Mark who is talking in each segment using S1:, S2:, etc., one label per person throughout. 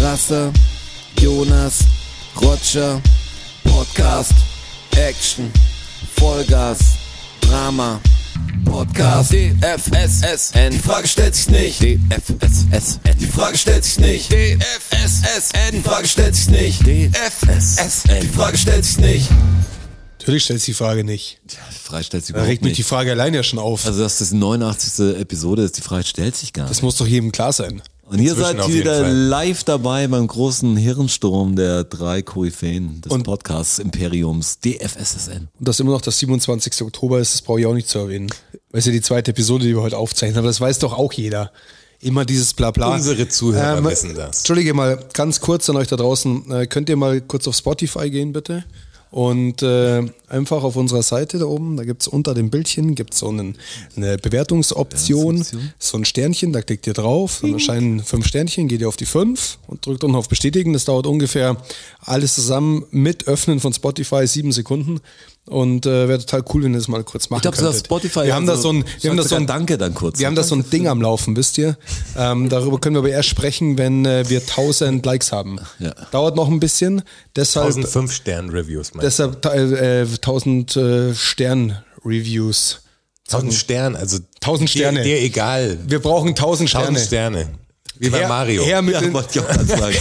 S1: Rasse, Jonas, Roger, Podcast, Action, Vollgas, Drama, Podcast, DFSSN, die Frage stellt sich nicht, DFSSN, die Frage stellt sich nicht, DFSSN, die Frage stellt sich nicht, DFSSN, die Frage stellt sich nicht.
S2: Natürlich stellst du die Frage nicht.
S3: Frei stellt sich
S2: Da
S3: überhaupt
S2: regt mich die
S3: nicht.
S2: Frage allein ja schon auf.
S3: Also, dass das die 89. Episode ist, die Frage stellt sich gar nicht.
S2: das muss doch jedem klar sein.
S3: Und ihr
S2: Inzwischen
S3: seid
S2: auf jeden
S3: wieder
S2: Fall.
S3: live dabei beim großen Hirnsturm der drei Koryphäen des
S2: Und-
S3: Podcasts Imperiums DFSSN.
S2: Und dass immer noch das 27. Oktober ist, das brauche ich auch nicht zu erwähnen. Weil es ja die zweite Episode, die wir heute aufzeichnen. Aber das weiß doch auch jeder. Immer dieses Blabla. Ähm,
S4: Unsere Zuhörer wissen das.
S2: Entschuldige mal, ganz kurz an euch da draußen. Äh, könnt ihr mal kurz auf Spotify gehen, bitte? Und äh, einfach auf unserer Seite da oben, da gibt's unter dem Bildchen, gibt's so einen, eine Bewertungsoption, so ein Sternchen, da klickt ihr drauf,
S3: Mhm.
S2: dann erscheinen fünf Sternchen, geht ihr auf die fünf und drückt unten auf Bestätigen. Das dauert ungefähr alles zusammen mit Öffnen von Spotify sieben Sekunden. Und äh, wäre total cool, wenn ihr das mal kurz machen
S3: Ich glaube, sogar
S2: könntet.
S3: Spotify. also
S2: wir haben da so ein, wir haben da
S3: das
S2: so ein
S3: Danke dann kurz.
S2: wir haben da so ein Ding am Laufen, wisst ihr? Ähm, darüber können wir aber erst sprechen, wenn äh, wir 1000 Likes haben.
S3: Ja.
S2: Dauert noch ein bisschen, deshalb,
S4: 1005 Stern-Reviews, meinst
S2: deshalb äh, äh, 1000 äh, Stern-Reviews.
S4: du? 1000 Stern, also
S2: 1000 Sterne.
S4: Dir, dir egal.
S2: Wir brauchen 1000 Sterne.
S4: 1000 Sterne. Wie bei
S2: Her-
S4: Mario.
S2: Her mit,
S3: ja,
S2: den,
S3: wollte ich auch gerade sagen.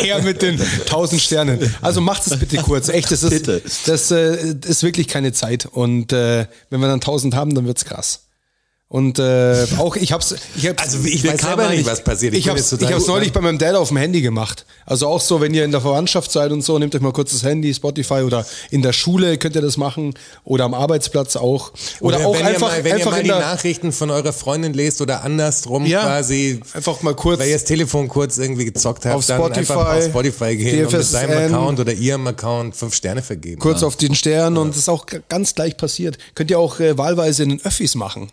S2: her mit den 1000 Sternen. Also macht es bitte kurz. Echt, das ist,
S3: Bitte.
S2: Das, äh, ist wirklich keine Zeit. Und äh, wenn wir dann 1000 haben, dann wird's krass. Und äh, auch ich hab's, ich hab's
S4: also ich
S3: Wir
S4: weiß
S3: kamen
S4: selber nicht,
S3: eigentlich-
S4: was passiert.
S2: Ich
S4: bin
S2: habe
S4: jetzt
S2: es
S4: total-
S2: neulich bei meinem Dad auf dem Handy gemacht. Also auch so, wenn ihr in der Verwandtschaft seid und so, nehmt euch mal kurz das Handy, Spotify oder in der Schule könnt ihr das machen oder am Arbeitsplatz auch. Oder, auch
S4: wenn
S2: einfach,
S4: ihr mal, wenn
S2: einfach
S4: ihr mal
S2: in
S4: die
S2: der,
S4: Nachrichten von eurer Freundin lest oder andersrum
S2: Ja,
S4: quasi,
S2: einfach mal kurz.
S4: weil ihr das Telefon kurz irgendwie gezockt habt,
S2: Auf
S4: dann einfach
S2: Spotify,
S4: auf Spotify gehen und mit
S2: DFSN.
S4: seinem Account oder ihrem Account fünf Sterne vergeben.
S2: Kurz auf den Stern und das ist auch g- ganz gleich passiert. Könnt ihr auch äh, wahlweise in den Öffis machen.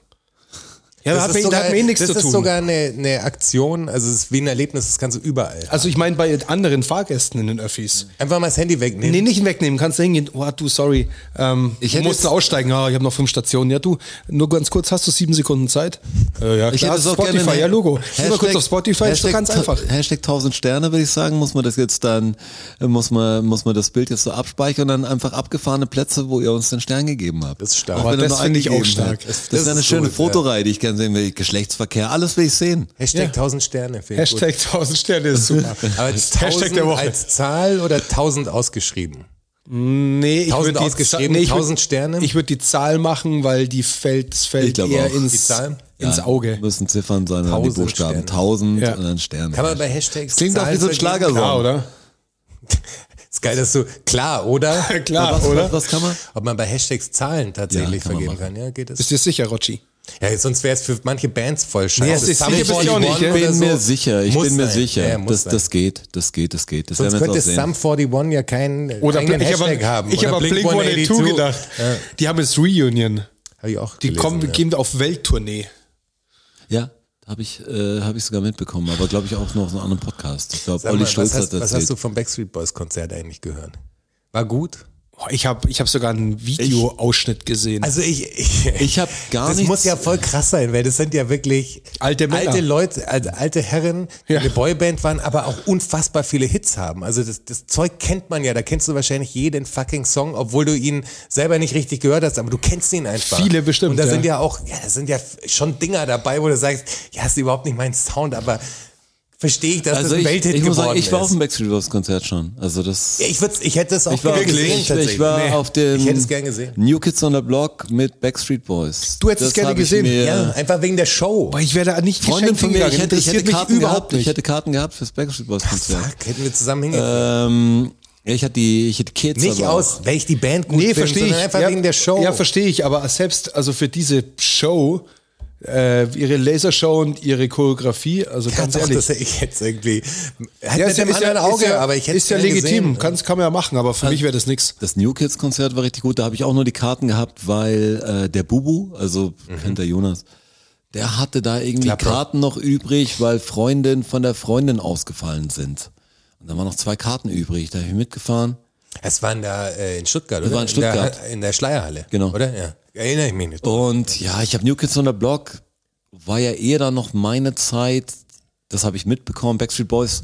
S2: Ja, da
S4: das
S2: hat
S4: ist
S2: mir, da
S4: sogar,
S2: hat mir eh nichts
S4: das
S2: zu
S4: ist
S2: tun.
S4: sogar eine, eine Aktion, also es ist wie ein Erlebnis, das kannst du überall.
S2: also ich meine bei anderen Fahrgästen in den Öffis.
S4: Einfach mal das Handy wegnehmen.
S2: Nee, nicht wegnehmen, kannst da hingehen. Oh, du, sorry. Ähm,
S3: Ich
S2: du
S3: hätte
S2: musst
S3: jetzt-
S2: aussteigen. Ah, ich habe noch fünf Stationen. Ja, du, nur ganz kurz, hast du sieben Sekunden Zeit? Äh, ja,
S3: Ich hätte es auch
S2: Spotify,
S3: gerne.
S2: ja, Logo. Geh mal kurz auf Spotify, ist doch ganz
S3: ta-
S2: einfach.
S3: Hashtag 1000 Sterne, würde ich sagen, muss man das jetzt dann, äh, muss man, muss man das Bild jetzt so abspeichern und dann einfach abgefahrene Plätze, wo ihr uns den Stern gegeben habt.
S4: Das ist stark.
S3: wenn
S2: Aber
S3: ihr
S2: das
S3: nur
S2: finde ich auch
S3: eingegeben
S2: stark.
S3: habt. Das,
S4: Das
S3: ist
S4: ist
S3: eine schöne
S4: gut, ja.
S3: Fotoreihe, die ich gerne sehen will. Geschlechtsverkehr, alles will ich sehen.
S4: Hashtag 1000 Sterne. finde ich gut.
S2: Hashtag 1000 Sterne ist super.
S4: Aber als
S2: Hashtag
S4: 1000
S2: der Woche.
S4: als Zahl oder 1000 ausgeschrieben?
S2: nee, ich
S4: 1000
S2: würd die
S4: ausgeschrieben,
S2: Zahl- ich würd-
S4: 1000 Sterne?
S2: Ich würde die Zahl machen, weil die fällt, es
S3: Ich
S2: fällt
S3: glaube
S2: eher
S3: auch.
S2: ins,
S4: Die Zahl?
S2: ins Auge.
S3: Müssen Ziffern sein, dann die
S4: 1000
S3: Buchstaben.
S4: Sterne.
S3: 1000
S2: Ja.
S3: und dann Sterne.
S4: Kann man bei Hashtags
S3: Das klingt doch wie
S4: Zahlen
S3: so ein
S4: vergeben?
S3: Schlagersong.
S2: Klar, oder?
S4: Ist geil, dass du, klar, oder?
S2: Klar,
S3: was,
S2: oder?
S3: Was, was kann man?
S4: Ob man bei Hashtags Zahlen tatsächlich
S3: Ja, kann man
S4: vergeben
S3: machen.
S4: kann, ja, geht das?
S2: Bist du sicher, Rotschi?
S4: Ja, sonst wäre es für manche Bands voll scheiße.
S2: Nee, es ist sicher, bist du auch nicht,
S3: Ich
S2: Ja,
S3: bin
S4: oder so.
S3: mir sicher, ich
S4: Muss
S3: bin mir
S4: sein.
S3: sicher.
S4: Ja, muss
S3: das,
S4: sein.
S3: das geht, das geht, das geht. Das
S4: sonst
S3: werden wir
S4: könnte
S3: jetzt auch sehen.
S4: Sum 41 ja keinen
S2: Oder
S4: eigenen
S2: ich
S4: Hashtag
S2: habe
S4: haben.
S2: an, ich
S4: Oder
S2: hab an Blink 182 gedacht.
S4: Ja,
S2: Die haben jetzt Reunion.
S4: hab ich auch
S2: Die
S4: gelesen,
S2: kommen,
S4: ja.
S2: gehen auf Welttournee.
S3: Ja, habe ich, äh, hab ich sogar mitbekommen, aber glaube ich auch nur aus einem anderen Podcast. Ich glaube,
S4: Sag
S3: Olli
S4: mal,
S3: Schulz
S4: was
S3: hat
S4: hast, Was hast du
S3: erzählt.
S4: vom Backstreet Boys Konzert eigentlich gehört? War gut?
S2: Oh, Ich habe ich hab sogar einen Videoausschnitt gesehen.
S4: Also ich, ich,
S3: Ich hab gar
S4: das
S3: nichts-
S4: muss ja voll krass sein, weil das sind ja wirklich
S2: Alte Männer.
S4: alte Leute, also alte Herren, die
S2: Ja.
S4: eine Boyband waren, aber auch unfassbar viele Hits haben. Also das, das Zeug kennt man ja, da kennst du wahrscheinlich jeden fucking Song, obwohl du ihn selber nicht richtig gehört hast, aber du kennst ihn einfach.
S2: Viele bestimmt,
S4: Und da
S2: ja.
S4: sind ja auch, ja, da sind ja schon Dinger dabei, wo du sagst, ja, ist überhaupt nicht mein Sound, aber verstehe ich, dass
S3: Also
S4: das ein
S3: ich,
S4: Welthit
S3: ich
S4: geworden
S3: muss sagen, ich war auf
S4: ist.
S3: dem Backstreet Boys Konzert schon. Also das.
S4: Ja, Ich, würd's- ich hätte das auch
S3: ich war,
S4: gerne gesehen,
S3: ich, ich war
S4: tatsächlich.
S3: auf dem
S4: Ich hätte es gern gesehen.
S3: New Kids on the Block mit Backstreet Boys.
S2: Du hättest
S3: Das
S2: es gerne
S3: hab ich
S2: gesehen.
S3: Mir
S4: ja, einfach wegen der Show.
S2: Boah, ich wäre da nicht
S3: Freundin
S2: geschenkt
S3: von mir,
S2: hingegangen.
S3: ich hätte, ich hätte
S2: Interessiert mich
S3: Karten
S2: überhaupt
S3: gehabt.
S2: nicht.
S3: Ich hätte Karten gehabt fürs Backstreet Boys Konzert.
S4: Fuck, hätten wir zusammen hingehen.
S3: Ähm, ja, ich hatte die, ich hatte Kids.
S4: Nicht
S3: aber
S4: aus, weil ich die Band gut
S2: nee,
S4: finde,
S2: verstehe ich.
S4: sondern einfach wegen der Show.
S2: Ja, verstehe ich. Aber selbst, also für diese Show, äh, ihre Lasershow und ihre Choreografie, also
S4: Ja,
S2: ganz
S4: doch,
S2: ehrlich.
S4: das hätte ich jetzt irgendwie. Hat
S2: Ja,
S4: mit dem anderen Auge, aber ich hätte
S2: ist ja
S4: gerne
S2: legitim,
S4: gesehen.
S2: Kann's, kann man ja machen, aber für mich wäre das nix.
S3: Das New Kids Konzert war richtig gut. Da habe ich auch nur die Karten gehabt, weil äh, der Bubu, also
S2: Mhm.
S3: kennt der Jonas, der hatte da irgendwie
S4: Klapper.
S3: Karten noch übrig, weil Freundin von der Freundin ausgefallen sind. Und dann waren noch zwei Karten übrig. Da habe ich mitgefahren.
S4: Es waren da äh, in Stuttgart, Oh, oder?
S3: war in Stuttgart.
S4: In der, in der Schleierhalle.
S3: Genau.
S4: Oder? Ja. Erinnere ich mich nicht.
S3: Und ja, ich habe New Kids on the Block, war ja eher dann noch meine Zeit. Das habe ich mitbekommen. Backstreet Boys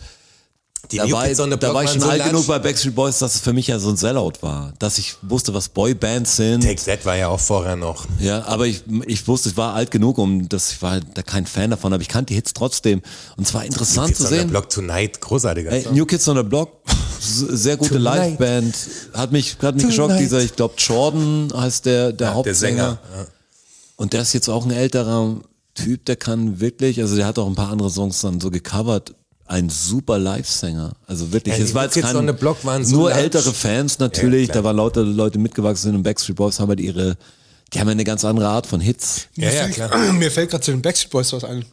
S4: Die
S3: Da war,
S4: Muppets on
S3: da
S4: the Block
S3: war ich
S4: waren
S3: schon
S4: so
S3: alt
S4: large.
S3: genug bei Backstreet Boys, dass es für mich ja so ein Sellout war. Dass ich wusste, was Boybands sind.
S4: Take That war ja auch vorher noch.
S3: Ja, aber ich, ich wusste, ich war alt genug, um das, ich war da kein Fan davon, aber ich kannte die Hits trotzdem. Und zwar interessant
S4: Kids
S3: zu
S4: on the
S3: sehen.
S4: Block Tonight, großartiger
S3: Ey,
S4: Song.
S3: New Kids on the Block, sehr gute
S4: Tonight.
S3: Liveband. Hat mich, hat mich geschockt,
S4: Tonight.
S3: dieser, ich glaube, Jordan heißt der, der
S4: Der
S3: Hauptsänger.
S4: Sänger. Ja.
S3: Und der ist jetzt auch ein älterer Typ, der kann wirklich, also der hat auch ein paar andere Songs dann so gecovert. Ein super Live-Sänger. Also wirklich,
S4: Ja,
S3: es
S4: die
S3: war jetzt
S4: Kids
S3: kein,
S4: on the Block waren so
S3: nur
S4: large.
S3: ältere Fans natürlich,
S4: Ja,
S3: da
S4: klar.
S3: waren lauter Leute mitgewachsen sind und Backstreet Boys haben halt ihre, die haben ja eine ganz andere Art von Hits.
S4: Ja, ja,
S2: Mir fällt-
S4: klar.
S2: Mir fällt gerade zu den Backstreet Boys was ein.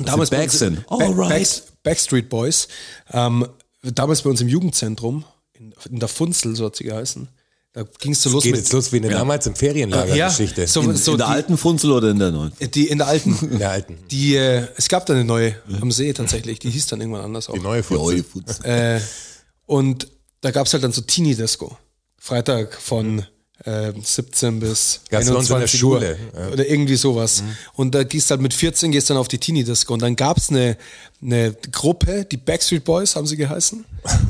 S2: Damals
S3: sind
S2: bei uns-
S3: Backstreet?
S2: Ba-
S3: Alright.
S2: Backs- Backstreet Boys. Ähm, damals bei uns im Jugendzentrum, in, in der Funzel, so hat sie geheißen. Da ging es so los
S4: Geht
S2: mit.
S4: jetzt los wie eine damals im Ferienlager-Geschichte.
S2: Ja, so,
S3: In,
S2: so
S3: in der
S2: die,
S3: alten Funzel oder in der neuen?
S2: die in der alten.
S4: In der alten.
S2: Die, äh, es gab da eine neue am See tatsächlich, die hieß dann irgendwann anders auch.
S4: Die neue
S3: Neue
S4: Funzel. Äh.
S3: Funzel.
S2: Und da gab es halt dann so Teenie-Disco. Freitag von äh, 17 bis
S4: Mhm. Gab's bei uns in der
S2: 21 Uhr.
S4: Schule, Mhm.
S2: Oder irgendwie sowas. Und da gehst halt mit 14 gehst dann auf die Teenie-Disco. Und dann gab es eine, eine Gruppe, die Backstreet Boys haben sie geheißen.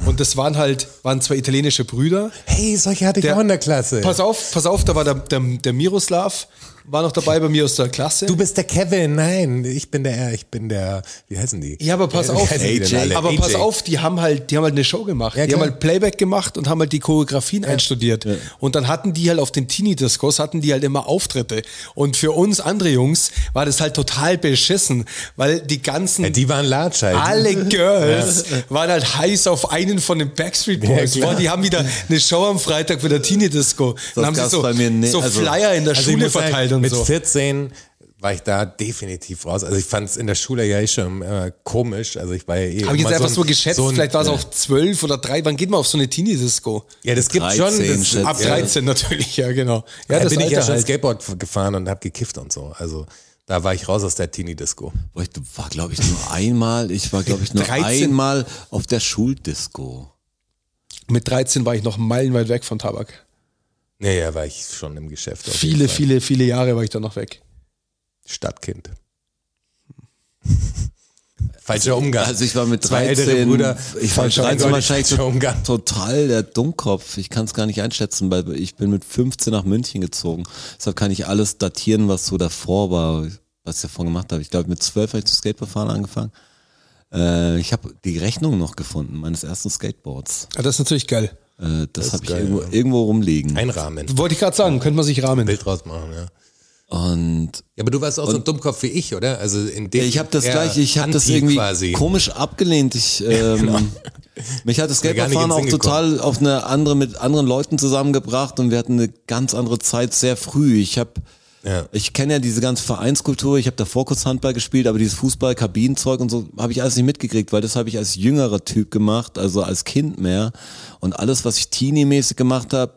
S2: Und das waren halt, waren zwei italienische Brüder.
S4: Hey, solche hatte ich
S2: Der-
S4: auch in der Klasse.
S2: Pass auf, pass auf, da war der, der, der Miroslav, war noch dabei bei mir aus der Klasse.
S4: Du bist der Kevin, nein, ich bin der, ich bin der, wie heißen die?
S2: Ja, aber pass
S4: Wie
S2: auf.
S4: heißen die denn alle?
S2: Aber
S4: AJ.
S2: pass auf, die haben halt, die haben halt eine Show gemacht.
S4: Ja,
S2: die haben
S4: klar.
S2: halt Playback gemacht und haben halt die Choreografien einstudiert. Und dann hatten die halt auf den Teenie-Discos, hatten die halt immer Auftritte. Und für uns andere Jungs war das halt total beschissen, weil die ganzen,
S4: Ja, die waren large halt.
S2: alle Girls waren halt heiß auf einen von den Backstreet Boys.
S4: Ja, klar.
S2: Boah, die haben wieder eine Show am Freitag für der Teenie-Disco. Dann haben sie
S3: gab's
S2: so,
S3: bei mir nicht.
S2: so
S3: Also-
S2: Flyer in der
S4: Also ich
S2: Schule
S4: muss sagen,
S2: verteilt und
S4: mit
S2: so.
S4: 14 war ich da definitiv raus. Also ich fand es in der Schule ja eh schon äh, komisch. Also ich war ja eh
S2: Habe ich
S4: immer
S2: jetzt einfach so,
S4: ein-
S2: geschätzt,
S4: so ein-
S2: vielleicht war es auf zwölf oder drei. Wann geht man auf so eine Teenie-Disco?
S4: Ja, das gibt
S3: 13
S4: schon.
S3: schätze
S4: Das,
S2: Ab 13 natürlich, ja, genau. Ja,
S4: da bin ich ja
S2: Alter
S4: schon
S2: halt.
S4: Skateboard gefahren und habe gekifft und so. Also da war ich raus aus der Teenie-Disco.
S3: Boah, Ich war, glaube ich, nur einmal, ich war, glaube ich, nur
S2: 13.
S3: einmal auf der Schuldisco.
S2: Mit 13 war ich noch meilenweit weg von Tabak.
S4: Nee, ja, war ich schon im Geschäft. auf jeden
S2: Viele,
S4: Fall.
S2: viele, viele Jahre war ich da noch weg.
S4: Stadtkind. Falscher Umgang.
S3: Also ich war mit
S4: Zwei
S3: 13,
S4: ältere Brüder.
S3: ich war mit
S4: Falscher
S3: 13
S4: Umgang,
S3: wahrscheinlich
S4: falscher
S3: so
S4: Umgang.
S3: total der Dummkopf. Ich kann es gar nicht einschätzen, weil ich bin mit 15 nach München gezogen. Deshalb kann ich alles datieren, was so davor war, was ich davor gemacht habe. Ich glaube, mit 12 habe ich zu Skateboardfahren angefangen. Äh, ich habe die Rechnung noch gefunden, meines ersten Skateboards.
S2: Ah, das ist natürlich geil.
S3: Äh, das habe ich
S4: geil,
S3: irgendwo, irgendwo rumliegen.
S4: Einrahmen.
S2: Wollte ich gerade sagen, könnte man sich rahmen.
S4: Bild draus machen, ja.
S3: Und
S4: Ja, aber du warst auch so ein Dummkopf wie ich, oder? Also in dem
S3: Ja, ich habe das
S4: eher
S3: gleich, ich habe das
S4: anti
S3: irgendwie
S4: quasi. Genau.
S3: komisch abgelehnt. Ich, ähm, Mich hat das
S4: mir gar nicht
S3: Skateboardfahren auch
S4: in den Sinn
S3: total auf eine andere mit anderen Leuten zusammengebracht und wir hatten eine ganz andere Zeit sehr früh. Ich habe
S4: Ja.
S3: ich kenne ja diese ganze Vereinskultur, ich habe davor kurz Handball gespielt, aber dieses Fußball, Kabinenzeug und so habe ich alles nicht mitgekriegt, weil das habe ich als jüngerer Typ gemacht, also als Kind mehr. Und alles, was ich Teenie-mäßig gemacht habe,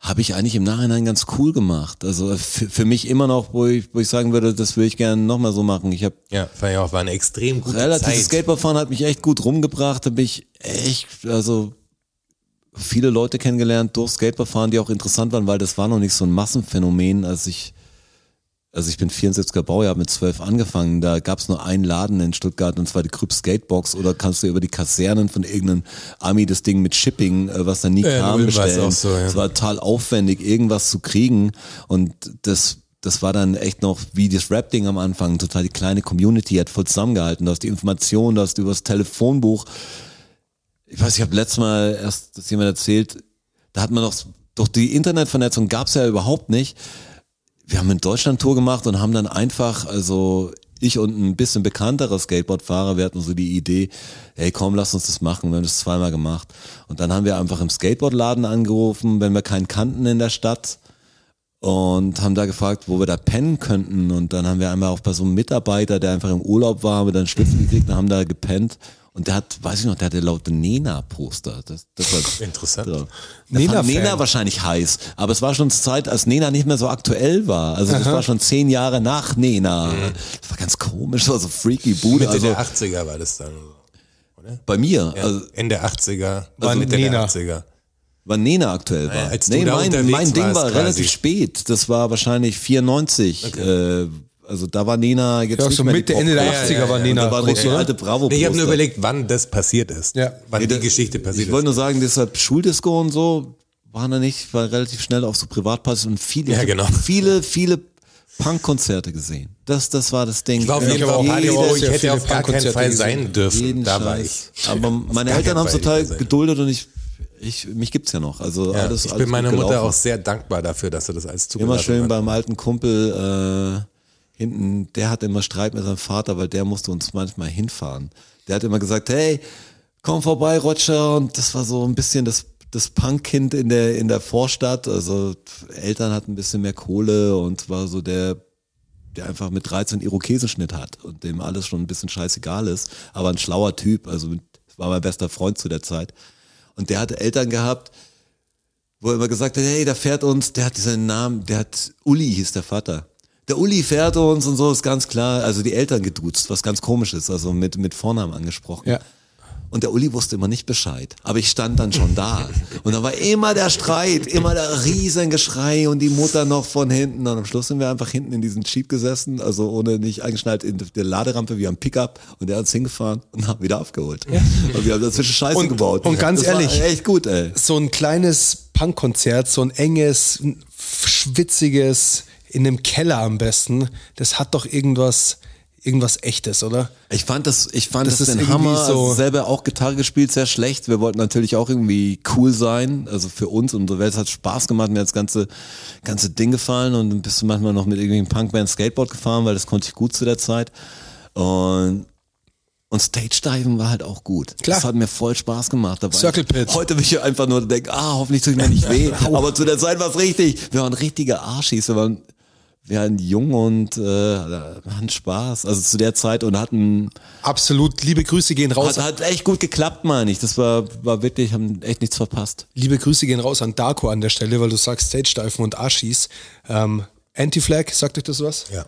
S3: habe ich eigentlich im Nachhinein ganz cool gemacht. Also für, für mich immer noch, wo ich, wo ich sagen würde, das würde ich gerne nochmal so machen. Ich habe
S4: Ja, fand ich auch, war eine extrem gute
S3: relativ
S4: Zeit.
S3: Skateboardfahren hat mich echt gut rumgebracht, habe ich echt, also viele Leute kennengelernt durch Skateboardfahren, die auch interessant waren, weil das war noch nicht so ein Massenphänomen, als ich also ich bin 74er Baujahr, mit 12 angefangen, da gab es nur einen Laden in Stuttgart und zwar die Krüpp Skatebox oder kannst du über die Kasernen von irgendeinem Army das Ding mit Shipping, äh, was dann nie
S4: Ja, in
S3: kam,
S4: Ulm war's
S3: bestellen.
S4: auch so, ja.
S3: Es war total aufwendig, irgendwas zu kriegen und das das war dann echt noch wie das Rap-Ding am Anfang, total die kleine Community hat voll zusammengehalten. Du hast die Informationen, du hast übers Telefonbuch ich weiß, ich habe letztes Mal erst das jemand erzählt, da hat man noch, doch die Internetvernetzung gab's ja überhaupt nicht. Wir haben eine Deutschland-Tour gemacht und haben dann einfach, also ich und ein bisschen bekannterer Skateboardfahrer, wir hatten so die Idee, hey komm, lass uns das machen. Wir haben das zweimal gemacht. Und dann haben wir einfach im Skateboardladen angerufen, wenn wir keinen kannten in der Stadt und haben da gefragt, wo wir da pennen könnten. Und dann haben wir einmal auch bei so einem Mitarbeiter, der einfach im Urlaub war, haben wir dann einen Schlüssel gekriegt und haben da gepennt. Und der hat, weiß ich noch, der hatte laute Nena-Poster. Das, das war
S4: Interessant.
S3: drauf. Der
S2: Nena-Fan.
S3: fand Nena wahrscheinlich heiß. Aber es war schon zur Zeit, als Nena nicht mehr so aktuell war. Also das war schon zehn Jahre nach Nena. Das war ganz komisch, war so freaky Bude.
S4: Mitte
S3: Also
S4: der 80er war das dann.
S3: bei mir, also,
S4: Ende 80er,
S2: War
S4: also Mitte
S2: Nena.
S4: der 80er.
S3: wann Nena aktuell war.
S4: Naja, als du
S3: nee,
S4: da
S3: mein,
S4: unterwegs
S3: mein Ding
S4: warst
S3: war
S4: quasi.
S3: relativ spät. Das war wahrscheinlich 94. Äh, also da war Nena jetzt
S2: Ja,
S3: nicht
S2: so
S3: mehr
S2: Mitte,
S3: die
S2: Ende der
S3: Popgröße.
S2: 80er war Nena
S3: Da waren
S2: groß,
S3: richtig
S2: oder?
S3: alte bravo
S4: Ich habe nur
S3: Poster.
S4: überlegt, wann das passiert ist.
S2: Ja.
S4: Wann
S3: Nee,
S4: die
S3: da-
S4: Geschichte passiert
S3: Ich wollte
S4: ist.
S3: nur sagen, deshalb Schuldisco und so waren da nicht, war relativ schnell auf so Privatpartys und viele,
S4: Ja, genau.
S3: viele, viele Punk-Konzerte gesehen. Das, das war das Ding.
S4: Ich war auf jeden
S2: ich
S4: Fall
S2: hab
S4: auf
S2: auch
S4: Party,
S2: jede-
S4: wo ich
S2: sehr
S4: hätte
S2: viele
S4: auf gar keinen
S2: Punkkonzerte
S4: Fall
S2: gesehen.
S4: sein dürfen.
S3: jeden
S4: da war ich.
S3: Scheiß. Aber meine
S4: gar
S3: Eltern
S4: keinen
S3: haben es
S4: Fall
S3: total
S4: hätte sein.
S3: geduldet und ich, ich, mich gibt's ja noch. Also
S4: Ja,
S3: alles,
S4: ich
S3: alles
S4: bin meiner
S3: gut
S4: Mutter
S3: gelaufen.
S4: auch sehr dankbar dafür, dass er das alles zugelassen
S3: Immer schön
S4: hat.
S3: beim alten Kumpel äh, hinten, der hat immer Streit mit seinem Vater, weil der musste uns manchmal hinfahren. Der hat immer gesagt, hey, komm vorbei, Roger. Und das war so ein bisschen das, das Punkkind in der, in der Vorstadt. Also Eltern hatten ein bisschen mehr Kohle und war so der, der einfach mit 13 Irokesenschnitt hat und dem alles schon ein bisschen scheißegal ist. Aber ein schlauer Typ, also mit, war mein bester Freund zu der Zeit. Und der hatte Eltern gehabt, wo er immer gesagt hat, hey, da fährt uns, der hat seinen Namen, der hat, Uli hieß der Vater. Der Uli fährt uns und so, ist ganz klar, also die Eltern geduzt, was ganz komisch ist, also mit, mit Vornamen angesprochen.
S2: Ja.
S3: Und der Uli wusste immer nicht Bescheid. Aber ich stand dann schon da. Und da war immer der Streit, immer der Riesengeschrei und die Mutter noch von hinten. Und am Schluss sind wir einfach hinten in diesem Jeep gesessen, also ohne nicht eingeschnallt in der Laderampe wie am Pickup. Und der hat uns hingefahren und haben wieder abgeholt. Und wir haben dazwischen Scheiße
S2: Und-
S3: gebaut.
S2: und ganz
S3: das
S2: ehrlich-
S3: War echt gut, ey.
S2: so ein kleines Punkkonzert, so ein enges, ein schwitziges, in einem Keller am besten, das hat doch irgendwas, irgendwas echtes, oder?
S3: Ich fand das, ich fand
S2: Das
S3: das,
S2: ist
S3: den
S2: irgendwie
S3: Hammer.
S2: so-
S3: also selber auch Gitarre gespielt, sehr schlecht. Wir wollten natürlich auch irgendwie cool sein, also für uns und so. Es hat Spaß gemacht, mir hat das ganze, ganze Ding gefallen und bist du manchmal noch mit irgendwelchen Punkband Skateboard gefahren, weil das konnte ich gut zu der Zeit. Und, und Stage Diven war halt auch gut.
S2: Klar.
S3: Das hat mir voll Spaß gemacht dabei.
S2: Circle Pit.
S3: Heute will ich einfach nur denken, ah, hoffentlich tut mir nicht weh. Aber zu der Zeit war es richtig. Wir waren richtige Arschis. Wir waren wir waren jung und äh, hatten Spaß. Also zu der Zeit und hatten,
S2: Absolut. Liebe Grüße gehen raus.
S3: hat, hat echt gut geklappt, meine ich. Das war, war wirklich, haben echt nichts verpasst.
S2: Liebe Grüße gehen raus an Darko an der Stelle, weil du sagst Stage-Steifen und Arschis. Ähm, Anti-Flag, sagt euch das was?
S4: Ja.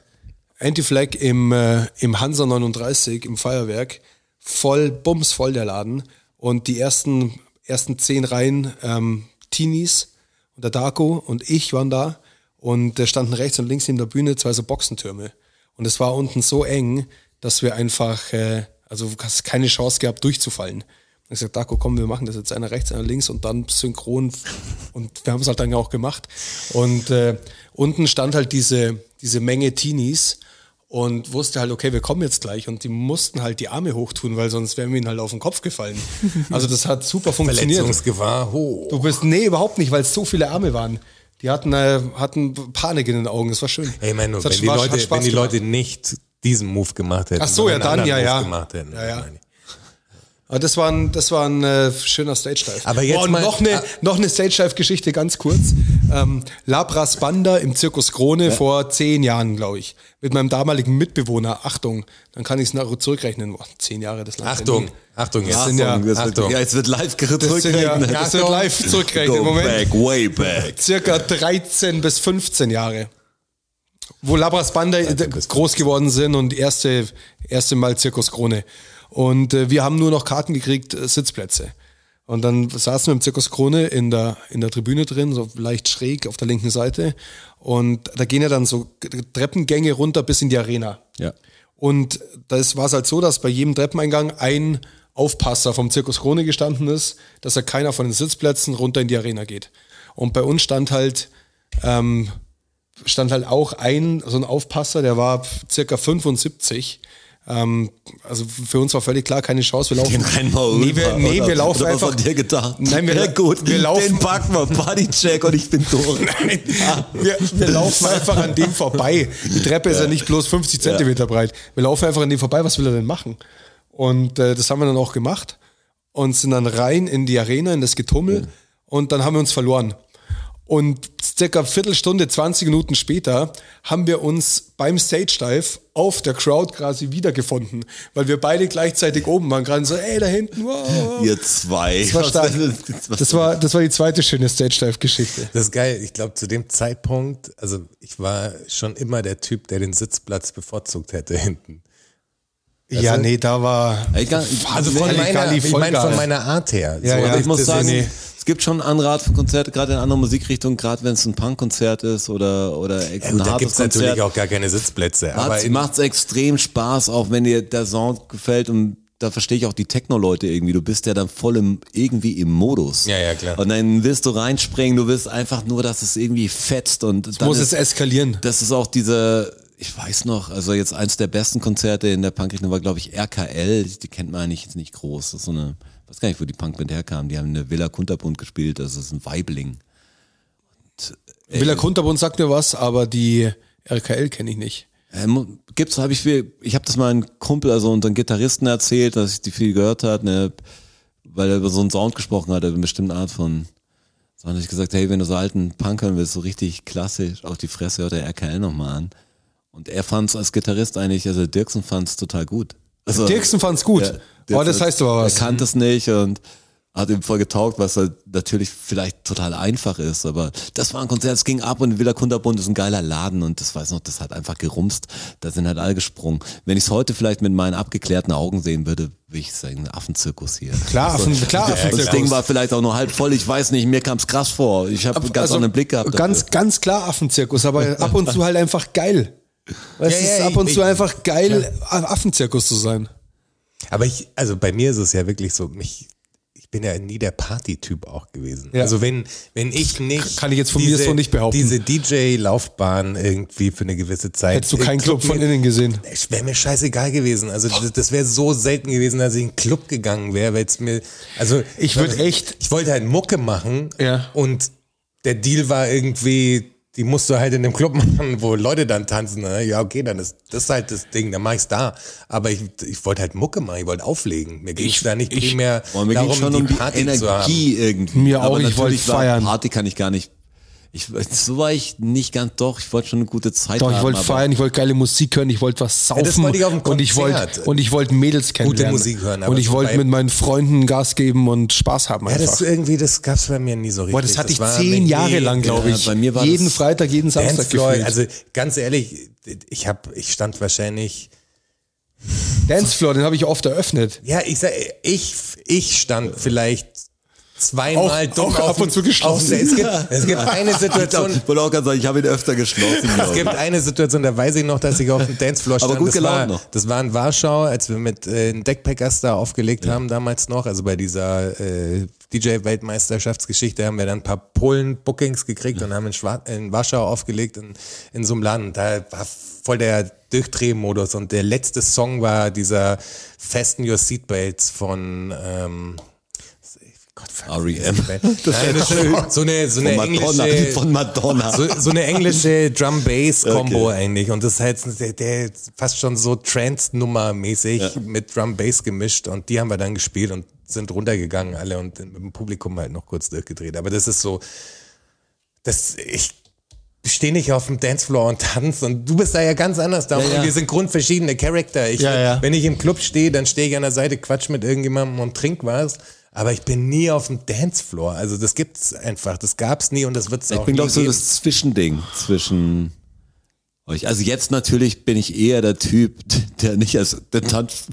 S2: Anti-Flag im, äh, im Hansa 39, im Feuerwerk, voll, bumsvoll der Laden. Und die ersten, ersten zehn Reihen ähm, Teenies und der Darko und ich waren da. Und da standen rechts und links neben der Bühne zwei so Boxentürme. Und es war unten so eng, dass wir einfach, äh, also du hast keine Chance gehabt, durchzufallen. Und ich gesagt, Darko, komm, wir machen das jetzt einer rechts, einer links und dann synchron. Und wir haben es halt dann auch gemacht. Und äh, unten stand halt diese, diese Menge Teenies und wusste halt, okay, wir kommen jetzt gleich. Und die mussten halt die Arme hochtun, weil sonst wären wir ihnen halt auf den Kopf gefallen. Also das hat super funktioniert.
S4: Verletzungsgefahr hoch.
S2: Du bist, nee, überhaupt nicht, weil es so viele Arme waren. Die hatten, äh, hatten Panik in den Augen, das war schön.
S4: Ey, mein, nur,
S2: Das hat
S4: wenn,
S2: Spaß-
S4: die
S2: hat
S4: Leute,
S2: Spaß
S4: wenn die
S2: gemacht.
S4: Leute nicht diesen Move gemacht hätten,
S2: Ach so, ja,
S4: sondern
S2: dann,
S4: einen
S2: ja,
S4: anderen
S2: ja.
S4: Move gemacht hätten.
S2: Ja, ja.
S4: meine
S2: Aber
S4: ich.
S2: Ah, das war ein, das war ein äh, schöner Stage-Dive.
S4: Aber jetzt
S2: und
S4: mal- Ah.
S2: noch eine, noch eine Stage-Dive-Geschichte ganz kurz. Ähm, Labras Banda im Zirkus Krone vor zehn Jahren, glaube ich. Mit meinem damaligen Mitbewohner. Achtung, dann kann ich es nachher zurückrechnen. Boah, zehn Jahre, das langt ja
S4: Achtung,
S2: nie.
S4: Achtung jetzt.
S2: sind ja-
S3: das
S4: Achtung.
S3: Wird, ja, jetzt wird live
S2: Das, sind ja,
S3: zurückgerechnet.
S2: das wird
S4: Achtung.
S2: live zurückgerechnet.
S3: Go
S2: Moment.
S3: back, way back.
S2: circa 13 bis 15 Jahre. Wo Labras Banda groß geworden sind und erste, erste Mal Zirkus Krone. Und äh, wir haben nur noch Karten gekriegt, äh, Sitzplätze. Und dann saßen wir im Zirkus Krone in der, in der Tribüne drin, so leicht schräg auf der linken Seite. Und da gehen ja dann so Treppengänge runter bis in die Arena.
S3: Ja.
S2: Und das war es halt so, dass bei jedem Treppeneingang ein Aufpasser vom Zirkus Krone gestanden ist, dass er keiner von den Sitzplätzen runter in die Arena geht. Und bei uns stand halt, ähm, stand halt auch ein, so ein Aufpasser, der war circa 75. Ähm, also für uns war völlig klar, keine Chance, wir laufen.
S3: Den rennen wir rüber.
S2: nee, wir, nee,
S3: oder?
S2: wir laufen
S3: Oder was
S2: einfach.
S3: Von dir gedacht.
S2: Nein, wir,
S3: ja, gut.
S2: wir laufen
S3: Den packen wir. Bodycheck und ich bin durch.
S2: Nein, wir, wir laufen einfach an dem vorbei. Die Treppe ist ja nicht bloß 50 Zentimeter breit. Wir laufen einfach an dem vorbei. Was will er denn machen? Und äh, das haben wir dann auch gemacht und sind dann rein in die Arena, in das Getummel und dann haben wir uns verloren. Und circa Viertelstunde, 20 Minuten später haben wir uns beim Stage Dive auf der Crowd quasi wiedergefunden, weil wir beide gleichzeitig oben waren, gerade so, ey, da hinten, wow.
S3: Ihr zwei.
S2: Das war stark. Das war, das war die zweite schöne Stage Dive Geschichte.
S4: Das ist geil. Ich glaube, zu dem Zeitpunkt, also ich war schon immer der Typ, der den Sitzplatz bevorzugt hätte hinten.
S2: Ja, nee, da war,
S3: Ey, gar-
S4: Also von
S2: Halligalli,
S4: meiner, ich mein,
S2: Vollgas.
S4: von meiner Art her.
S2: Ja, ja.
S4: das-
S2: Ich muss
S4: das
S2: sagen,
S4: ist-
S2: nee.
S3: Es gibt schon einen Anrat für Konzerte, gerade in anderen Musikrichtungen, gerade wenn es ein Punk-Konzert ist oder, oder
S4: Ja,
S3: ein
S4: gut, da gibt es
S3: hartes Konzert.
S4: natürlich auch gar keine Sitzplätze. Aber
S3: Macht's,
S4: in,
S3: macht's extrem Spaß, auch wenn dir der Sound gefällt und da verstehe ich auch die Techno-Leute irgendwie. Du bist ja dann voll im, irgendwie im Modus.
S4: Ja, ja, klar.
S3: Und dann willst du reinspringen, du willst einfach nur, dass es irgendwie fetzt und dann
S2: Muss
S3: ist,
S2: es eskalieren.
S3: das ist auch diese, ich weiß noch, also jetzt eins der besten Konzerte in der Punkrichtung war, glaube ich, RKL. Die kennt man eigentlich jetzt nicht groß. Das ist so eine, weiß gar nicht, wo die Punkband herkam. Die haben eine Villa Kunterbund gespielt, das ist ein Weibling.
S2: Villa Kunterbund sagt mir was, aber die RKL kenne ich nicht.
S3: Ähm, gibt's, habe ich viel, ich habe das mal einem Kumpel, also unseren Gitarristen erzählt, dass ich die viel gehört hat, ne, weil er über so einen Sound gesprochen hat, über eine bestimmte Art von Sound. Hab ich gesagt, hey, wenn du so alten Punk hören willst, so richtig klassisch, auf die Fresse hört der RKL nochmal an. Und er fand's als Gitarrist eigentlich, also Dirksen fand's total gut. Also,
S2: Dirksen fand's gut.
S3: Ja,
S2: oh, das heißt aber was.
S3: Er kannte es nicht und hat ihm voll getaugt, was halt natürlich vielleicht total einfach ist, aber das war ein Konzert, es ging ab und Villa Kunterbund ist ein geiler Laden und das weiß noch, das hat einfach gerumst, da sind halt alle gesprungen. Wenn ich es heute vielleicht mit meinen abgeklärten Augen sehen würde, würde ich sagen, ein Affenzirkus hier.
S2: Klar, Affen, Also, klar,
S3: Und das
S2: Affenzirkus.
S3: Ding war vielleicht auch nur halb voll, ich weiß nicht, mir kam es krass vor. Ich habe ganz anderen Blick gehabt. dafür.
S2: also Ganz, ganz klar Affenzirkus, aber ab und zu halt einfach geil. Es
S4: Ja, ja,
S2: ist ab
S4: ich-
S2: und zu
S4: ich-
S2: einfach geil, Affenzirkus zu sein.
S4: aber ich, also bei mir ist es ja wirklich so, mich, ich bin ja nie der Party-Typ auch gewesen.
S2: Ja.
S4: Also wenn, wenn ich nicht.
S2: Kann ich jetzt von mir so nicht behaupten.
S4: Diese DJ-Laufbahn irgendwie für eine gewisse Zeit.
S2: Hättest du
S4: im
S2: keinen Club von
S4: mit-
S2: innen gesehen.
S4: Es wäre mir scheißegal gewesen. Also das, das wäre so selten gewesen, dass ich in den Club gegangen wäre, weil es mir. Also
S2: Ich würd echt-
S4: Ich wollte halt Mucke machen.
S2: Ja.
S4: Und der Deal war irgendwie, die musst du halt in dem Club machen, wo Leute dann tanzen. Na, Ja, okay, dann ist das halt das Ding, dann mach ich's da. Aber ich, ich wollte halt Mucke machen, ich wollte auflegen. Mir ging's da nicht primär
S3: Boah, mir
S4: darum,
S3: ging schon um die
S4: Party zu haben.
S3: Energie irgendwie.
S2: Mir auch, ich
S3: natürlich
S2: wollte
S3: war
S2: feiern.
S3: Party kann ich gar nicht. Ich, so war ich nicht ganz doch. Ich wollte schon eine gute Zeit
S2: Doch,
S3: haben.
S2: ich wollte
S3: aber-
S2: feiern, ich wollte geile Musik hören, ich wollte was saufen.
S4: das wollte ich auf dem
S2: und ich wollte
S4: Konzert.
S2: und ich wollte Mädels kennenlernen.
S4: Musik hören, aber
S2: und ich
S4: so
S2: wollte
S4: bei-
S2: mit meinen Freunden Gas geben und Spaß haben
S4: Ja,
S2: einfach.
S4: das irgendwie, das gab's bei mir nie so richtig.
S2: Boah, das hatte ich
S4: war
S2: zehn
S4: mir
S2: Jahre
S4: nie-
S2: lang, glaube
S3: Ja,
S2: ich.
S3: bei mir war
S2: jeden
S3: das
S2: Freitag, jeden Samstag
S4: Dancefloor,
S2: gefühlt.
S4: also ganz ehrlich, ich hab, ich stand wahrscheinlich,
S2: Dancefloor, den habe ich oft eröffnet.
S4: ja, ich sag, ich, ich stand vielleicht zweimal
S2: Auch-
S4: dumm
S2: auch
S4: auf
S2: ab und
S4: dem-
S2: zu geschlossen.
S4: Auf, es, gibt, es gibt eine
S3: Ich glaub,
S4: Situation,
S3: ich wollte auch gerade sagen, ich habe ihn öfter geschlossen. glaub
S4: es
S3: ich.
S4: gibt eine Situation, da weiß ich noch, dass ich auf dem Dancefloor
S3: Aber
S4: stand.
S3: gut
S4: das, war,
S3: gelaunt noch.
S4: das war in Warschau, als wir mit äh, den Deckpackers da aufgelegt haben damals noch, also bei dieser äh, DJ-Weltmeisterschaftsgeschichte haben wir dann ein paar Polen-Bookings gekriegt und haben in, Schwa in Warschau aufgelegt in, in so einem Laden. Da war voll der Durchdrehmodus und der letzte Song war dieser Fasten Your Seatbelts von ähm, Gott, fuck,
S3: R.E.M..
S4: Nein, das ist so eine, so
S3: E
S4: eine
S3: Von Madonna.
S4: englische,
S3: Von Madonna.
S4: äh, So, so eine englische Drum-Bass-Kombo eigentlich. Und das ist halt der, der fast schon so Trance-Nummer-mäßig mit Drum-Bass gemischt. Und die haben wir dann gespielt und sind runtergegangen alle und mit dem Publikum halt noch kurz durchgedreht. Aber das ist so, das, ich stehe nicht auf dem Dancefloor und tanze und du bist da ja ganz anders da.
S3: ja.
S4: Wir sind grundverschiedene Charakter. Ich,
S2: Ja, ja.
S4: Wenn ich im Club stehe, dann stehe ich an der Seite, quatsch mit irgendjemandem und trink was. Aber ich bin nie auf dem Dancefloor. Also das gibt's einfach. Das gab's nie und das wird's auch
S3: ich bin,
S4: nie
S3: glaube ich, so
S4: geben.
S3: das Zwischending zwischen euch. Also jetzt natürlich bin ich eher der Typ, der nicht als den Tanz,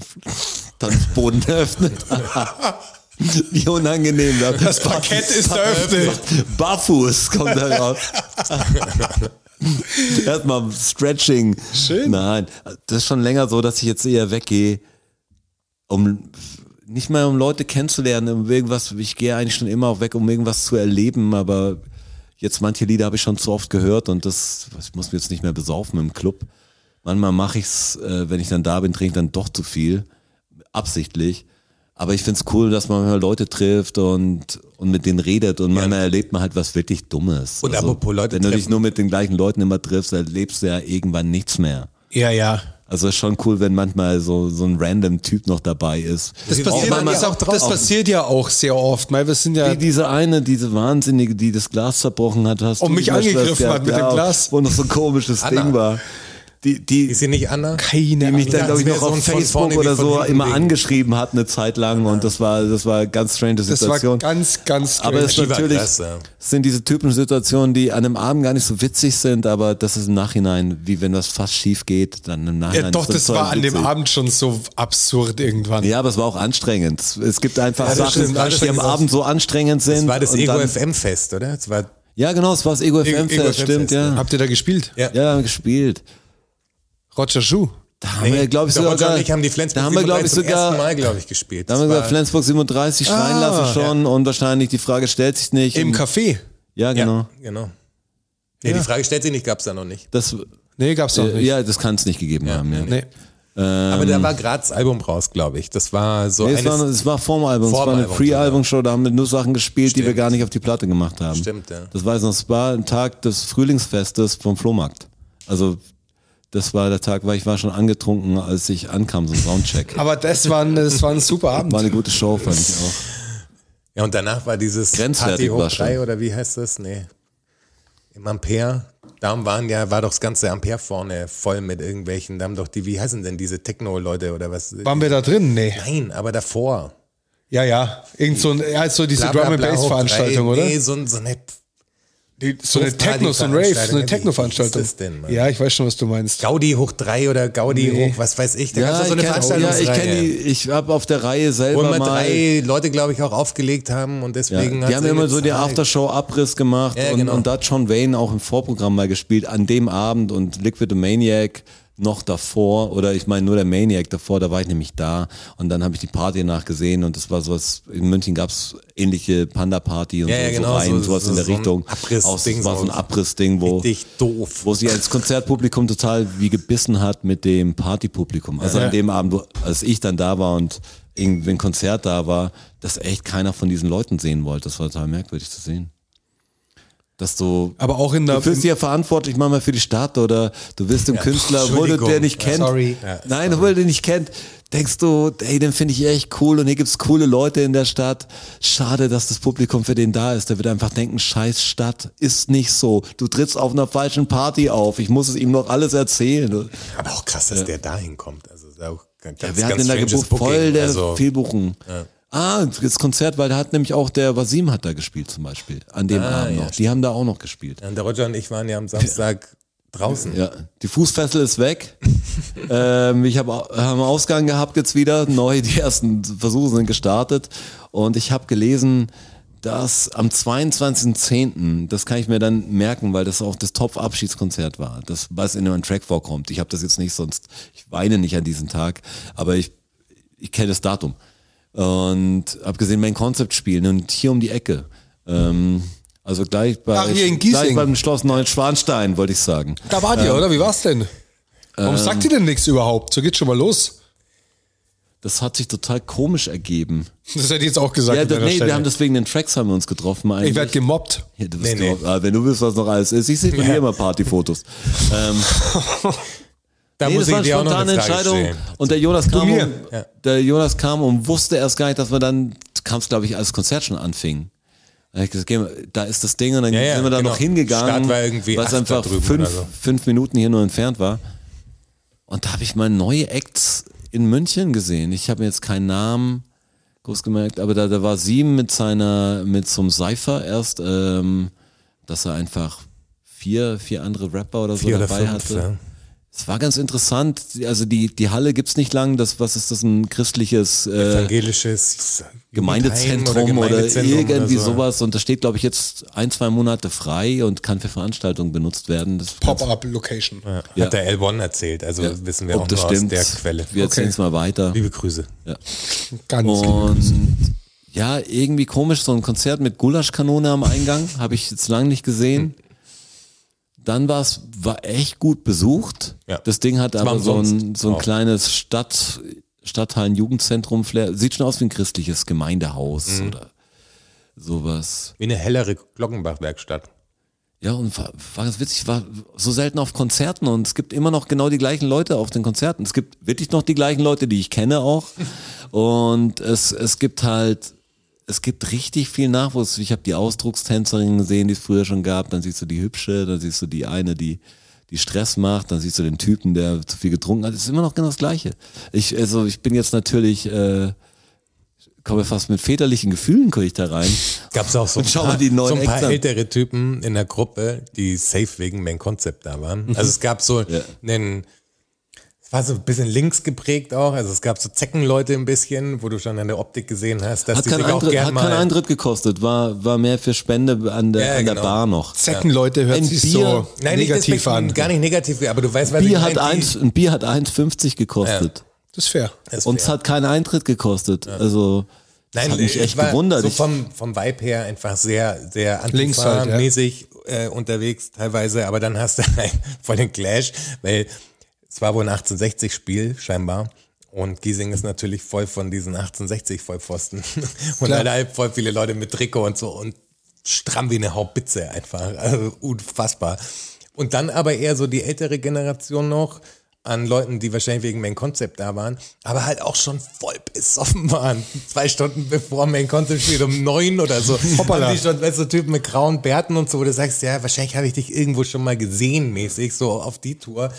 S3: Tanzboden öffnet. Wie unangenehm. Das Parkett
S2: ist eröffnet.
S3: Barfuß kommt da raus. Erstmal Stretching.
S2: Schön.
S3: Nein, das ist schon länger so, dass ich jetzt eher weggehe, um nicht mal um Leute kennenzulernen, um irgendwas. Ich gehe eigentlich schon immer auch weg, um irgendwas zu erleben, aber jetzt manche Lieder habe ich schon zu oft gehört und das, ich muss mir jetzt nicht mehr besaufen im Club. Manchmal mache ich's, äh, wenn ich dann da bin, trinke ich dann doch zu viel, absichtlich. Aber ich find's cool, dass man mal Leute trifft und, und mit denen redet und manchmal erlebt man halt was wirklich Dummes. Also,
S4: Und apropos Leute
S3: Wenn du dich
S4: treffen.
S3: nur mit den gleichen Leuten immer triffst, erlebst du ja irgendwann nichts mehr.
S2: Ja, ja.
S3: Also ist schon cool, wenn manchmal so, so ein random Typ noch dabei ist.
S2: Das passiert,
S3: manchmal-
S2: das, auch, das passiert ja auch sehr oft. Weil wir sind ja
S3: die, diese eine, diese Wahnsinnige, die das Glas zerbrochen hat, hast
S2: Und
S3: du
S2: mich
S3: die mal
S2: angegriffen
S3: Schwester
S2: hat mit dem
S3: gehabt,
S2: Glas.
S3: Wo noch so ein komisches
S4: Anna.
S3: Ding war. die, die,
S4: Ist sie nicht Anna?
S2: Keine
S3: die mich dann,
S4: Ja,
S3: glaube ich,
S4: das
S3: noch
S4: wär so
S3: auf
S4: ein von
S3: Facebook
S4: vorne
S3: oder
S4: wie von
S3: so
S4: hinten
S3: immer
S4: Ding.
S3: angeschrieben hat eine Zeit lang und das war, das war eine ganz strange
S2: Das war
S3: Situation.
S2: ganz, ganz
S3: aber es ist
S4: Die war
S3: natürlich,
S4: krass, ja.
S3: es sind diese typischen Situationen, die an einem Abend gar nicht so witzig sind, aber das ist im Nachhinein, wie wenn was fast schief geht, dann im Nachhinein.
S2: ja, doch,
S3: ist
S2: das
S3: voll
S2: war an dem
S3: witzig.
S2: Abend schon so absurd irgendwann.
S3: Ja, aber es war auch anstrengend. Es gibt einfach
S4: Ja, das
S3: Sachen,
S4: stimmt, alles
S3: die am
S4: gesagt.
S3: Abend so anstrengend sind.
S4: Das war das
S3: und
S4: Ego
S3: dann-
S4: FM Fest, oder? Das war,
S3: Ja, genau, es war das Ego FM
S4: Ego
S3: Fest,
S4: FM
S3: stimmt,
S4: Fest,
S3: ja.
S2: Habt ihr da gespielt?
S4: ja.
S3: Ja, haben wir gespielt.
S2: Roger Schuh.
S3: Da haben wir, glaube ich,
S4: der
S3: sogar.
S4: Roger und
S3: gar-
S4: ich haben die Flensburg
S3: da haben wir, glaube ich,
S4: 37 zum ersten
S3: sogar.
S4: Mal, glaube ich, gespielt.
S3: Da haben wir
S4: Das
S3: gesagt,
S4: war- Ah,
S3: Flensburg 37 schreien lassen schon und wahrscheinlich die Frage stellt sich nicht.
S2: Im
S3: Und-
S2: Café?
S3: ja, genau.
S4: Ja, genau. Nee, die Frage stellt sich nicht, gab es da noch nicht.
S3: Das,
S2: Nee, gab's doch
S3: äh,
S2: nicht.
S3: ja, das kann es nicht gegeben haben. Ja.
S2: Nee.
S4: Aber da war gerade das Album raus, glaube ich. Das war so
S3: Nee,
S4: nee,
S3: es, war,
S4: eines...
S3: es war vorm Album, es war eine
S4: Vorm Album,
S3: Pre-Album-Show, da haben wir nur Sachen gespielt, die wir gar nicht auf die Platte gemacht haben.
S4: Stimmt, ja.
S3: Das weiß ich noch, es war ein Tag des Frühlingsfestes vom Flohmarkt. Also das war der Tag, weil ich war schon angetrunken, als ich ankam, so ein Soundcheck.
S2: Aber das war, ein, das war ein super
S3: War
S2: Abend.
S3: eine gute Show, fand ich auch.
S4: Ja, und danach war dieses
S3: Grenzwertig
S4: Party hoch
S3: war schon.
S4: drei oder wie heißt das? Nee. Im Ampere. Da waren ja, war doch das ganze Ampere vorne voll mit irgendwelchen. Da haben doch die, wie heißen denn diese Techno-Leute oder was?
S2: Waren wir da drin? Nee.
S4: Nein, aber davor.
S2: Ja, ja. Irgend so ein, ja, so diese
S4: Bla, bla,
S2: Drum and
S4: bla,
S2: Bass
S4: hoch
S2: Veranstaltung,
S4: drei.
S2: oder?
S4: Nee, so, ein- so eine
S2: Die, so eine
S4: Party-
S2: Techno, so ein Rave, so eine
S4: Veranstaltung.
S2: Techno-Veranstaltung.
S4: Was ist das denn, Mann?
S2: ja, ich weiß schon, was du meinst.
S4: Gaudi hoch drei oder Gaudi hoch, was weiß ich. Da gab's doch so eine
S3: ich kenn- ja, ich
S4: Veranstaltungsreihe.
S3: kenne die, ich habe auf der Reihe
S4: Wo
S3: selber
S4: immer
S3: mal...
S4: drei Leute, glaube ich, auch aufgelegt haben und
S3: Ja,
S4: deswegen
S3: die
S4: hat's
S3: haben immer so
S4: gezeigt.
S3: den Aftershow-Abriss gemacht
S4: Ja,
S3: und,
S4: genau.
S3: und da hat John Wayne auch im Vorprogramm mal gespielt, an dem Abend und Liquid and Maniac noch davor oder ich meine nur der Maniac davor, da war ich nämlich da und dann habe ich die Party nachgesehen und das war sowas, in München gab's ähnliche Panda-Party und
S4: Ja,
S3: so,
S4: ja,
S3: so
S4: genau,
S3: Reihen,
S4: so-
S3: sowas
S4: so-
S3: in der
S4: so ein
S3: Richtung.
S4: Abrissding,
S3: Auch, das war so ein
S4: so-
S3: Abrissding, wo,
S4: Richtig doof.
S3: wo sie als Konzertpublikum total wie gebissen hat mit dem Partypublikum. Also an dem Abend, wo, als ich dann da war und irgendwie ein Konzert da war, dass echt keiner von diesen Leuten sehen wollte. Das war total merkwürdig zu sehen. Dass du,
S2: Aber auch in der.
S3: du fühlst dich ja verantwortlich manchmal für die Stadt oder du bist dem Künstler, wurde
S4: Entschuldigung.
S3: der nicht kennt.
S2: sorry.
S3: Nein, obwohl du den nicht kennt, denkst du, ey, den finde ich echt cool und hier gibt's coole Leute in der Stadt. Schade, dass das Publikum für den da ist. Der wird einfach denken, scheiß Stadt ist nicht so. Du trittst auf einer falschen Party auf. Ich muss es ihm noch alles erzählen.
S4: Aber auch krass, dass der da hinkommt. Also ist auch ganz,
S3: Ja,
S4: ganz,
S3: wer hat denn da
S4: stranges
S3: gebucht?
S4: Booking.
S3: Voll der
S4: also,
S3: Fehlbuchung. Ah, das Konzert, weil da hat nämlich auch der Wasim hat da gespielt zum Beispiel. An dem
S4: Ah,
S3: Abend noch. Die haben da auch noch gespielt.
S4: Ja, und der Roger und ich waren ja am Samstag draußen.
S3: Ja, die Fußfessel ist weg. ähm, ich habe haben Ausgang gehabt jetzt wieder. Neu, die ersten Versuche sind gestartet. Und ich habe gelesen, dass am 22.10., das kann ich mir dann merken, weil das auch das Top-Abschiedskonzert war, das, was in einem Track vorkommt. Ich habe das jetzt nicht sonst, ich weine nicht an diesem Tag, aber ich, ich kenne das Datum. Und habe gesehen, mein Konzept spielen und hier um die Ecke. Ähm, also gleich bei
S2: Ach, hier in
S3: gleich
S2: Giesing.
S3: beim Schloss Neuschwanstein, wollte ich sagen.
S2: da wart
S3: Ähm.
S2: ihr, oder? Wie war's denn? Warum sagt ihr denn nichts überhaupt? So geht's schon mal los.
S3: Das hat sich total komisch ergeben.
S2: Das hätte ich jetzt auch gesagt.
S3: Ja,
S2: an
S3: da,
S2: deiner
S3: nee,
S2: Stelle.
S3: wir haben das wegen den Tracks haben wir uns getroffen. Eigentlich.
S2: ich werde gemobbt.
S3: ja, du bist
S4: Nee, nee.
S3: doch- Ah, wenn du willst, was noch alles ist. Ich sehe von dir immer Partyfotos. ähm,
S4: Da
S3: nee,
S4: muss
S3: das war
S4: ich
S3: eine
S4: dir auch noch
S3: spontane
S4: eine Frage
S3: Entscheidung.
S4: stellen.
S3: Und der Jonas kam, um,
S2: mir.
S3: der Jonas kam und wusste erst gar nicht, dass wir dann kam es, glaube ich, als Konzert schon anfing. Da hab ich gesagt, geh mal, Da ist das Ding und dann
S4: Ja, ja,
S3: sind wir da
S4: genau.
S3: noch hingegangen,
S4: Start war irgendwie
S3: was
S4: acht da
S3: einfach
S4: drüben
S3: fünf,
S4: oder so.
S3: fünf Minuten hier nur entfernt war. Und da habe ich mal neue Acts in München gesehen. Ich habe mir jetzt keinen Namen groß gemerkt, aber da, da war sieben mit seiner, mit zum Cypher erst, ähm, dass er einfach vier, vier andere Rapper oder so
S4: Vier oder
S3: dabei
S4: fünf,
S3: hatte.
S4: ja.
S3: Es war ganz interessant. Also die, die Halle gibt's nicht lang. Das, was ist das, ein christliches äh,
S4: Evangelisches
S3: Gemeindezentrum,
S4: Jugendheim
S3: oder,
S4: Gemeindezentrum
S3: irgendwie
S4: so.
S3: sowas. Und das steht, glaube ich, jetzt ein, zwei Monate frei und kann für Veranstaltungen benutzt werden. Das
S2: Pop-up-Location.
S3: Ja.
S4: Hat der L1 erzählt, also wissen wir
S3: Ob
S4: auch
S3: das
S4: nur
S3: stimmt,
S4: aus der Quelle.
S3: wir erzählen's mal weiter.
S4: Liebe Grüße.
S2: Ganz
S4: genau.
S3: Und ja, irgendwie komisch, so ein Konzert mit Gulaschkanone am Eingang, habe ich jetzt lange nicht gesehen. Dann war es, war echt gut besucht.
S4: Ja.
S3: Das Ding hat
S4: war
S3: aber so ein,
S4: umsonst
S3: so ein
S4: auch.
S3: kleines Stadt, Stadthallen-Jugendzentrum-Flair. Sieht schon aus wie ein christliches Gemeindehaus
S4: Mhm.
S3: oder sowas.
S4: Wie eine hellere Glockenbach-Werkstatt.
S3: Ja, und war, war ganz witzig, war so selten auf Konzerten und es gibt immer noch genau die gleichen Leute auf den Konzerten. Es gibt wirklich noch die gleichen Leute, die ich kenne auch. Und es, es gibt halt, es gibt richtig viel Nachwuchs. Ich habe die Ausdruckstänzerin gesehen, die es früher schon gab. Dann siehst du die hübsche, dann siehst du die eine, die, die die Stress macht, dann siehst du den Typen, der zu viel getrunken hat, ist immer noch genau das Gleiche. Ich, also ich bin jetzt natürlich, äh, komme fast mit väterlichen Gefühlen komme ich da rein.
S4: Gab es auch so ein
S3: Und schau
S4: paar,
S3: mal die neuen
S4: so ein paar
S3: Acts an.
S4: ältere Typen in der Gruppe, die safe wegen mein Konzept da waren. Also es gab so einen, es war so ein bisschen links geprägt auch, also es gab so Zeckenleute ein bisschen, wo du schon an der Optik gesehen hast, dass
S3: Hat
S4: die
S3: keinen
S4: sich auch
S3: Eintritt,
S4: gerne
S3: hat keinen
S4: mal...
S3: Eintritt gekostet, war, war mehr für Spende an der,
S4: Ja,
S3: an der
S4: genau.
S3: Bar noch.
S2: Zeckenleute hört
S3: Ein
S2: sich
S3: Bier-
S2: so
S4: Nein,
S2: negativ
S4: nicht
S2: an.
S4: Gar nicht negativ, aber du weißt, was ich
S3: Bier hat
S4: meine, die-
S3: eins, ein Bier hat 1,50 gekostet.
S2: Das ist fair.
S4: Das
S3: Und es hat keinen Eintritt gekostet. Also, das hat mich
S4: äh, es
S3: echt
S4: war
S3: gewundert.
S4: So
S3: Ich-
S4: vom, vom Vibe her einfach sehr, sehr
S2: Links halt, ja.
S4: antifa-mäßig äh, unterwegs teilweise, aber dann hast du halt voll den Clash, weil es war wohl ein 1860-Spiel scheinbar. Und Giesing ist natürlich voll von diesen 1860 Vollpfosten. Und
S2: Klar.
S4: dann halt voll viele Leute mit Trikot und so und stramm wie eine Haubitze einfach. Also unfassbar. Und dann aber eher so die ältere Generation noch an Leuten, die wahrscheinlich wegen Main Concept da waren, aber halt auch schon voll besoffen waren. Zwei Stunden bevor Main Concept spielt, um neun oder so.
S2: Hoppala.
S4: Haben die schon, weißt du, Typen mit grauen Bärten und so, wo du sagst, ja, wahrscheinlich habe ich dich irgendwo schon mal gesehen mäßig, so auf die Tour.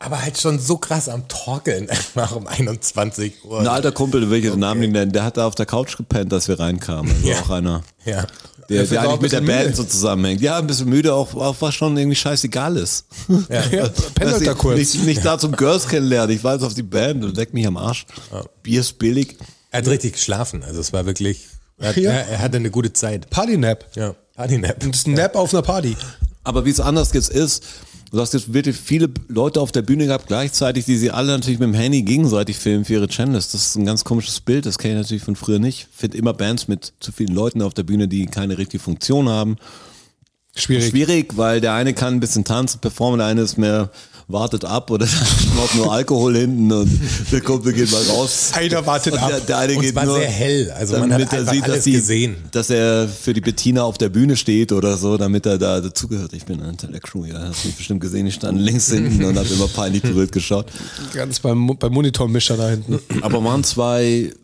S4: Aber halt schon so krass am Torkeln einfach um 21 Uhr.
S3: Ein alter Kumpel, den will ich jetzt den Namen nicht nennen, der hat da auf der Couch gepennt, als wir reinkamen. Also
S4: Ja.
S3: auch einer,
S4: ja. Also
S3: der,
S2: ist
S3: der eigentlich
S2: auch ein
S3: mit der
S2: bisschen
S3: Band
S2: müde.
S3: so zusammenhängt. Ja, ein bisschen müde, auch, auch was schon irgendwie scheißegal ist.
S4: Ja.
S2: Ja,
S3: Dass
S2: pendelt da
S3: ich
S2: kurz.
S3: Nicht, nicht da zum Girls kennenlernen, ich war jetzt auf die Band und leck mich am Arsch. Bier ist billig.
S4: Er hat richtig geschlafen, also es war wirklich, er, hat,
S2: Ja.
S4: er, er hatte eine gute Zeit.
S2: Party-Nap.
S4: Ja, Party-Nap.
S2: Das ist ein Nap auf einer Party.
S3: Aber wie es anders jetzt ist, du hast jetzt wirklich viele Leute auf der Bühne gehabt, gleichzeitig, die sie alle natürlich mit dem Handy gegenseitig filmen für ihre Channels. Das ist ein ganz komisches Bild, das kenne ich natürlich von früher nicht. Find immer Bands mit zu vielen Leuten auf der Bühne, die keine richtige Funktion haben.
S2: Schwierig.
S3: Schwierig, weil der eine kann ein bisschen tanzen, performen, der eine ist mehr wartet ab oder schnappt nur Alkohol hinten und der Kumpel geht mal raus.
S2: Einer wartet
S3: Und der,
S2: ab.
S3: der eine
S4: Und es
S3: geht
S4: war
S3: nur,
S4: sehr hell, also man hat
S3: er
S4: einfach alles
S3: dass die,
S4: gesehen.
S3: Dass er für die Bettina auf der Bühne steht oder so, damit er da dazugehört. Ich bin ein Teil der Crew, ja. Hast mich bestimmt gesehen, ich stand links hinten und habe immer peinlich berührt geschaut.
S2: Ganz beim, Mo- beim Monitormischer da hinten.
S3: Aber waren zwei,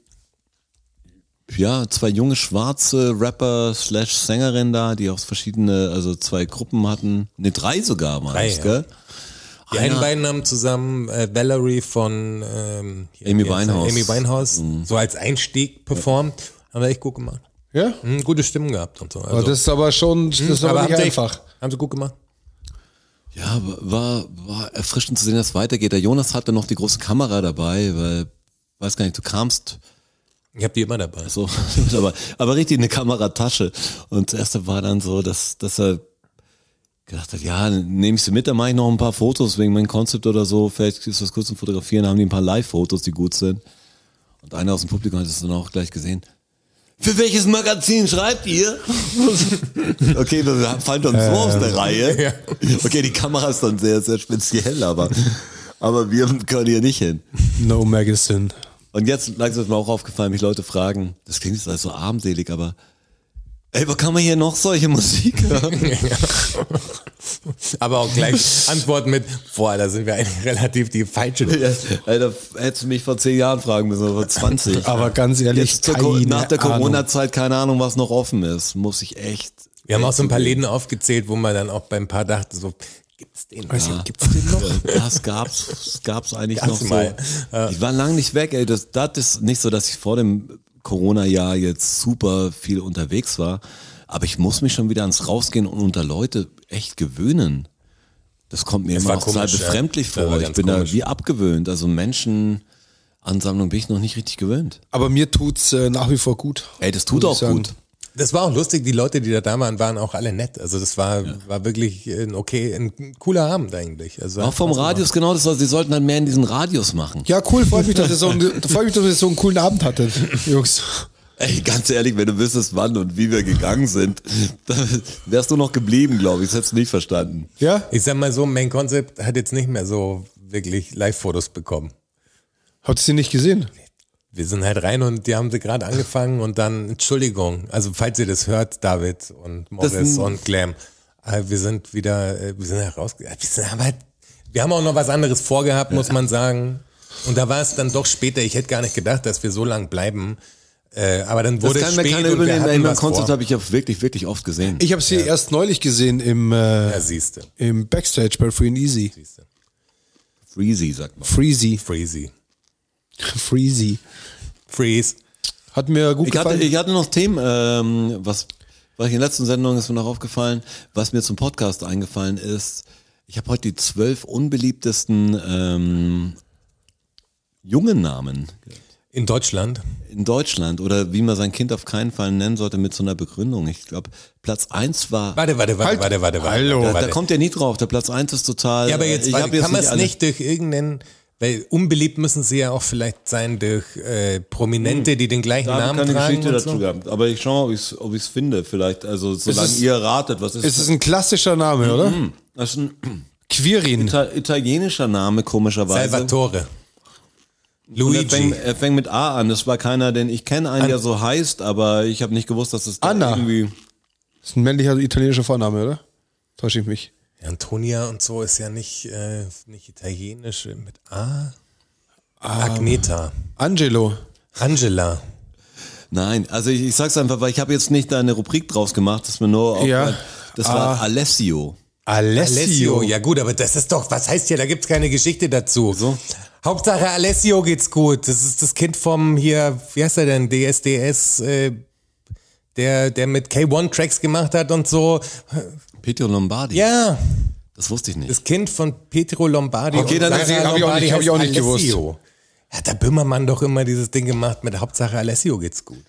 S3: ja, zwei junge schwarze Rapper slash Sängerinnen da, die auch verschiedene, also zwei Gruppen hatten. Ne, drei sogar waren
S4: Drei,
S3: es,
S4: ja.
S3: gell?
S4: Die einen beiden haben zusammen äh, Valerie von ähm, hier,
S3: Amy
S4: wie heißt sie?
S3: Winehouse. Mhm.
S4: Amy Winehouse so als Einstieg performt. Haben wir echt gut gemacht.
S2: Ja?
S4: Hm, gute Stimmen gehabt und so. Also,
S2: Aber das ist aber schon, das
S3: Mhm.
S2: ist aber, nicht
S4: haben sie-
S2: einfach.
S4: Haben sie gut gemacht.
S3: Ja, war, war erfrischend zu sehen, dass es weitergeht. Der Jonas hatte noch die große Kamera dabei, weil, weiß gar nicht, du kamst
S4: Ich habe die immer dabei.
S3: so, aber, aber richtig eine Kameratasche. Und das erste war dann so, dass, dass er gedacht hat, ja, nehme ich sie mit, dann mache ich noch ein paar Fotos wegen meinem Konzept oder so. Vielleicht ist das kurz zum Fotografieren, haben die ein paar Live-Fotos, die gut sind. Und einer aus dem Publikum hat es dann auch gleich gesehen. Für welches Magazin schreibt ihr? okay, wir fallen dann so aus der Reihe. Okay, die Kamera ist dann sehr, sehr speziell, aber, aber wir können hier nicht hin.
S2: No Magazine.
S3: Und jetzt langsam ist mir auch aufgefallen, mich Leute fragen, das klingt jetzt alles so armselig, aber ey, wo kann man hier noch solche Musik hören?
S4: Aber auch gleich Antworten mit, boah, da sind wir eigentlich relativ die falschen.
S3: Ja, Alter, hättest du mich vor zehn Jahren fragen müssen oder vor 20.
S2: Aber ganz ehrlich,
S3: jetzt zur,
S2: keine
S3: nach der
S2: Ahnung.
S3: Corona-Zeit keine Ahnung, was noch offen ist. Muss ich echt.
S4: Wir haben auch so ein paar Läden aufgezählt, wo man dann auch bei ein paar dachte, so, gibt's den? Weiß nicht, gibt's den noch?
S3: Ah. Das gab's, das gab's eigentlich
S4: Gab's
S3: noch
S4: mal.
S3: so. Ich war lang nicht weg, ey. Das, das ist nicht so, dass ich vor dem Corona-Jahr jetzt super viel unterwegs war. Aber ich muss mich schon wieder ans Rausgehen und unter Leute echt gewöhnen. Das kommt mir immer
S4: war
S3: noch total
S4: komisch, ja.
S3: befremdlich
S4: Das war
S3: vor. Ich
S4: ganz
S3: bin
S4: komisch.
S3: da wie abgewöhnt. Also Menschenansammlung bin ich noch nicht richtig gewöhnt.
S2: Aber mir tut's äh, nach wie vor gut.
S3: Ey, das tut
S2: Muss ich
S3: auch
S2: sagen.
S3: gut.
S4: Das war auch lustig, die Leute, die da da waren, waren auch alle nett. Also das war, war wirklich ein okay, ein cooler Abend eigentlich. Also
S3: Auch vom Radius genau das, also sie sollten dann mehr in diesen Radius machen.
S2: Ja, cool, freut mich, dass ihr so, einen- freut mich, dass ihr so einen coolen Abend hattet, Jungs.
S3: Ey, ganz ehrlich, wenn du wüsstest, wann und wie wir gegangen sind, dann wärst du noch geblieben, glaube ich. Das hättest du nicht verstanden.
S2: Ja?
S4: Ich sag mal so, Main Concept hat jetzt nicht mehr so wirklich Live-Fotos bekommen.
S2: Habt ihr sie nicht gesehen?
S4: Wir sind halt rein und die haben sie gerade angefangen und dann, Entschuldigung, also falls ihr das hört, David und Morris
S3: Das-
S4: und Glam, äh, wir sind wieder, äh, wir sind heraus, wir, sind aber, halt, wir haben auch noch was anderes vorgehabt, muss man sagen. Und da war es dann doch später, ich hätte gar nicht gedacht, dass wir so lang bleiben. Äh, aber dann
S3: Das
S4: wurde
S3: kann
S4: es
S3: mir
S4: spät
S3: keiner
S4: und wir
S3: übernehmen,
S4: hatten
S3: weil in meinem
S4: was
S3: Konzert
S4: vor.
S3: habe ich ja wirklich, wirklich oft gesehen.
S2: Ich habe sie erst neulich gesehen im, äh,
S4: Ja, siehste.
S2: im Backstage bei Free and Easy.
S3: Freezy, sagt man.
S2: Freezy.
S4: Freezy.
S2: Freezy.
S4: Freeze.
S2: Hat mir gut
S3: Ich hatte,
S2: gefallen.
S3: ich hatte noch Themen, ähm, was, was ich in der letzten Sendung ist mir noch aufgefallen, was mir zum Podcast eingefallen ist. Ich habe heute die zwölf unbeliebtesten ähm, jungen Namen
S4: In Deutschland.
S3: in Deutschland oder wie man sein Kind auf keinen Fall nennen sollte mit so einer Begründung. Ich glaube, Platz eins war.
S4: Warte, warte, warte,
S2: Halt.
S4: warte, warte, warte.
S2: Hallo.
S4: warte,
S3: Da, da
S4: warte.
S3: kommt ihr nie drauf. Der Platz eins ist total. äh,
S4: Ja, aber jetzt,
S3: Also, ich
S4: warte,
S3: hab jetzt
S4: kann man es
S3: alle-
S4: nicht durch irgendeinen, weil unbeliebt müssen sie ja auch vielleicht sein durch äh, Prominente,
S3: Hm.
S4: die den gleichen
S3: Da habe
S4: Namen
S3: ich keine
S4: tragen.
S3: Geschichte
S4: und
S3: dazu
S4: so.
S3: gehabt. Aber ich schaue, ob ich es ob ich's finde. Vielleicht, also solange
S2: ist-
S3: ihr ratet, was ist,
S2: es ist ein klassischer Name, oder?
S3: das ist ein
S2: Quirin.
S3: Ita italienischer Name, komischerweise.
S4: Salvatore.
S3: Und Er fängt,
S4: Luigi.
S3: er fängt mit A an. Das war keiner, den ich kenne, einen, der so heißt, aber ich habe nicht gewusst, dass es da
S2: Anna.
S3: irgendwie.
S2: ist ein männlicher italienischer Vorname, oder? Täusche ich mich.
S4: Antonia und so ist ja nicht, äh, nicht italienisch äh, mit A.
S3: Ah.
S4: Agneta.
S2: Angelo.
S4: Angela.
S3: Nein, also ich, ich sag's einfach, weil ich habe jetzt nicht da eine Rubrik draus gemacht, das mir nur auf,
S2: Ja.
S3: das
S4: Ah.
S3: war Alessio.
S4: Alessio. Ja gut, aber das ist doch, was heißt hier, da gibt's keine Geschichte dazu. Hauptsache Alessio geht's gut. Das ist das Kind vom hier, wie heißt er denn, DSDS, äh, der, der mit K1 Tracks gemacht hat und so.
S3: Pietro Lombardi.
S4: Ja,
S3: Das wusste ich nicht.
S4: das Kind von Pietro Lombardi.
S2: Okay,
S4: und
S2: dann
S4: Sarah
S2: hab ich- hab ich auch
S4: Lombardi
S2: nicht- hab ich auch nicht
S4: heißt Alessio. Hat der Böhmermann doch immer dieses Ding gemacht mit Hauptsache Alessio geht's gut.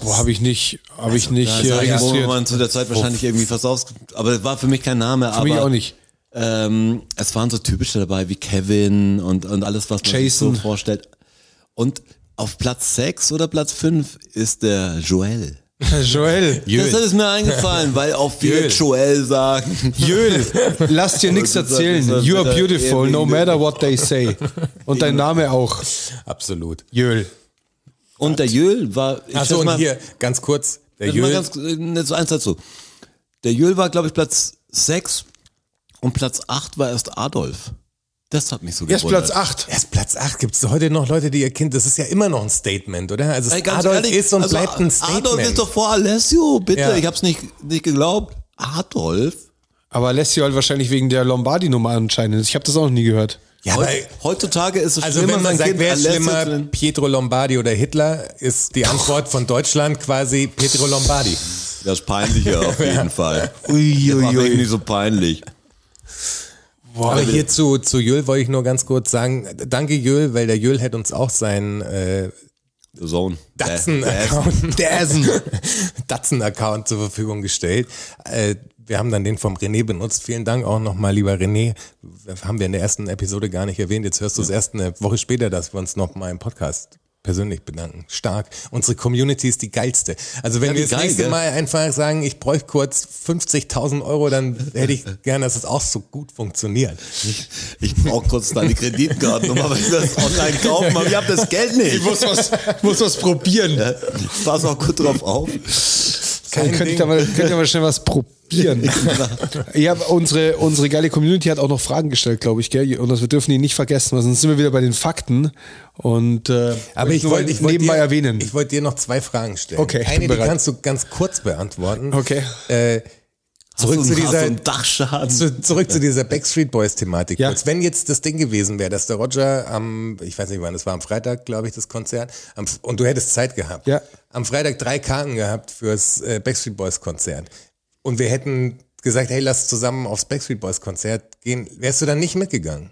S2: Wo habe ich nicht, habe ich nicht
S3: Das
S2: äh,
S3: war ja, wo
S2: registriert.
S3: man zu der Zeit wahrscheinlich irgendwie fast aus, aber es war für mich kein Name.
S2: Für
S3: aber
S2: mich auch nicht.
S3: Ähm, es waren so typische dabei wie Kevin und, und alles, was man
S2: Jason.
S3: sich so vorstellt. Und auf Platz 6 oder Platz 5 ist der Joel.
S2: Joel.
S3: Das ist mir eingefallen, weil auch viele
S4: Jöl.
S3: Joel sagen.
S2: Jöl, lass dir nichts
S3: das ist- halt
S2: erzählen.
S3: das ist-
S2: You are
S3: das ist-
S2: beautiful, no matter what they say. Und dein Name auch.
S4: Absolut.
S2: Jöl.
S3: Und der Jöl war. ich
S4: Achso,
S3: schätze
S4: und
S3: mal-
S4: hier, ganz kurz, der
S3: Jetzt mal
S4: Jürgen.
S3: ganz, äh, so eins dazu. Der Jöl war, glaube ich, Platz 6 und Platz 8 war erst Adolf. Das hat mich so
S2: Erst
S3: gewundert.
S2: Platz 8.
S4: Erst Platz 8 gibt es heute noch Leute, die ihr Kind, das ist ja immer noch ein Statement, oder? Also es
S3: Ey, ganz
S4: Adolf
S3: ehrlich,
S4: ist und
S3: also
S4: bleibt ein Statement.
S3: Adolf ist doch vor Alessio, bitte.
S4: Ja.
S3: Ich habe es nicht, nicht geglaubt. Adolf?
S2: Aber Alessio halt wahrscheinlich wegen der Lombardi-Nummer anscheinend. Ich habe das auch noch nie gehört.
S4: ja, aber,
S3: Heutzutage ist es
S4: also
S3: schlimmer,
S4: wenn man
S3: sein
S4: sagt,
S3: Kind
S4: wer ist
S3: Alessio
S4: schlimmer,
S3: zu nennen.
S4: Pietro Lombardi oder Hitler, ist die Antwort von Deutschland quasi Pietro Lombardi.
S3: Das ist peinlicher auf jeden Fall. Uiuiui. Ui, nicht so peinlich.
S4: Aber hier zu, zu Jül wollte ich nur ganz kurz sagen, danke Jül, weil der Jül hätte uns auch seinen äh,
S3: The Zone.
S4: Datsun-Account Datsun-Account zur Verfügung gestellt. Äh, wir haben dann den vom René benutzt. Vielen Dank auch nochmal, lieber René. Haben wir in der ersten Episode gar nicht erwähnt. Jetzt hörst du es erst eine Woche später, dass wir uns nochmal im Podcast persönlich bedanken. Stark. Unsere Community ist die geilste. Also wenn
S3: Ja,
S4: wir
S3: wie
S4: das
S3: geil,
S4: nächste
S3: gell?
S4: Mal einfach sagen, ich bräuchte kurz 50.000 Euro, dann hätte ich gern, dass es auch so gut funktioniert.
S3: Ich brauche kurz deine Kreditkartennummer, weil ich das online kaufen habe. Ich habe das Geld nicht. Ich muss was, muss was probieren. Ja, pass auch gut drauf auf.
S2: Dann könnte ich da mal, könnt ihr mal schnell was probieren. ja, aber unsere, unsere geile Community hat auch noch Fragen gestellt, glaube ich, gell? Und das, wir dürfen die nicht vergessen, weil sonst sind wir wieder bei den Fakten. Und äh,
S4: Aber ich
S2: nur
S4: wollte ich wollte
S2: nebenbei
S4: dir,
S2: erwähnen.
S4: Ich wollte dir noch zwei Fragen stellen.
S2: Okay, ich bin
S4: Eine, die
S2: bereit.
S4: kannst du ganz kurz beantworten.
S2: okay.
S4: Zurück
S3: hast
S4: zu
S3: du, einen- hast du
S4: dieser,
S3: einen Dachschaden.
S4: zu, zurück zu dieser Backstreet Boys Thematik.
S2: Ja.
S4: Kurz. Wenn jetzt das Ding gewesen wäre, dass der Roger am, ich weiß nicht wann, das war am Freitag, glaube ich, das Konzert, am, F- und du hättest Zeit gehabt.
S2: Ja.
S4: Am Freitag drei Karten gehabt fürs äh, Backstreet Boys Konzert. Und wir hätten gesagt, hey, lass zusammen aufs Backstreet Boys Konzert gehen. Wärst du dann nicht mitgegangen?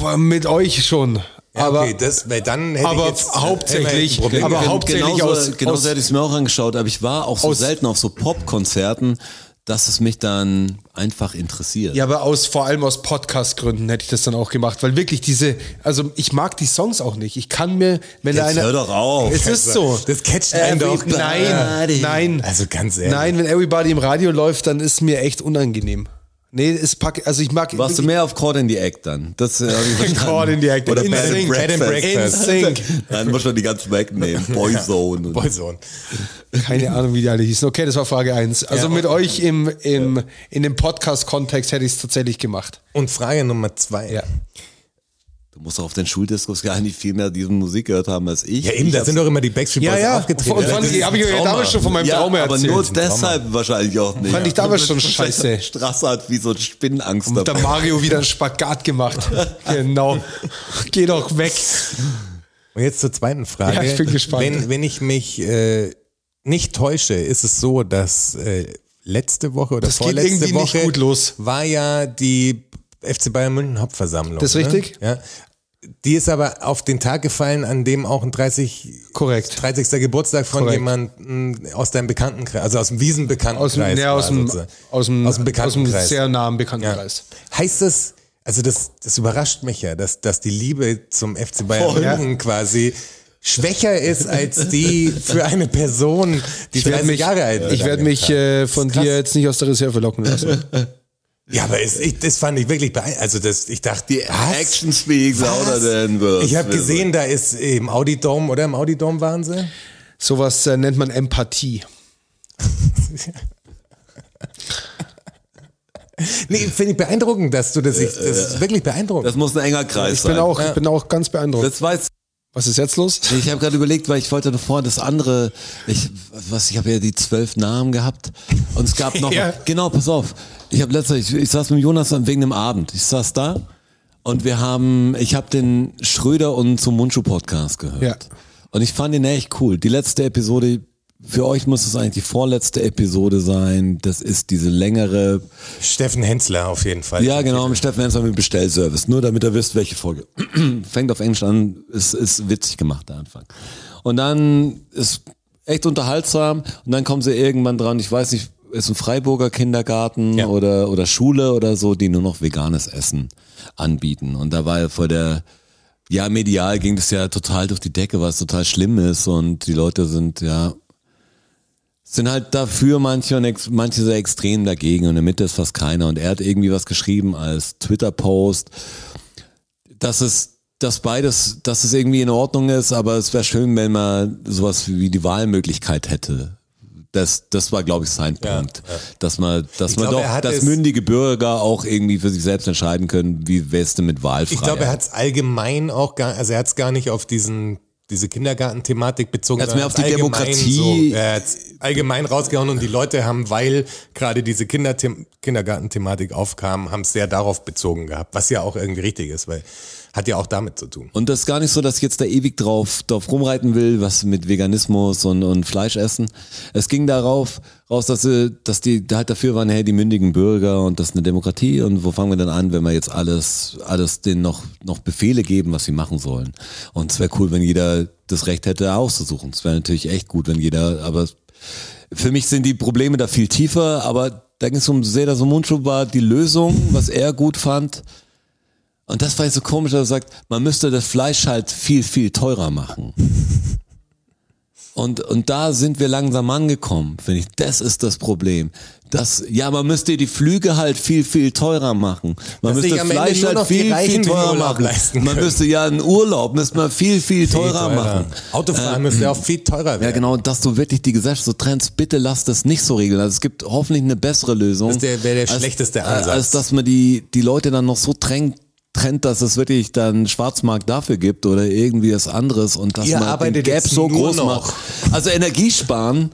S2: War Mit euch schon.
S4: Äh. Ja,
S2: aber
S4: okay, das, weil dann hätte
S2: aber
S4: ich jetzt,
S2: hauptsächlich-
S4: hätten wir ein Problem
S2: aber
S4: gehabt.
S2: hauptsächlich
S3: genauso,
S2: aus- aus-
S3: genauso hätte ich es mir auch angeschaut, aber ich war auch so
S2: aus-
S3: selten auf so Pop-Konzerten, dass es mich dann einfach interessiert.
S2: Ja, aber aus vor allem aus Podcast-Gründen hätte ich das dann auch gemacht, weil wirklich diese, also ich mag die Songs auch nicht. Ich kann mir, wenn da
S3: Jetzt
S2: einer.
S3: hör doch auf.
S2: Es ist so.
S4: Das catcht einen doch.
S2: Nein, nein.
S4: Also ganz ehrlich.
S2: Nein, wenn Everybody im Radio läuft, dann ist mir echt unangenehm. Nee, es pack, also ich mag.
S3: Warst du mehr auf Caught in the Act dann? Das äh, hab ich verstanden.
S2: Caught in the Act.
S3: Oder
S2: In
S3: Bed and
S2: Sync.
S3: Breakfast.
S4: Bed and Breakfast.
S2: In Sync.
S3: Dann muss man die ganz wegnehmen. Boyzone. und-
S4: Boyzone.
S2: Keine Ahnung, wie die alle hießen. Okay, das war Frage eins. Also
S4: Ja.
S2: mit euch im, im, in dem Podcast-Kontext hätte ich es tatsächlich gemacht.
S4: Und Frage Nummer zwei.
S2: Ja.
S3: Du musst doch auf den Schuldiskos gar nicht viel mehr diese Musik gehört haben als ich.
S4: Ja, eben,
S3: ich
S4: da
S3: hab's-
S4: sind doch immer die Backstreet Boys
S2: Und, und
S4: aufgetreten.
S2: fand
S4: Das
S2: ich,
S4: ist
S2: habe ich euch
S4: Trauma.
S2: damals schon von meinem
S3: ja,
S2: Traum
S3: aber
S2: erzählt.
S3: nur deshalb wahrscheinlich auch nicht.
S2: Fand ich damals schon scheiße.
S3: Straße hat wie so ein Spinnenangst
S2: Und der
S3: dabei.
S2: Mario wieder einen Spagat gemacht. genau. Geh doch weg.
S4: Und jetzt zur zweiten Frage.
S2: Ja, ich bin gespannt.
S4: Wenn, wenn ich mich äh, nicht täusche, ist es so, dass äh, letzte Woche oder
S2: Das geht
S4: vorletzte
S2: irgendwie nicht
S4: Woche
S2: gut los.
S4: war ja die FC Bayern München Hauptversammlung.
S2: Das ist richtig?
S4: Ne? Ja. Die ist aber auf den Tag gefallen, an dem auch ein 30
S2: Korrekt.
S4: 30. Geburtstag von
S2: Korrekt.
S4: jemandem aus deinem Bekanntenkreis, also aus dem Wiesenbekanntenkreis.
S2: Aus dem, nee,
S4: war
S2: aus, dem,
S4: sozusagen.
S2: aus, dem,
S4: Aus dem Bekanntenkreis.
S2: sehr nahen
S4: Ja.
S2: Bekanntenkreis.
S4: Heißt das, also das, das überrascht mich ja, dass, dass die Liebe zum FC Bayern
S3: Voll.
S4: München quasi schwächer ist als die für eine Person, die
S2: Ich werde
S4: 30
S2: mich,
S4: Jahre alt
S2: ich
S4: wird
S2: werd
S4: an dem
S2: mich
S4: Tag.
S2: äh, von
S4: Das ist
S2: dir
S4: krass.
S2: jetzt nicht aus der Reserve locken lassen.
S4: Ja, aber es, ich, das fand ich wirklich beeindruckend. Also das, ich dachte, die
S3: Action Speaks, oder denn wird.
S4: Ich habe gesehen, da ist im Audi Dome, oder im Audi Dome waren sie?
S2: Sowas äh, nennt man Empathie.
S4: Nee, finde ich beeindruckend, dass du das, ich, das
S3: Äh,
S4: ist wirklich beeindruckend.
S3: Das muss ein enger Kreis
S2: Ich
S3: sein.
S2: bin auch, ich bin auch ganz beeindruckt.
S3: Das weiß
S2: Was ist jetzt los?
S3: ich. Ich habe gerade überlegt, weil ich wollte noch vorher das andere, ich, was, ich habe ja die zwölf Namen gehabt und es gab noch,
S2: Ja.
S3: genau, pass auf. Ich habe letztens, ich, ich saß mit Jonas wegen dem Abend. Ich saß da und wir haben, ich habe den Schröder und zum Mundschuh Podcast gehört.
S2: Ja.
S3: Und ich fand ihn echt cool. Die letzte Episode, für euch muss es eigentlich die vorletzte Episode sein. Das ist diese längere,
S4: Steffen Hensler auf jeden Fall.
S3: Ja, genau, mit Steffen Hensler mit dem Bestellservice. Nur damit ihr wisst, welche Folge. Fängt auf Englisch an, ist, ist witzig gemacht, der Anfang. Und dann ist echt unterhaltsam und dann kommen sie irgendwann dran, ich weiß nicht, ist ein Freiburger Kindergarten
S4: Ja.
S3: oder, oder Schule oder so, die nur noch veganes Essen anbieten. Und da war ja vor der, ja, medial ging das ja total durch die Decke, was total schlimm ist und die Leute sind ja sind halt dafür manche und ex manche sehr extrem dagegen und in der Mitte ist fast keiner. Und er hat irgendwie was geschrieben als Twitter-Post, dass es, dass beides, dass es irgendwie in Ordnung ist, aber es wäre schön, wenn man sowas wie die Wahlmöglichkeit hätte. Das, das war, glaube ich, sein
S4: Ja,
S3: Punkt. Dass man, dass
S4: Ich
S3: man
S4: glaube, er
S3: doch,
S4: hat
S3: dass
S4: es-
S3: mündige Bürger auch irgendwie für sich selbst entscheiden können, wie wär's denn mit Wahlfreiheit.
S4: Ich glaube, er hat es allgemein auch gar, also er hat es gar nicht auf diesen diese Kindergartenthematik bezogen.
S3: Er hat's mehr
S4: sondern
S3: auf die
S4: allgemein
S3: Demokratie-
S4: So, er hat's allgemein rausgehauen und die Leute haben, weil gerade diese Kinderthem- Kindergartenthematik aufkam, haben es sehr darauf bezogen gehabt, was ja auch irgendwie richtig ist, weil hat ja auch damit zu tun.
S3: Und das ist gar nicht so, dass ich jetzt da ewig drauf, drauf rumreiten will, was mit Veganismus und, und Fleisch essen. Es ging darauf raus, dass, sie, dass die halt dafür waren, hey, die mündigen Bürger und das ist eine Demokratie und wo fangen wir denn an, wenn wir jetzt alles, alles denen noch, noch Befehle geben, was sie machen sollen. Und es wäre cool, wenn jeder das Recht hätte auszusuchen. Es wäre natürlich echt gut, wenn jeder, aber für mich sind die Probleme da viel tiefer, aber da ging es um Seda Somunchu war die Lösung, was er gut fand. Und das war jetzt so komisch, dass er sagt, man müsste das Fleisch halt viel, viel teurer machen. Und, und da sind wir langsam angekommen, finde ich. Das ist das Problem. Das, ja, man müsste die Flüge halt viel, viel teurer machen. Man müsste
S4: Dass sich
S3: das
S4: am Ende
S3: Fleisch
S4: nur
S3: halt
S4: noch die
S3: viel,
S4: Reichen
S3: viel
S4: den
S3: teurer
S4: Urlaub
S3: machen.
S4: leisten
S3: Man
S4: können.
S3: müsste ja einen Urlaub, müsste man viel, viel teurer machen. Ähm,
S4: Autofahren müsste auch viel teurer werden.
S3: Ja, genau, dass du wirklich die Gesellschaft so trennst, bitte lass das nicht so regeln. Also es gibt hoffentlich eine bessere Lösung.
S4: Das wär- wär der
S3: als-
S4: schlechteste
S3: äh,
S4: Ansatz.
S3: Als dass man die, die Leute dann noch so trennt, trennt, dass es wirklich dann Schwarzmarkt dafür gibt oder irgendwie was anderes und dass
S4: Ihr
S3: man den
S4: arbeitet
S3: Gap
S4: jetzt
S3: so
S4: nur
S3: groß
S4: noch.
S3: macht. Also Energiesparen.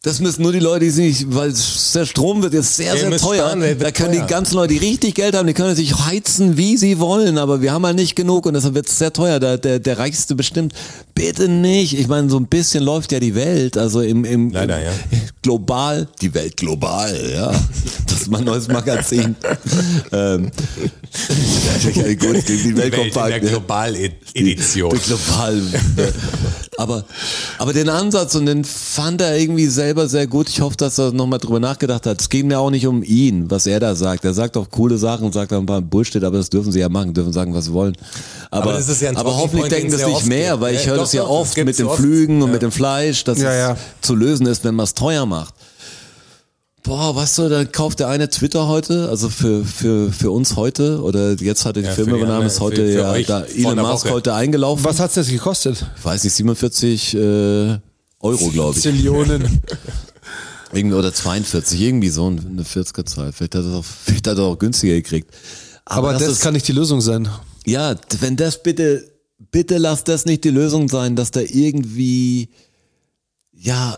S3: Das müssen nur die Leute, die sich, nicht- weil der Strom wird jetzt sehr,
S4: Ihr
S3: sehr
S4: müsst
S3: teuer.
S4: sparen, weil wird
S3: da können
S4: teuer.
S3: die ganzen Leute, die richtig Geld haben, die können sich heizen, wie sie wollen, aber wir haben halt nicht genug und deshalb wird es sehr teuer. Der, der, der Reichste bestimmt, bitte nicht. Ich meine, so ein bisschen läuft ja die Welt, also im, im
S4: Leider, ja.
S3: global, die Welt global, ja. Das ist mein neues Magazin. ähm, ja, gut, die, die Welt,
S4: Welt in der
S3: kompakt, ne? ja.
S4: Global-Edition.
S3: Die global. ne? aber, aber den Ansatz und den fand er irgendwie selber sehr gut. Ich hoffe, dass er nochmal drüber nachgedacht hat. Es ging mir auch nicht um ihn, was er da sagt. Er sagt auch coole Sachen, sagt auch ein paar Bullshit, aber das dürfen sie ja machen, dürfen sagen, was sie wollen. Aber,
S4: Aber das ist ja ein
S3: aber hoffentlich
S4: Talking Point,
S3: denken
S4: den
S3: das
S4: es ja
S3: nicht
S4: oft
S3: mehr,
S4: gibt.
S3: weil ich
S4: Ja,
S3: höre
S4: doch,
S3: das ja
S4: doch, das
S3: oft
S4: gibt's
S3: mit den
S4: oft.
S3: Flügen und mit dem Fleisch, dass
S2: Ja,
S3: es
S2: ja.
S3: zu lösen ist, wenn man es teuer macht. Boah, was so, dann kauft der eine Twitter heute, also für, für, für uns heute, oder jetzt hat die
S4: für die
S3: Firmenübernahme ist
S4: anderen, für-
S3: heute
S4: für
S3: ja
S4: euch
S3: da
S4: vor
S3: Elon
S4: einer
S3: Musk
S4: Woche.
S3: heute eingelaufen.
S2: Was hat's jetzt gekostet?
S3: Ich weiß nicht, 47 äh, Euro, glaube ich.
S2: Zillionen.
S3: Irgendwie, oder 42, irgendwie so eine 40er-Zahl. Vielleicht hat er auch, vielleicht hat er auch günstiger gekriegt.
S2: Aber das,
S3: ist,
S2: kann nicht die Lösung sein.
S3: Ja, wenn das bitte, bitte lass das nicht die Lösung sein, dass da irgendwie, ja,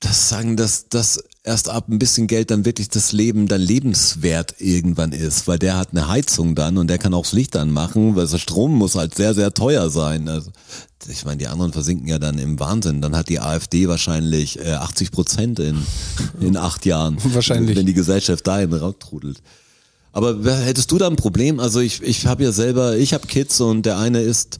S3: das sagen, dass das erst ab ein bisschen Geld dann wirklich das Leben dann lebenswert irgendwann ist, weil der hat eine Heizung dann und der kann auch das Licht anmachen, weil der Strom muss halt sehr, sehr teuer sein. Also, ich meine, die anderen versinken ja dann im Wahnsinn. Dann hat die AfD wahrscheinlich äh, 80 Prozent in, in acht Jahren.
S2: Wahrscheinlich.
S3: Wenn die Gesellschaft dahin raustrudelt. Aber wer- hättest du da ein Problem? Also ich, ich habe ja selber, ich habe Kids und der eine ist,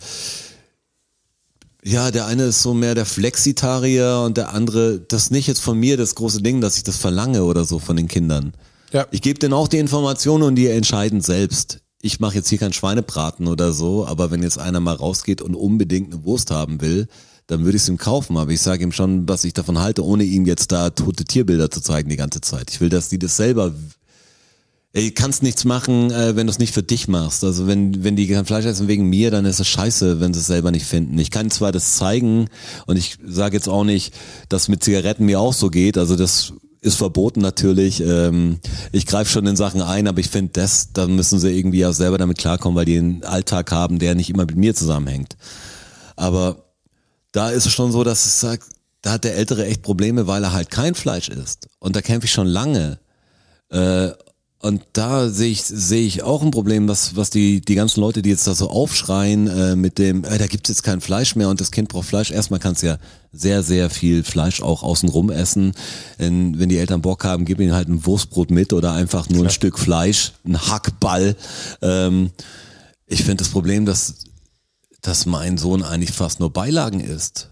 S3: ja, der eine ist so mehr der Flexitarier und der andere, das ist nicht jetzt von mir das große Ding, dass ich das verlange oder so von den Kindern.
S2: Ja.
S3: Ich gebe denen auch die Informationen und die entscheiden selbst. Ich mache jetzt hier keinen Schweinebraten oder so, aber wenn jetzt einer mal rausgeht und unbedingt eine Wurst haben will, dann würde ich es ihm kaufen. Aber ich sage ihm schon, was ich davon halte, ohne ihm jetzt da tote Tierbilder zu zeigen die ganze Zeit. Ich will, dass die das selber Ey, kannst nichts machen, äh, wenn du es nicht für dich machst. Also wenn, wenn die kein Fleisch essen wegen mir, dann ist es scheiße, wenn sie es selber nicht finden. Ich kann zwar das zeigen und ich sage jetzt auch nicht, dass mit Zigaretten mir auch so geht. Also das ist verboten natürlich. Ähm, ich greife schon in Sachen ein, aber ich finde das, da müssen sie irgendwie ja selber damit klarkommen, weil die einen Alltag haben, der nicht immer mit mir zusammenhängt. Aber da ist es schon so, dass es sagt, da hat der Ältere echt Probleme, weil er halt kein Fleisch isst. Und da kämpfe ich schon lange. Und da sehe ich, sehe ich auch ein Problem, was, was die, die ganzen Leute, die jetzt da so aufschreien äh, mit dem, äh, da gibt's jetzt kein Fleisch mehr und das Kind braucht Fleisch. Erstmal kannst du ja sehr, sehr viel Fleisch auch außenrum essen. Denn wenn die Eltern Bock haben, gib ihnen halt ein Wurstbrot mit oder einfach nur ein Stück Fleisch, ein Hackball. Ähm, ich finde das Problem, dass, dass mein Sohn eigentlich fast nur Beilagen isst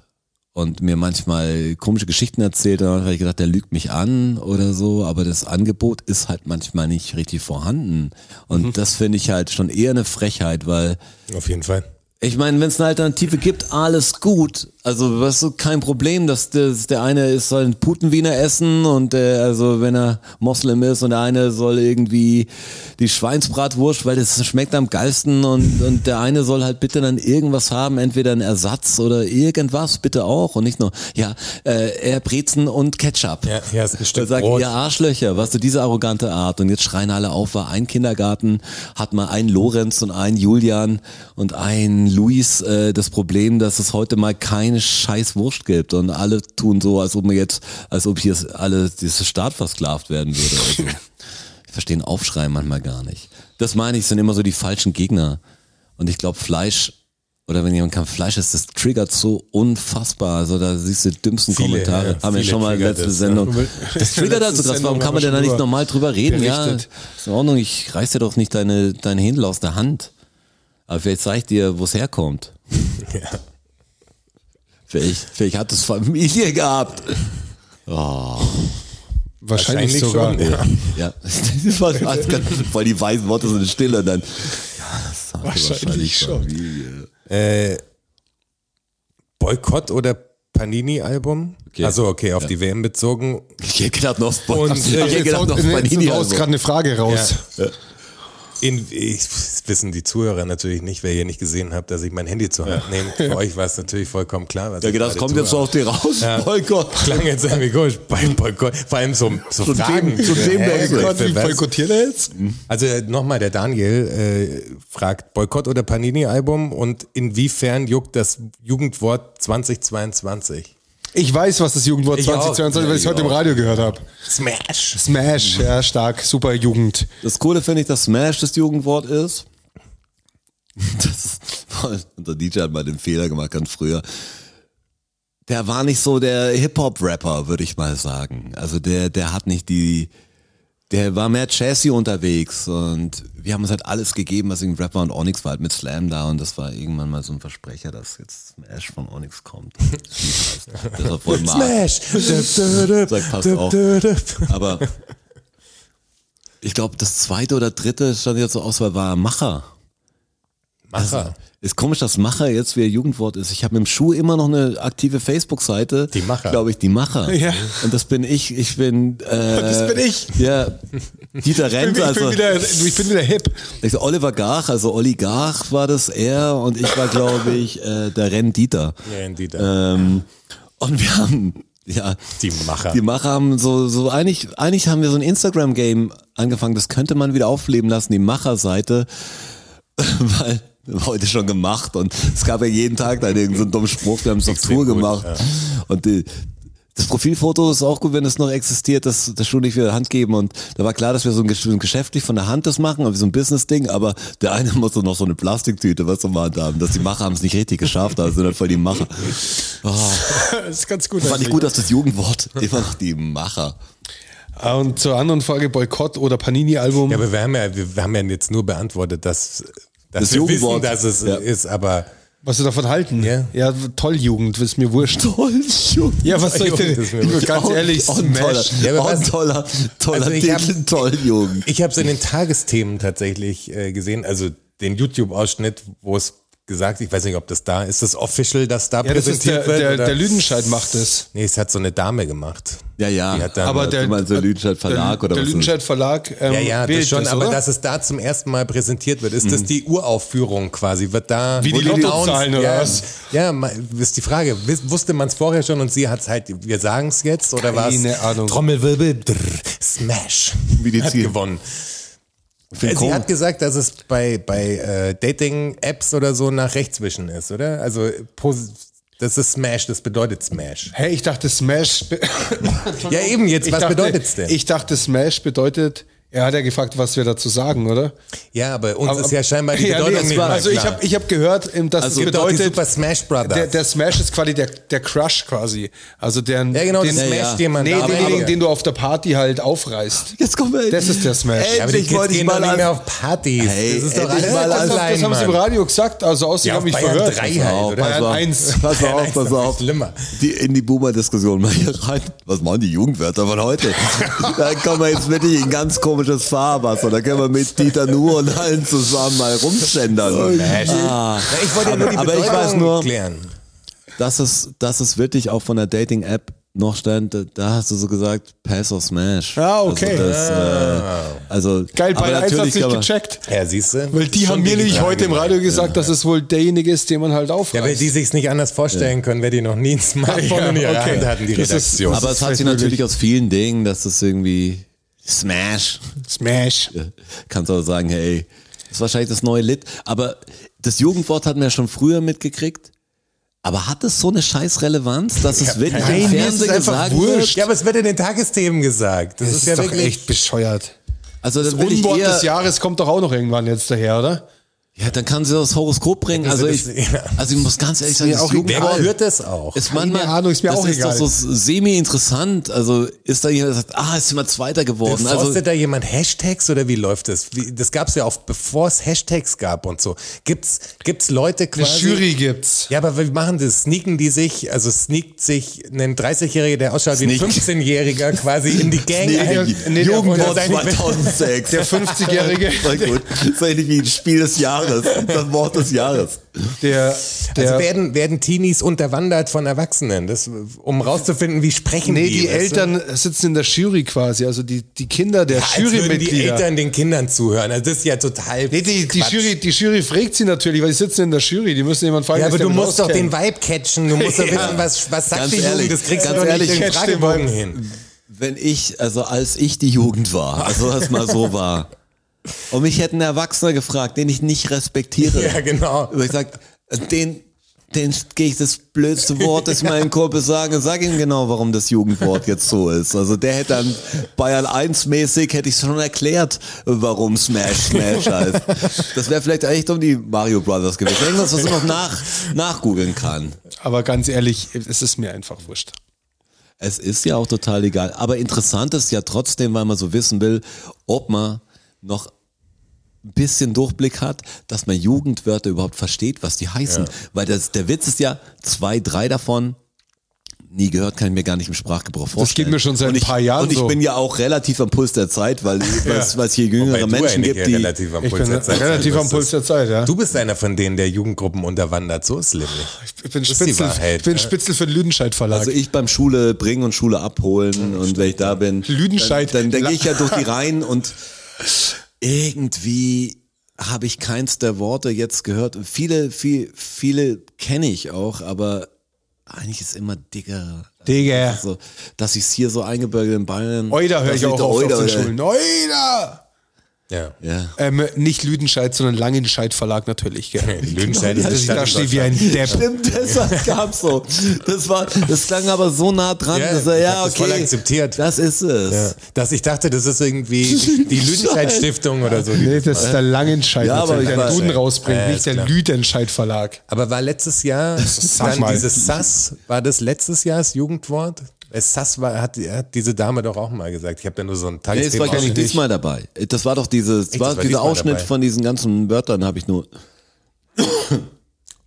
S3: und mir manchmal komische Geschichten erzählt. Dann habe ich gedacht, der lügt mich an oder so. Aber das Angebot ist halt manchmal nicht richtig vorhanden. Und das finde ich halt schon eher eine Frechheit, weil
S4: Auf jeden Fall.
S3: ich meine, wenn es eine Alternative gibt, alles gut. Also, weißt du, kein Problem, dass das, der eine ist, soll ein Putenwiener essen und der, also wenn er Moslem ist und der eine soll irgendwie die Schweinsbratwurst, weil das schmeckt am geilsten und, und der eine soll halt bitte dann irgendwas haben, entweder einen Ersatz oder irgendwas, bitte auch und nicht nur, ja, äh, er Brezen und Ketchup.
S4: Ja, hier ist ein Stück
S3: Er sagt,
S4: Brot.
S3: ihr Arschlöcher, was du, diese arrogante Art. Und jetzt schreien alle auf, war ein Kindergarten, hat mal ein Lorenz und ein Julian und ein Luis äh, das Problem, dass es heute mal keine scheiß Wurst gibt. Und alle tun so, als ob man jetzt, als ob hier alle dieses Staat versklavt werden würde. Also, ich verstehe den Aufschrei manchmal gar nicht. Das meine ich, sind immer so die falschen Gegner. Und ich glaube, Fleisch, oder wenn jemand kein Fleisch isst, das triggert so unfassbar. Also da siehst du die dümmsten
S4: Viele,
S3: Kommentare.
S4: ja,
S3: Haben wir
S4: viele
S3: schon mal
S4: triggert
S3: letzte
S4: das, ne?
S3: Sendung. Das triggert also
S2: Letzte
S3: krass. Warum
S2: Sendung
S3: kann
S2: haben wir
S3: man denn da
S2: schon
S3: nicht
S2: drüber
S3: normal drüber reden?
S2: berichtet.
S3: Ja, ist in Ordnung. Ich reiß dir doch nicht deine, dein Händel aus der Hand. Aber vielleicht zeig ich dir, wo es herkommt.
S4: Ja.
S3: Vielleicht, vielleicht hat es Familie gehabt. Oh,
S2: Wahrscheinlich, sogar.
S4: schon. Ja.
S3: ja. Das war, das kann, weil die weisen Worte sind still und dann. Ja, das hat
S2: Wahrscheinlich schon.
S3: Familie.
S4: Äh, Boykott oder Panini-Album?
S3: Okay.
S4: Also okay, auf die WM bezogen.
S3: Ich hätte gedacht noch Sport.
S4: Und,
S3: ich
S4: äh,
S3: hätte
S2: Also Jetzt
S3: gedacht
S2: haut-
S3: noch
S2: jetzt
S3: Panini.
S2: haust
S3: Also.
S2: gerade eine Frage raus.
S4: In, ich, das wissen die Zuhörer natürlich nicht, wer hier nicht gesehen hat, dass ich mein Handy zur Hand nehme. Für euch war es natürlich vollkommen klar. Was
S3: Ja,
S4: ich
S3: gedacht, das kommt
S4: gerade tue.
S3: jetzt so auf dir raus.
S4: Ja.
S3: Boykott.
S4: Klang jetzt irgendwie komisch beim Boykott. Vor allem so, so
S3: Zu
S4: Fragen.
S3: dem- zu dem
S4: Hä,
S3: Boykott,
S4: Gott,
S2: Wie
S4: was?
S2: boykottiert er jetzt?
S4: Also nochmal, der Daniel äh, fragt, Boykott oder Panini-Album und inwiefern juckt das Jugendwort 2022?
S2: Ich weiß, was das Jugendwort
S4: Ich
S2: 2022
S4: auch.
S2: weil ich es
S4: Ja,
S2: heute
S4: ich
S2: im Radio gehört habe.
S4: Smash!
S2: Smash, ja, stark, super Jugend.
S3: Das Coole finde ich, dass Smash das Jugendwort ist. Das ist voll. Unser DJ hat mal den Fehler gemacht, ganz früher. Der war nicht so der Hip-Hop-Rapper, würde ich mal sagen. Also der, der hat nicht die, der war mehr Chassis unterwegs und wir haben uns halt alles gegeben, was irgendwie Rapper und Onyx war halt mit Slam da und das war irgendwann mal so ein Versprecher, dass jetzt Smash von Onyx kommt. Das war voll Mark.
S4: Smash! Dö, dö, dö,
S3: Sagt, passt
S4: dö,
S3: auch.
S4: dö, dö.
S3: Aber ich glaube, das zweite oder dritte stand jetzt so aus, weil war Macher.
S4: Macher.
S3: Ist komisch, dass Macher jetzt wieder Jugendwort ist. Ich habe im Schuh immer noch eine aktive Facebook-Seite.
S4: Die Macher.
S3: Glaube ich, die Macher. Mhm.
S2: Ja.
S3: Und das bin ich. Ich bin. Äh, das
S2: bin
S4: Äh,
S2: ich.
S3: Ja. Dieter
S2: Ich
S3: Renz,
S2: bin, ich bin,
S3: also.
S2: wieder, ich bin wieder hip.
S3: Also Oliver Garch, also Olli Garch war das er und ich war, glaube ich, äh, der Renn Dieter.
S4: Ja, die,
S3: Ähm, und wir haben, ja,
S4: die Macher.
S3: die Macher haben so, so eigentlich, eigentlich haben wir so ein Instagram-Game angefangen, das könnte man wieder aufleben lassen, die Macher-Seite. weil heute schon gemacht und es gab ja jeden Tag dann irgendeinen so einen dummen Spruch, wir haben es auf
S4: Extrem
S3: Tour
S4: gut,
S3: gemacht. Und die, das Profilfoto ist auch gut, wenn es noch existiert, das, das schon nicht wieder Hand geben. Und da war klar, dass wir so ein Gesch- geschäftlich von der Hand das machen, aber wie so ein Business-Ding, aber der eine musste noch so eine Plastiktüte, was wir mal haben, dass die Macher haben es nicht richtig geschafft, also sind halt voll die Macher. Oh,
S2: Das ist ganz gut.
S3: fand ich gut, dass das Jugendwort immer noch die Macher.
S2: Ah, Und zur anderen Frage, Boykott oder Panini-Album.
S4: Ja, aber wir haben ja, wir, wir haben ja jetzt nur beantwortet, dass, dass
S3: Das
S4: wir wissen,
S3: Jugendwort.
S4: dass es
S3: Ja.
S4: ist, aber
S2: was sie davon halten?
S4: Ja.
S2: ja, toll, Jugend, ist mir wurscht.
S3: Toll, Jugend.
S2: Ja, was soll ich denn?
S4: Jugend ist mir
S2: Junge,
S4: wurscht.
S2: ganz
S3: Auch-
S2: ehrlich,
S3: auch ein toller,
S2: Smash.
S4: Ja, aber
S3: auch ein
S4: was-
S3: toller, toller
S4: Also ich hab-
S3: Titel, toll, Jugend.
S4: ich habe es in den Tagesthemen tatsächlich äh, gesehen, also den YouTube-Ausschnitt, wo es gesagt, ich weiß nicht, ob das da ist, das Official, das da
S2: Ja, das ist
S4: präsentiert
S2: der,
S4: wird.
S2: der,
S4: oder?
S2: der Lüdenscheid macht es.
S4: nee, es hat so eine Dame gemacht.
S3: Ja, ja.
S4: Die hat dann- also
S2: Aber
S3: du
S2: der,
S3: meinst der Lüdenscheid Verlag
S2: der,
S3: oder
S2: der
S3: was?
S2: Lüdenscheid Verlag. Ähm,
S4: Ja, ja,
S2: wählt
S4: das schon, aber
S2: oder? Mhm.
S4: dass es da zum ersten Mal präsentiert wird, ist das die Uraufführung quasi? Wird da.
S2: Wie die
S4: wurde
S2: Lottozahlen
S4: announced?
S2: oder
S4: ja,
S2: was?
S4: Ja, ma- ist die Frage. Wis- Wusste man es vorher schon und sie hat es halt, wir sagen es jetzt oder was?
S2: Keine Ahnung.
S4: Trommelwirbel, drrr, Smash. Hat
S3: Medizin.
S4: gewonnen. Äh,
S3: Phil
S4: Sie
S3: Cohen.
S4: hat gesagt, dass es bei, bei äh, Dating-Apps oder so nach rechts wischen ist, oder? Also, posi- das ist Smash, das bedeutet Smash.
S2: Hey, ich dachte Smash. be-
S4: Ja, eben jetzt,
S2: Ich
S4: was
S2: dachte-
S4: bedeutet's denn?
S2: Ich dachte Smash bedeutet. Er hat ja gefragt, was wir dazu sagen, oder?
S4: Ja, aber uns
S2: Aber-
S4: ist ja scheinbar die
S2: Ja, nee,
S4: Bedeutung
S2: es
S4: nicht
S2: war-
S4: mal
S2: Also ich
S4: klar.
S2: habe ich hab gehört, ähm, dass
S4: Also
S2: es
S4: es gibt auch die
S2: bedeutet,
S4: Super Smash Brothers.
S2: der, der Smash ist quasi der, der Crush quasi. Also der,
S4: Ja, genau,
S2: den,
S4: das
S3: Ja,
S4: smasht
S3: ja.
S4: jemand.
S2: nee,
S4: aber,
S2: denjenigen,
S4: aber,
S2: den du auf der Party halt aufreißt.
S3: Jetzt kommen wir
S2: Das ist der Smash.
S4: ja, aber die
S3: Endlich
S4: Kids
S3: wollte ich
S4: gehen doch
S3: mal
S4: nicht
S3: an.
S4: mehr auf Partys.
S3: Hey,
S4: das ist doch
S3: endlich
S4: alles
S3: mal
S4: mal
S3: an.
S2: Das, also, das haben sie im
S4: online, Mann.
S2: Radio gesagt, also außerdem
S4: Ja,
S2: haben
S4: auf
S2: mich
S4: Bayern
S2: verhört.
S4: 3 halt,
S3: auf,
S4: oder?
S3: pass
S2: Bayern
S3: auf,
S2: 1.
S3: Pass mal auf, pass
S4: Nein,
S3: auf.
S4: Schlimmer.
S3: Die, in die Boomer-Diskussion mal hier rein. Was machen die Jugendwörter von heute? da kommen wir jetzt wirklich in ganz komisches Fahrwasser. Da können wir mit Dieter Nuhr und allen zusammen mal rumschändern. Ah.
S4: Ja, Ich wollte ja nur die
S3: Aber ich
S4: Bedeutung
S3: weiß nur-
S4: klären.
S3: Dass es, dass es wirklich auch von der Dating-App noch stand, da- da hast du so gesagt, Pass or Smash.
S2: Ah, okay.
S3: Also, das, äh, also
S2: Geil,
S3: aber
S2: bei 1 hat
S3: natürlich
S2: nicht
S3: kann man-
S2: gecheckt.
S4: Ja, siehst du?
S2: Weil die haben mir nämlich heute im Radio gesagt, dass es wohl derjenige ist, den man halt
S4: Ja, weil
S2: aufreißt.
S4: die sich's nicht anders vorstellen können, weil die noch nie ein Smartphone
S2: Ja,
S4: in ihrer
S2: okay.
S4: Hand hatten, die
S2: Das ist-
S4: Redaktion.
S3: Aber
S2: ist
S3: es hat
S2: vielleicht
S3: sich natürlich aus vielen Dingen, dass das irgendwie Smash.
S2: Smash.
S3: Kannst auch sagen, hey, das ist wahrscheinlich das neue Lit. Aber das Jugendwort hatten wir ja schon früher mitgekriegt. Aber hat es so eine scheiß Relevanz, dass es wirklich
S2: nein,
S3: im
S2: mir ist es
S3: Fernsehen
S2: einfach
S3: gesagt
S2: wurscht.
S3: wird?
S4: ja, aber es wird in den Tagesthemen gesagt. Das,
S2: Das
S4: ist, ja
S2: doch
S4: wirklich.
S2: echt bescheuert.
S3: Also dann will ich
S2: Unwort
S3: eher,
S2: des Jahres kommt doch auch noch irgendwann jetzt daher, oder?
S3: ja, dann kann sie das Horoskop bringen. Also ich,
S4: das- ja.
S3: also ich muss ganz ehrlich sagen,
S2: mir
S3: das
S2: auch egal.
S4: Wer
S3: Jugendwort
S4: führt das auch?
S3: ist
S2: Keine
S3: manchmal,
S2: Ahnung, ist mir
S3: das
S2: auch
S3: ist
S2: egal.
S3: doch so semi-interessant. Also ist da jemand, der sagt, ah, ist jemand Zweiter geworden.
S4: Postet
S3: Also,
S4: da jemand Hashtags oder wie läuft das? Wie, das gab's ja auch, bevor es Hashtags gab und so. Gibt's, gibt's Leute
S2: Eine
S4: quasi.
S2: Jury gibt's.
S4: Ja, aber wir machen das. Sneaken die sich, also sneakt sich ein 30-Jähriger, der ausschaut wie ein
S3: Sneak.
S4: 15-Jähriger quasi in die Gang ein.
S2: nee, der-
S3: Jugendwort
S4: der-
S3: 2006.
S2: Der 50-Jährige,
S3: Voll gut. Das ist eigentlich wie ein Spiel des Jahres. Das Wort des Jahres.
S2: der, der
S4: Also werden, werden Teenies unterwandert von Erwachsenen, das, um rauszufinden, wie sprechen
S2: nee,
S4: die.
S2: die
S4: weißt du?
S2: Eltern sitzen in der Jury quasi, also die, die Kinder der
S4: Als würden die
S2: Jurymitglieder.
S4: Eltern den Kindern zuhören. Also das ist ja total.
S2: Nee, die, die,
S4: Quatsch.
S2: Jury, die Jury fragt sie natürlich, weil sie sitzen in der Jury, die müssen jemand fragen.
S4: Ja,
S2: was
S4: aber
S2: der
S4: du
S2: mit
S4: musst doch den
S2: auskennt.
S4: Vibe catchen. Du musst doch
S2: Ja.
S4: wissen, was, was sagt
S3: Ganz
S4: die
S3: ehrlich,
S4: Jugend. Das kriegst
S3: ganz
S4: du doch
S3: ehrlich,
S4: nicht in den
S2: catch den
S4: Fragebogen
S2: Vibe.
S4: hin.
S3: Wenn ich, also als ich die Jugend war, also das mal so war, und mich hätte ein Erwachsener gefragt, den ich nicht respektiere,
S4: Ja, genau.
S3: und Also ich sag, den, den gehe ich das blödste Wort, das ich meinem Kumpel sage, sag ihm genau, warum das Jugendwort jetzt so ist. Also der hätte dann Bayern 1 mäßig, hätte ich schon erklärt, warum Smash Smash heißt. Das wäre vielleicht echt um die Mario Brothers gewesen. Irgendwas, was man noch nach, nachgoogeln kann.
S2: Aber ganz ehrlich, es ist mir einfach wurscht.
S3: Es ist ja auch total egal. Aber interessant ist ja trotzdem, weil man so wissen will, ob man noch ein bisschen Durchblick hat, dass man Jugendwörter überhaupt versteht, was die heißen. Weil das, der Witz ist ja, zwei, drei davon nie gehört, kann ich mir gar nicht im Sprachgebrauch vorstellen.
S2: geht mir schon seit
S3: Und
S2: ein
S3: ich-
S2: paar Jahren
S3: Und ich
S2: so.
S3: bin ja auch relativ am Puls der Zeit, weil es weil es hier
S4: Wobei
S3: jüngere
S4: du
S3: Menschen
S4: eigentlich
S3: gibt, die...
S4: relativ am
S2: Ich
S4: Puls
S2: bin
S4: der Zeit
S2: relativ
S4: bist.
S2: am Puls der Zeit, ja.
S4: halt. Du bist einer von denen, der Jugendgruppen unterwandert. So ist es nämlich.
S2: Oh, ich bin
S4: ist die
S2: Spitzel,
S4: Wahrheit,
S2: ich bin
S4: ja.
S2: Spitzel für den Lüdenscheid Verlag.
S3: Also ich beim Schule bringen und Schule abholen und wenn ich da bin,
S2: Lüdenscheid.
S3: dann, dann denke ich ja durch die Reihen und irgendwie habe ich keins der Worte jetzt gehört. Viele, viel, viele kenne ich auch, aber eigentlich ist immer dicker.
S2: Digga.
S3: Also, dass ich es hier so eingebürgert in Bayern.
S2: Euda höre
S3: dass
S2: ich auch
S3: der
S2: oft auf
S3: Euder-
S2: den Schulen. Euda!
S4: Ja.
S3: Ja.
S2: Ähm, nicht Lüdenscheid, sondern Langenscheid Verlag natürlich. Gell?
S4: Lüdenscheid ist
S2: Dass ich
S4: die
S2: da
S4: Stadt
S2: stehe wie ein Depp.
S3: Stimmt, deshalb gab's so. Das war, das klang aber so nah dran,
S4: Ja,
S3: dass er,
S4: ich
S3: ja,
S4: hab das
S3: okay.
S4: voll akzeptiert.
S3: Das ist es.
S4: Ja. Dass ich dachte, das ist irgendwie die Lüdenscheid-Stiftung oder so.
S2: Nee, das ist der Langenscheid,
S3: Ja,
S2: ja,
S3: aber
S2: der
S3: ich
S2: den
S3: weiß-
S2: Duden rausbringt,
S4: Ja,
S2: nicht
S4: ist
S2: der
S4: klar.
S2: Lüdenscheid Verlag.
S4: Aber war letztes Jahr
S2: sag
S4: dann
S2: mal.
S4: dieses Sass, war das letztes Jahr das Jugendwort? Es Sass war, hat, hat diese Dame doch auch mal gesagt. Ich habe da nur so einen Tag.
S3: Nee, es war gar nicht diesmal dabei. Das war doch dieses,
S4: das
S3: war
S4: war
S3: dieser
S4: diesmal
S3: Ausschnitt
S4: dabei.
S3: von diesen ganzen Wörtern, habe ich nur.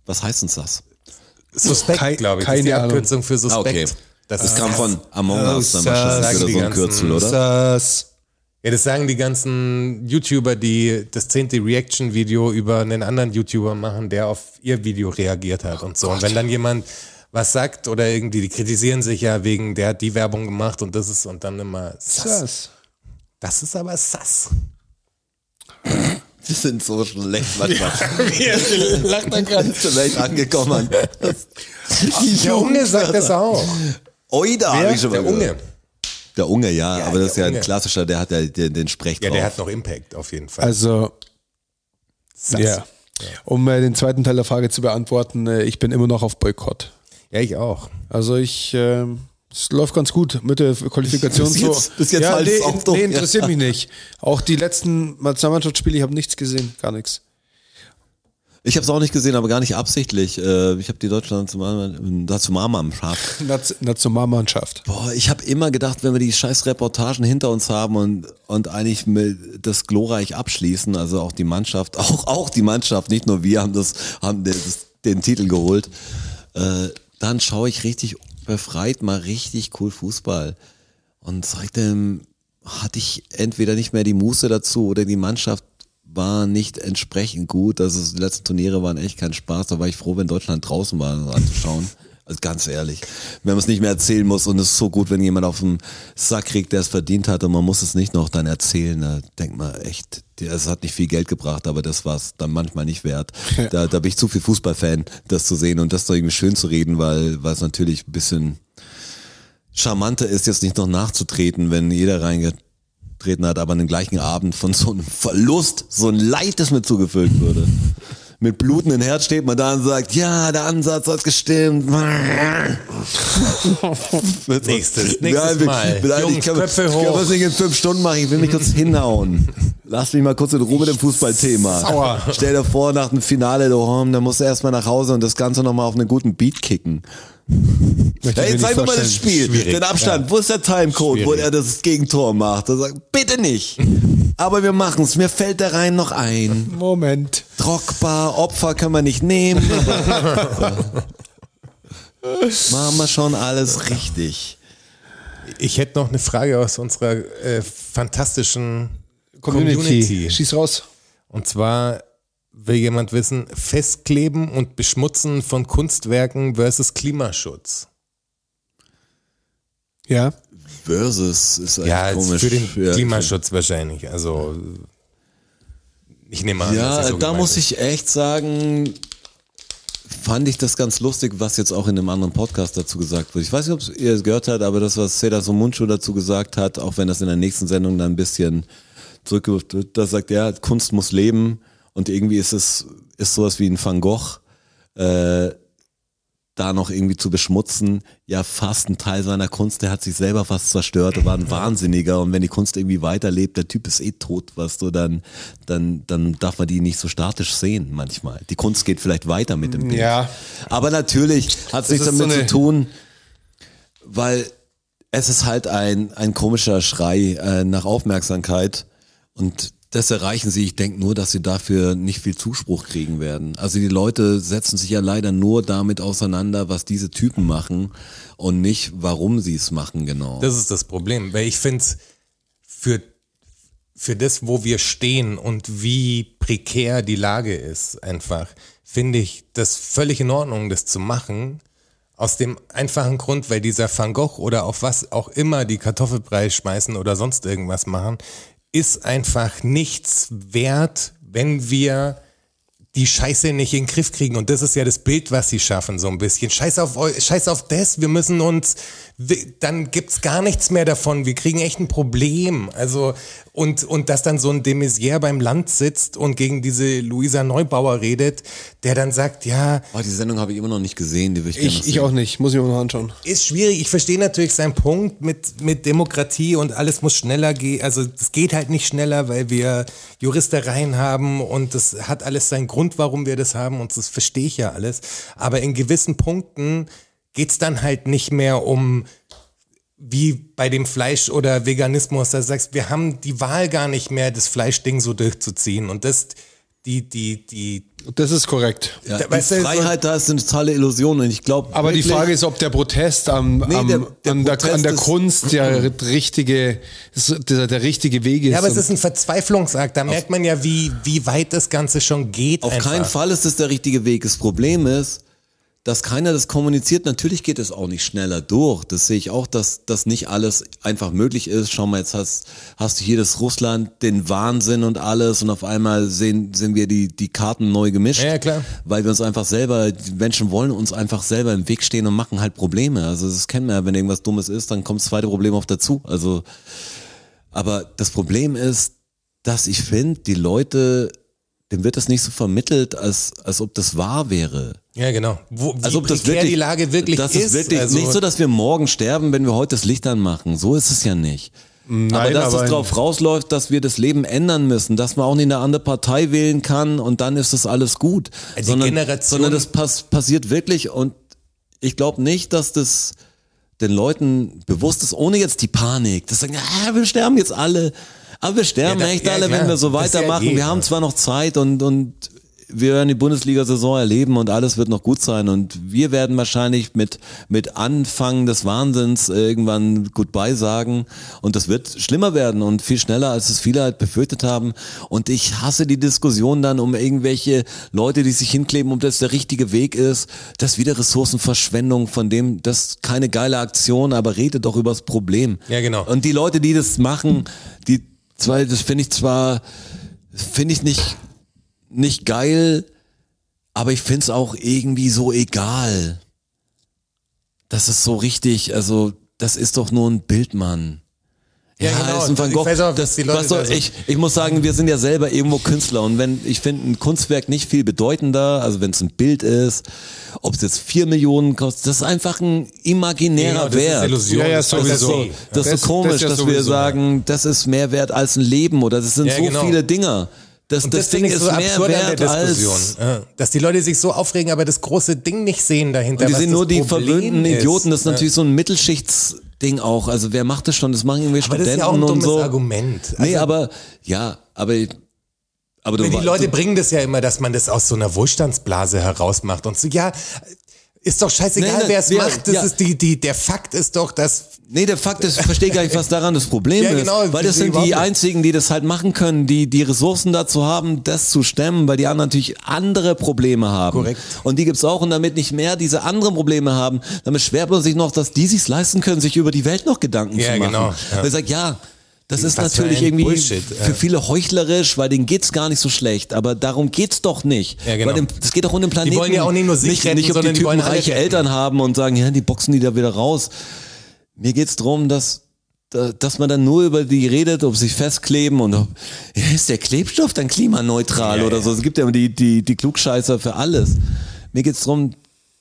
S3: Was heißt uns das?
S2: Kei-
S4: Suspekt, glaube ich. Das ist die
S2: keine Ahnung.
S4: Abkürzung für
S3: Ah,
S4: Suspekt.
S3: okay.
S4: Äh, Das,
S3: Das
S4: ist
S3: kam
S4: Sass.
S3: von Among
S2: Oh,
S3: Us, dann
S2: Sass.
S3: wahrscheinlich
S4: Sagen
S3: oder
S4: die
S3: so ein
S4: ganzen
S3: Kürzel,
S2: Ist
S3: oder?
S2: Das
S4: Ja, das sagen die ganzen YouTuber, die das zehnte Reaction-Video über einen anderen YouTuber machen, der auf ihr Video reagiert hat und so. Und wenn dann jemand was sagt oder irgendwie, die kritisieren sich ja wegen, der hat die Werbung gemacht und das ist und dann immer Sass.
S2: das.
S4: Das ist aber Sass.
S3: Die sind so schlecht manchmal.
S4: Lacht dann gerade.
S3: Zu leicht angekommen. an. Das- Die
S4: Der Unge sagt das auch.
S3: Oida, hab ich schon mal
S4: Der Unge.
S3: gehört. Der Unge, ja, aber das ist ja
S4: der
S3: ein
S4: Unge.
S3: klassischer, der hat ja den, den Sprech
S4: Ja, der
S3: drauf.
S4: hat noch Impact auf jeden Fall.
S2: Also,
S4: Sass.
S2: Äh, ja. Um äh, den zweiten Teil der Frage zu beantworten, äh, ich bin immer noch auf Boykott.
S4: ja, ich auch.
S2: Also ich, ähm, es läuft ganz gut mit der Qualifikation.
S3: Bis jetzt-
S2: so.
S3: bis jetzt
S2: ja,
S3: halt
S2: nee,
S3: ist auch
S2: in-
S3: doof,
S2: nee,
S3: ja.
S2: interessiert mich nicht. Auch die letzten Nationalmannschaftsspiele, ich habe nichts gesehen, gar nichts.
S3: Ich habe es auch nicht gesehen, aber gar nicht absichtlich. Äh, Ich habe die Deutschland zum dazu Mama am Schaf.
S2: Naz- Nationalmannschaft.
S3: Boah, ich habe immer gedacht, wenn wir die scheiß Reportagen hinter uns haben und, und eigentlich mit das glorreich abschließen, also auch die Mannschaft, auch, auch die Mannschaft, nicht nur wir haben das, haben den, das, den Titel geholt, äh, dann schaue ich richtig befreit mal richtig cool Fußball. Und seitdem hatte ich entweder nicht mehr die Muße dazu oder die Mannschaft war nicht entsprechend gut. Also die letzten Turniere waren echt kein Spaß. Da war ich froh, wenn Deutschland draußen war, um anzuschauen. Also ganz ehrlich. Wenn man es nicht mehr erzählen muss und es ist so gut, wenn jemand auf den Sack kriegt, der es verdient hat und man muss es nicht noch dann erzählen, da denkt man echt, der- es hat nicht viel Geld gebracht, aber das war es dann manchmal nicht wert. Da, da bin ich zu viel Fußballfan, das zu sehen und das doch irgendwie schön zu reden, weil weil es natürlich ein bisschen charmanter ist, jetzt nicht noch nachzutreten, wenn jeder reingetreten hat, aber an dem gleichen Abend von so einem Verlust, so ein Leid, das mir zugefügt würde. Mit blutendem Herz steht man da und sagt, ja, der Ansatz hat gestimmt.
S4: Nächstes, nächstes
S3: wir-
S4: Mal.
S3: wir-
S4: Jungs,
S3: ich kann,
S4: Köpfe
S3: Ich kann
S4: hoch.
S3: das nicht in fünf Stunden machen. Ich will mich kurz hinhauen. Lass mich mal kurz in Ruhe mit dem Fußballthema.
S2: Sauer.
S3: Stell dir vor, nach dem Finale, du, hm, dann musst du erstmal nach Hause und das Ganze nochmal auf einen guten Beat kicken.
S2: Möchte ich
S3: Hey, zeig
S2: mir nicht
S3: mir mal das
S2: vorstellen.
S3: Spiel,
S4: Schwierig,
S3: den Abstand. Wo ist der Timecode, wo
S4: Schwierig.
S3: er das Gegentor macht? Er sagt, bitte nicht. Aber wir machen es. Mir fällt der Rhein noch ein.
S2: Moment.
S3: Trockbar, Opfer können wir nicht nehmen. machen wir schon alles richtig.
S4: Ich hätte noch eine Frage aus unserer äh, fantastischen
S2: Community.
S4: Community.
S2: Schieß raus.
S4: Und zwar will jemand wissen, Festkleben und Beschmutzen von Kunstwerken versus Klimaschutz.
S2: Ja.
S3: Versus ist eigentlich
S4: Ja, jetzt
S3: Äh, komisch.
S4: für den
S3: Ja,
S4: Klimaschutz wahrscheinlich. Also ich nehme an, dass
S3: Ja,
S4: das so
S3: da
S4: gemeint
S3: muss
S4: ist.
S3: ich echt sagen, fand ich das ganz lustig, was jetzt auch in einem anderen Podcast dazu gesagt wurde. Ich weiß nicht, ob ihr es gehört habt, aber das, was Seda Somunchu dazu gesagt hat, auch wenn das in der nächsten Sendung dann ein bisschen zurückgerufen wird, da sagt er, Kunst muss leben und irgendwie ist es ist sowas wie ein Van Gogh äh, da noch irgendwie zu beschmutzen, ja fast ein Teil seiner Kunst, der hat sich selber fast zerstört, der war ein Wahnsinniger und wenn die Kunst irgendwie weiterlebt, der Typ ist eh tot, weißt du, dann, dann, dann darf man die nicht so statisch sehen manchmal. Die Kunst geht vielleicht weiter mit dem Bild.
S2: Ja.
S3: Aber natürlich hat es nichts
S2: ist so
S3: damit zu
S2: eine-
S3: tun, weil es ist halt ein, ein komischer Schrei äh, nach Aufmerksamkeit und das erreichen sie. Ich denke nur, dass sie dafür nicht viel Zuspruch kriegen werden. Also die Leute setzen sich ja leider nur damit auseinander, was diese Typen machen und nicht, warum sie es machen genau.
S4: Das ist das Problem, weil ich finde es für, für das, wo wir stehen und wie prekär die Lage ist, einfach, finde ich das völlig in Ordnung, das zu machen. Aus dem einfachen Grund, weil dieser Van Gogh oder auf was auch immer die Kartoffelpreis schmeißen oder sonst irgendwas machen, ist einfach nichts wert, wenn wir die Scheiße nicht in den Griff kriegen. Und das ist ja das Bild, was sie schaffen, so ein bisschen. Scheiß auf, eu- Scheiß auf das. Wir müssen uns, wi- dann gibt's gar nichts mehr davon. Wir kriegen echt ein Problem. Also, und, und dass dann so ein de Maizière beim Land sitzt und gegen diese Luisa Neubauer redet, der dann sagt, ja,
S3: Oh, die Sendung habe ich immer noch nicht gesehen, die würde ich gerne noch
S2: Ich, ich
S3: sehen.
S2: auch nicht, muss ich mir noch anschauen.
S4: ist schwierig. Ich verstehe natürlich seinen Punkt mit, mit Demokratie und alles muss schneller gehen. Also es geht halt nicht schneller, weil wir Juristereien haben und das hat alles seinen Grund, warum wir das haben und das verstehe ich ja alles. Aber in gewissen Punkten geht's dann halt nicht mehr um wie bei dem Fleisch oder Veganismus, da sagst, wir haben die Wahl gar nicht mehr, das Fleischding so durchzuziehen. Und das, die, die, die,
S2: Das ist korrekt.
S3: Ja,
S4: Da-
S3: die
S4: weißt du, so-
S3: Freiheit da ist eine totale Illusion und ich glaube.
S2: Aber die Frage ist, ob der Protest am, am,
S3: der- der
S2: an,
S3: Protest
S2: der, an der
S3: ist-
S2: Kunst der richtige, der, der richtige Weg ist.
S4: ja, aber es
S2: Und-
S4: ist ein Verzweiflungsakt. Da merkt man ja, wie, wie weit das Ganze schon geht.
S3: Auf
S4: einfach.
S3: keinen Fall ist das der richtige Weg. Das Problem ist, dass keiner das kommuniziert. Natürlich geht es auch nicht schneller durch. Das sehe ich auch, dass das nicht alles einfach möglich ist. Schau mal, jetzt hast, hast du hier das Russland, den Wahnsinn und alles und auf einmal sehen, sehen wir die, die Karten neu gemischt.
S4: Ja, klar.
S3: Weil wir uns einfach selber, die Menschen wollen uns einfach selber im Weg stehen und machen halt Probleme. Also das kennen wir ja, wenn irgendwas Dummes ist, dann kommt das zweite Problem auf dazu. Also, aber das Problem ist, dass ich finde, die Leute, dem wird das nicht so vermittelt, als, als ob das wahr wäre.
S4: Ja, genau. Wo, wie
S3: Als ob das
S4: prekär
S3: wirklich,
S4: die Lage wirklich
S3: das
S4: ist.
S3: ist wirklich
S4: also,
S3: nicht so, dass wir morgen sterben, wenn wir heute das Licht anmachen. So ist es ja nicht. aber
S2: Nein,
S3: dass
S2: aber
S3: es
S2: ein-
S3: drauf rausläuft, dass wir das Leben ändern müssen, dass man auch nicht eine andere Partei wählen kann und dann ist das alles gut.
S4: Die
S3: sondern,
S4: Generation-
S3: sondern das pass passiert wirklich und ich glaube nicht, dass das den Leuten bewusst ist, ohne jetzt die Panik, dass sie sagen, ah, wir sterben jetzt alle, aber wir sterben
S4: Ja, da-
S3: echt
S4: ja,
S3: alle,
S4: klar.
S3: wenn wir so
S4: Das ist ja
S3: weitermachen.
S4: eh,
S3: wir haben
S4: ja.
S3: zwar noch Zeit und, und wir werden die Bundesliga-Saison erleben und alles wird noch gut sein und wir werden wahrscheinlich mit, mit Anfang des Wahnsinns irgendwann Goodbye sagen und das wird schlimmer werden und viel schneller, als es viele halt befürchtet haben und ich hasse die Diskussion dann um irgendwelche Leute, die sich hinkleben, ob das der richtige Weg ist, das ist wieder Ressourcenverschwendung von dem, das ist keine geile Aktion, aber redet doch über das Problem.
S4: Ja, genau.
S3: Und die Leute, die das machen, die zwei, das finde ich zwar, finde ich nicht, nicht geil, aber ich finde es auch irgendwie so egal. Das ist so richtig, also das ist doch nur ein Bild, Mann.
S4: Ja, genau.
S3: das ist ein Van
S4: Ich
S3: Gogh.
S4: weiß auch, dass
S3: das,
S4: die Leute
S3: was soll,
S4: da so-
S3: ich, ich muss sagen, wir sind ja selber irgendwo Künstler und wenn ich finde ein Kunstwerk nicht viel bedeutender, also wenn es ein Bild ist, ob es jetzt vier Millionen kostet, das ist einfach ein
S4: genau,
S3: imaginärer
S4: das ist
S3: Wert.
S4: Illusion.
S2: Ja, ja,
S4: das heißt,
S2: sowieso.
S4: nee.
S3: Das ist
S2: Das-
S3: so komisch,
S2: das ja
S3: dass wir
S2: sowieso,
S3: sagen, das ist mehr wert als ein Leben oder das sind
S4: Ja,
S3: so
S4: genau.
S3: viele Dinger. Das,
S4: Und
S3: das, Ding
S4: finde ich
S3: ist
S4: so
S3: mehr
S4: absurd an
S3: wert
S4: der
S3: als.
S4: Diskussion. Ja. Dass die Leute sich so aufregen, aber das große Ding nicht sehen dahinter.
S3: Und die
S4: was
S3: sind
S4: das
S3: nur die
S4: Problem
S3: verwöhnten
S4: ist.
S3: Idioten. Das ist
S4: Ja.
S3: natürlich so ein Mittelschichtsding auch. Also wer macht das schon? Das machen irgendwelche
S4: Aber das ist
S3: Studenten
S4: ja auch ein
S3: und
S4: dummes
S3: so.
S4: Argument.
S3: nee, aber ja, aber aber du
S4: Weil
S3: wa-
S4: die Leute
S3: du,
S4: bringen das ja immer, dass man das aus so einer Wohlstandsblase heraus macht und so, ja, ist doch scheißegal,
S3: Nein, nein,
S4: wer es
S3: ja,
S4: macht. Das
S3: ja.
S4: ist die, die, der Fakt ist doch, dass
S3: Nee, der Fakt ist, ich verstehe gar nicht, was daran das Problem
S4: Ja, genau,
S3: ist. Weil das
S4: verstehe
S3: sind
S4: überhaupt
S3: die
S4: nicht.
S3: einzigen, die das halt machen können, die die Ressourcen dazu haben, das zu stemmen, weil die anderen natürlich andere Probleme haben.
S4: Korrekt.
S3: Und die gibt's auch und damit nicht mehr diese anderen Probleme haben, damit schwert man sich noch, dass die sich's leisten können, sich über die Welt noch Gedanken
S4: Ja,
S3: zu machen.
S4: genau, ja.
S3: Weil ich sag, ja, das ist
S4: Was für
S3: natürlich
S4: ein
S3: irgendwie
S4: Bullshit, ja.
S3: für viele heuchlerisch, weil denen geht's gar nicht so schlecht, aber darum geht's doch nicht.
S4: Ja, genau.
S3: Weil dem, das geht doch um den Planeten.
S4: wollen ja auch nicht nur sich
S3: nicht,
S4: retten,
S3: nicht, ob
S4: sondern die
S3: die Typen
S4: wollen alle
S3: reiche
S4: retten.
S3: Eltern haben und sagen, ja, die boxen die da wieder raus. Mir geht's drum, dass da- dass man dann nur über die redet, ob sie sich festkleben und ob, ja, ist der Klebstoff dann klimaneutral
S4: Ja,
S3: oder
S4: ja.
S3: so. Es gibt ja immer die, die, die Klugscheißer für alles. Mir geht's drum,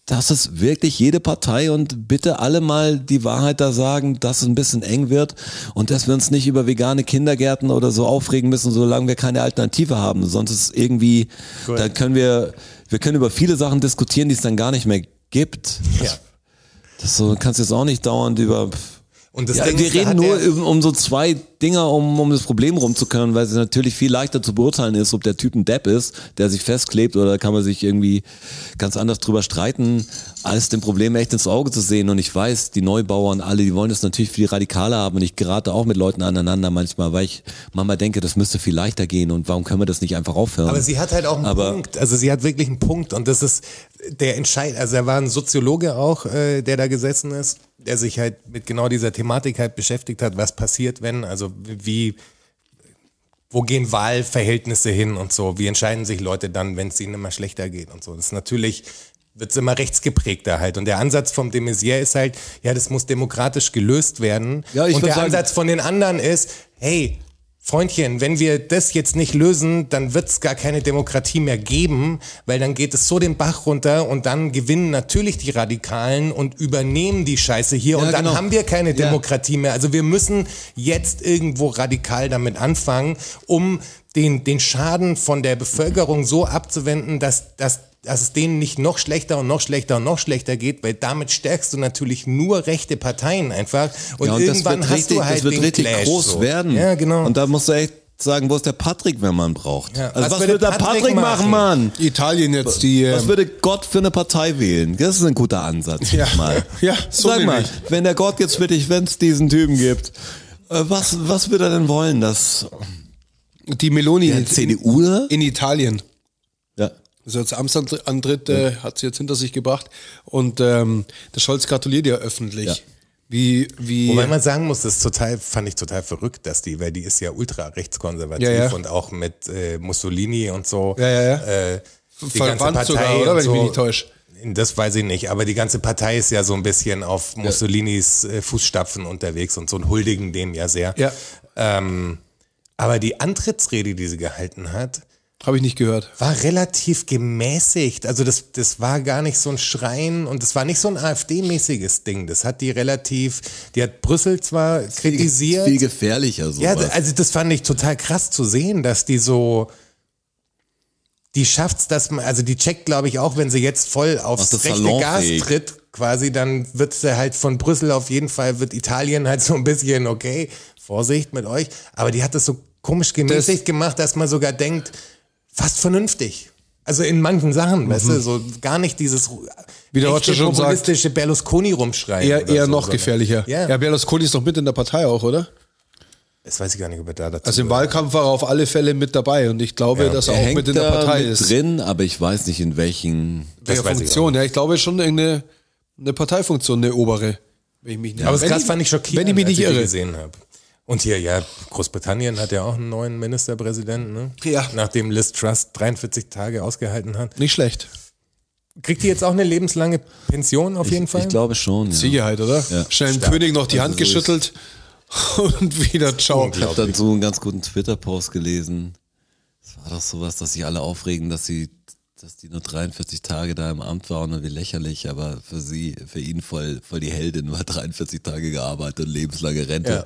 S3: dass es wirklich jede Partei und bitte alle mal die Wahrheit da sagen, dass es ein bisschen eng wird und dass wir uns nicht über vegane Kindergärten oder so aufregen müssen, solange wir keine Alternative haben. Sonst ist es irgendwie, da können wir, wir können über viele Sachen diskutieren, die es dann gar nicht mehr gibt.
S4: Ja.
S3: Das so kannst du jetzt auch nicht dauernd über
S4: Und das
S3: ja,
S4: Ding
S3: wir
S4: ist, da
S3: reden
S4: hat
S3: nur
S4: der-
S3: um, um so zwei Dinger, um, um das Problem rumzukönnen, weil es natürlich viel leichter zu beurteilen ist, ob der Typ ein Depp ist, der sich festklebt oder kann man sich irgendwie ganz anders drüber streiten, als dem Problem echt ins Auge zu sehen. Und ich weiß, die Neubauern alle, die wollen das natürlich viel radikaler haben und ich gerate auch mit Leuten aneinander manchmal, weil ich manchmal denke, das müsste viel leichter gehen und warum können wir das nicht einfach aufhören?
S4: Aber sie hat halt auch einen
S3: Aber-
S4: Punkt. Also sie hat wirklich einen Punkt. Und das ist der Entscheid. Also da war ein Soziologe auch, äh, der da gesessen ist, der sich halt mit genau dieser Thematik halt beschäftigt hat, was passiert, wenn, also wie, wo gehen Wahlverhältnisse hin und so, wie entscheiden sich Leute dann, wenn es ihnen immer schlechter geht und so. Das ist natürlich wird's immer rechtsgeprägter halt. Und der Ansatz vom de Maizière ist halt, ja, das muss demokratisch gelöst werden.
S3: Ja, ich
S4: Und
S3: würd
S4: der
S3: sagen-
S4: Ansatz von den anderen ist, hey, Freundchen, wenn wir das jetzt nicht lösen, dann wird's gar keine Demokratie mehr geben, weil dann geht es so den Bach runter und dann gewinnen natürlich die Radikalen und übernehmen die Scheiße hier und dann
S3: genau.
S4: haben wir keine
S3: Ja.
S4: Demokratie mehr. Also wir müssen jetzt irgendwo radikal damit anfangen, um den, den Schaden von der Bevölkerung so abzuwenden, dass, dass, dass es denen nicht noch schlechter und noch schlechter und noch schlechter geht, weil damit stärkst du natürlich nur rechte Parteien einfach. Und,
S3: ja, und
S4: irgendwann
S3: das wird
S4: hast
S3: richtig,
S4: du halt
S3: das wird
S4: den
S3: richtig
S4: Clash,
S3: groß
S4: so.
S3: werden.
S4: Ja, genau.
S3: Und da musst du echt sagen, wo ist der Patrick, wenn man braucht?
S4: Ja,
S3: Also was, würde der Patrick, machen, Mann?
S2: Italien jetzt die.
S3: Was
S2: Ähm,
S3: würde Gott für eine Partei wählen? Das ist ein guter Ansatz.
S2: Ja.
S3: jetzt Mal.
S2: Ja, so
S3: Sag mal,
S2: nämlich.
S3: wenn der Gott jetzt wirklich, wenn es diesen Typen gibt, äh, was, was würde er denn wollen? Das
S2: die Meloni in,
S3: CDU?
S2: in Italien.
S3: Ja.
S2: Also als Amtsantritt äh, hat sie jetzt hinter sich gebracht. Und ähm, der Scholz gratuliert ihr öffentlich.
S3: Ja.
S2: Wie, wie.
S4: Wobei man sagen muss, das ist total, fand ich total verrückt, dass die, weil die ist ja ultra rechtskonservativ
S2: Ja, ja.
S4: und auch mit äh, Mussolini und so.
S2: Ja, ja, ja.
S4: Äh, die ganze
S2: verwandt
S4: Partei
S2: sogar, oder?
S4: und
S2: Wenn
S4: so,
S2: ich mich nicht täusche.
S4: Das weiß ich nicht, aber die ganze Partei ist ja so ein bisschen auf Mussolinis äh, Fußstapfen unterwegs und so und huldigen dem ja sehr.
S2: Ja,
S4: Ähm, aber die Antrittsrede, die sie gehalten hat,
S2: habe ich nicht gehört.
S4: war relativ gemäßigt. Also das, das war gar nicht so ein Schreien und das war nicht so ein AfD-mäßiges Ding. Das hat die relativ, die hat Brüssel zwar kritisiert.
S3: Viel gefährlicher
S4: ja,
S3: sowas.
S4: also das fand ich total krass zu sehen, dass die so, die schafft's, dass man, also die checkt, glaube ich, auch, wenn sie jetzt voll
S3: Macht
S4: aufs
S3: das
S4: rechte Gas
S3: salonfähig.
S4: tritt, quasi, dann wird sie halt von Brüssel auf jeden Fall, wird Italien halt so ein bisschen, okay, Vorsicht mit euch. Aber die hat das so komisch gemäßigt gemacht, dass man sogar denkt, fast vernünftig. Also in manchen Sachen, weißt du, so gar nicht dieses
S2: Mhm. Wie der Roger
S4: echte
S2: schon sagt.
S4: populistische Berlusconi rumschreien.
S2: Eher,
S4: oder
S2: eher
S4: so,
S2: noch
S4: sondern-
S2: gefährlicher.
S4: Ja.
S2: ja, Berlusconi ist doch mit in der Partei auch, oder?
S4: Das weiß ich gar nicht, ob er da dazu
S2: Also im
S4: gehört.
S2: Wahlkampf war er auf alle Fälle mit dabei und ich glaube, dass er
S3: er
S2: auch
S3: hängt
S2: mit in der
S3: da
S2: Partei
S3: mit
S2: ist.
S3: drin, aber ich weiß nicht in welchen.
S4: Das weiß ich auch
S2: Funktion, ja, ich glaube schon irgendeine eine Parteifunktion, eine obere. Wenn ich mich nicht
S4: Aber das
S2: wenn
S4: krass
S2: ich-
S4: fand ich schockierend,
S2: Wenn ich mich
S4: als
S2: nicht
S4: die
S2: irre.
S4: gesehen habe. Und hier, ja, Großbritannien hat ja auch einen neuen Ministerpräsidenten, ne?
S2: Ja.
S4: Nachdem Liz Truss 43 Tage ausgehalten hat.
S2: Nicht schlecht.
S4: Kriegt die jetzt auch eine lebenslange Pension auf jeden Fall?
S3: Ich glaube schon. Ja.
S2: Sicherheit, oder? Schnell dem König noch die Hand geschüttelt und wieder ciao.
S3: Ich habe dazu einen ganz guten Twitter-Post gelesen. Es war doch sowas, dass sich alle aufregen, dass sie, dass die nur 43 Tage da im Amt waren und wie lächerlich, aber für sie, für ihn voll, voll die Heldin, weil 43 Tage gearbeitet und lebenslange Rente.
S4: Ja.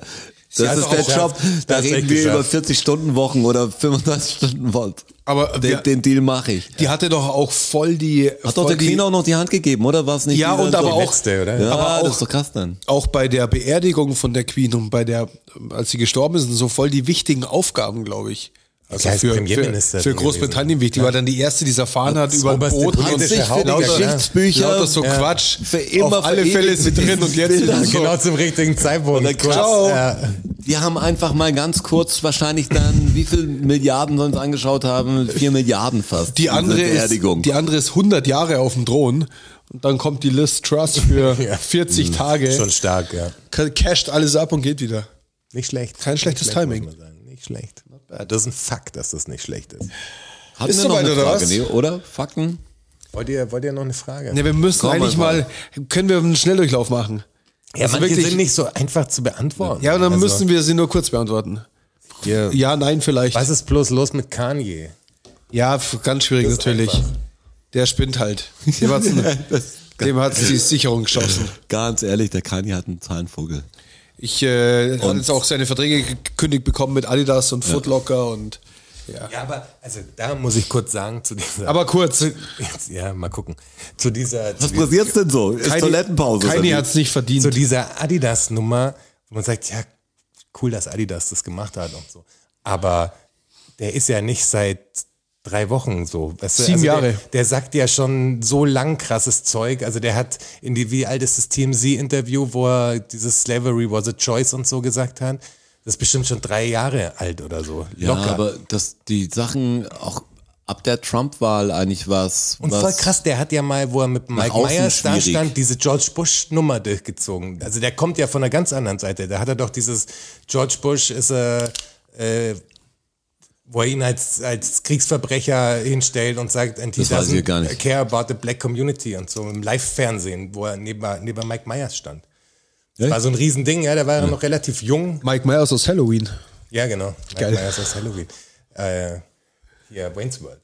S4: Sie
S3: Das
S4: hat's
S3: ist
S4: auch
S3: der Job.
S4: geschafft.
S3: Da
S4: Hat's echt
S3: reden wir
S4: geschafft.
S3: über 40 Stunden Wochen oder 35 Stunden Wochen.
S2: Aber
S3: den,
S2: wir-
S3: den Deal mache ich.
S2: Die hatte doch auch voll die.
S3: Hat doch der
S2: die,
S3: Clean auch noch die Hand gegeben, oder? War es nicht?
S2: Ja,
S3: dieser-
S2: und aber
S3: so-
S2: auch-
S4: Letzte, oder?
S3: Ja,
S2: aber auch-
S3: das ist doch krass dann.
S2: auch bei der Beerdigung von der Queen und bei der, als sie gestorben ist, und so voll die wichtigen Aufgaben, glaube ich. Also
S4: Ja, als
S2: für, für,
S4: Premierministerin
S2: für Großbritannien wichtig. Die war dann die erste, die es erfahren hat
S4: Das
S2: über
S4: oberste
S2: Boot und
S4: politische
S2: sich
S4: Haupt-
S2: lauter
S3: Geschichtsbücher.
S2: Lauter so
S3: Ja.
S2: Quatsch.
S3: Für immer,
S2: Auf alle
S3: für
S2: Fälle
S3: ewig
S2: ist sie
S3: mit
S2: drin und jetzt
S3: diesen
S2: wieder
S3: Bildern.
S2: so.
S4: Genau zum richtigen Zeitpunkt.
S3: dann
S4: Kurz,
S3: ciao.
S4: ja.
S3: Wir haben einfach mal ganz kurz wahrscheinlich dann, wie viel Milliarden wir uns angeschaut haben? Vier Milliarden fast.
S2: Die andere,
S3: Diese
S2: ist,
S3: Beerdigung.
S2: die andere ist 100 Jahre auf dem Thron und dann kommt die Liz Truss für
S4: Ja. Mhm.
S2: 40 Tage,
S4: Schon stark, ja.
S2: ca- casht alles ab und geht wieder.
S4: Nicht schlecht.
S2: Kein
S4: Nicht
S2: schlechtes
S4: schlecht, muss
S2: Timing.
S4: man sagen. Nicht schlecht. Das ist ein Fakt, dass das nicht schlecht ist.
S3: Hatten
S2: Ist
S3: wir noch
S2: soweit,
S3: eine
S2: oder
S3: Frage,
S2: was?
S3: Nee, oder? Fakten?
S4: Wollt ihr, wollt ihr noch eine Frage?
S2: Ne, wir müssen
S3: Komm
S2: eigentlich mal,
S3: mal.
S2: können wir einen Schnelldurchlauf machen?
S4: ja, manche
S2: also wirklich-
S4: sind nicht so einfach zu beantworten.
S2: Ja, und dann
S4: Also,
S2: müssen wir sie nur kurz beantworten.
S4: hier,
S2: Ja, nein, vielleicht.
S4: Was ist bloß los mit Kanye?
S2: Ja, f- ganz schwierig
S4: Das ist
S2: natürlich.
S4: einfach.
S2: Der spinnt halt. Dem hat's dem hat's die Sicherung geschossen.
S3: Ganz ehrlich, der Kanye hat einen Zahlenvogel.
S2: Ich äh, habe jetzt auch seine Verträge gekündigt bekommen mit Adidas und Footlocker und
S4: Ja, aber also da muss ich kurz sagen zu dieser.
S2: aber kurz,
S4: jetzt, ja, mal gucken. Zu dieser, zu
S3: Was
S4: dieser,
S3: passiert's denn so? Ist Toilettenpause? oder
S2: Keini
S3: wie?
S2: hat's nicht verdient.
S4: zu dieser Adidas-Nummer, wo man sagt, ja, cool, dass Adidas das gemacht hat und so. Aber der ist ja nicht seit drei Wochen so. Weißt du?
S2: Sieben
S4: also
S2: Jahre.
S4: Der, der sagt ja schon so lang krasses Zeug. Also der hat in die Wie alt ist das TMZ-Interview, wo er dieses Slavery was a choice und so gesagt hat. Das ist bestimmt schon drei Jahre alt oder so.
S3: ja, aber dass die Sachen auch ab der Trump-Wahl eigentlich was.
S4: Und
S3: was
S4: voll krass, der hat ja mal, wo er mit Mike
S3: außen
S4: Myers da
S3: schwierig.
S4: stand, diese George Bush-Nummer durchgezogen. Also der kommt ja von einer ganz anderen Seite. Da hat er doch dieses George Bush ist äh, äh, wo er ihn als, als Kriegsverbrecher hinstellt und sagt, and he
S3: Das weiß ich gar
S4: doesn't
S3: nicht.
S4: care about the black community und so im Live-Fernsehen, wo er neben, neben Mike Myers stand. Das
S3: Echt?
S4: war so ein Riesending, ja, der war ja noch relativ jung.
S2: Mike Myers aus Halloween.
S4: Ja, genau.
S2: Geil.
S4: Mike Myers aus Halloween. Äh, hier, Wayne's World.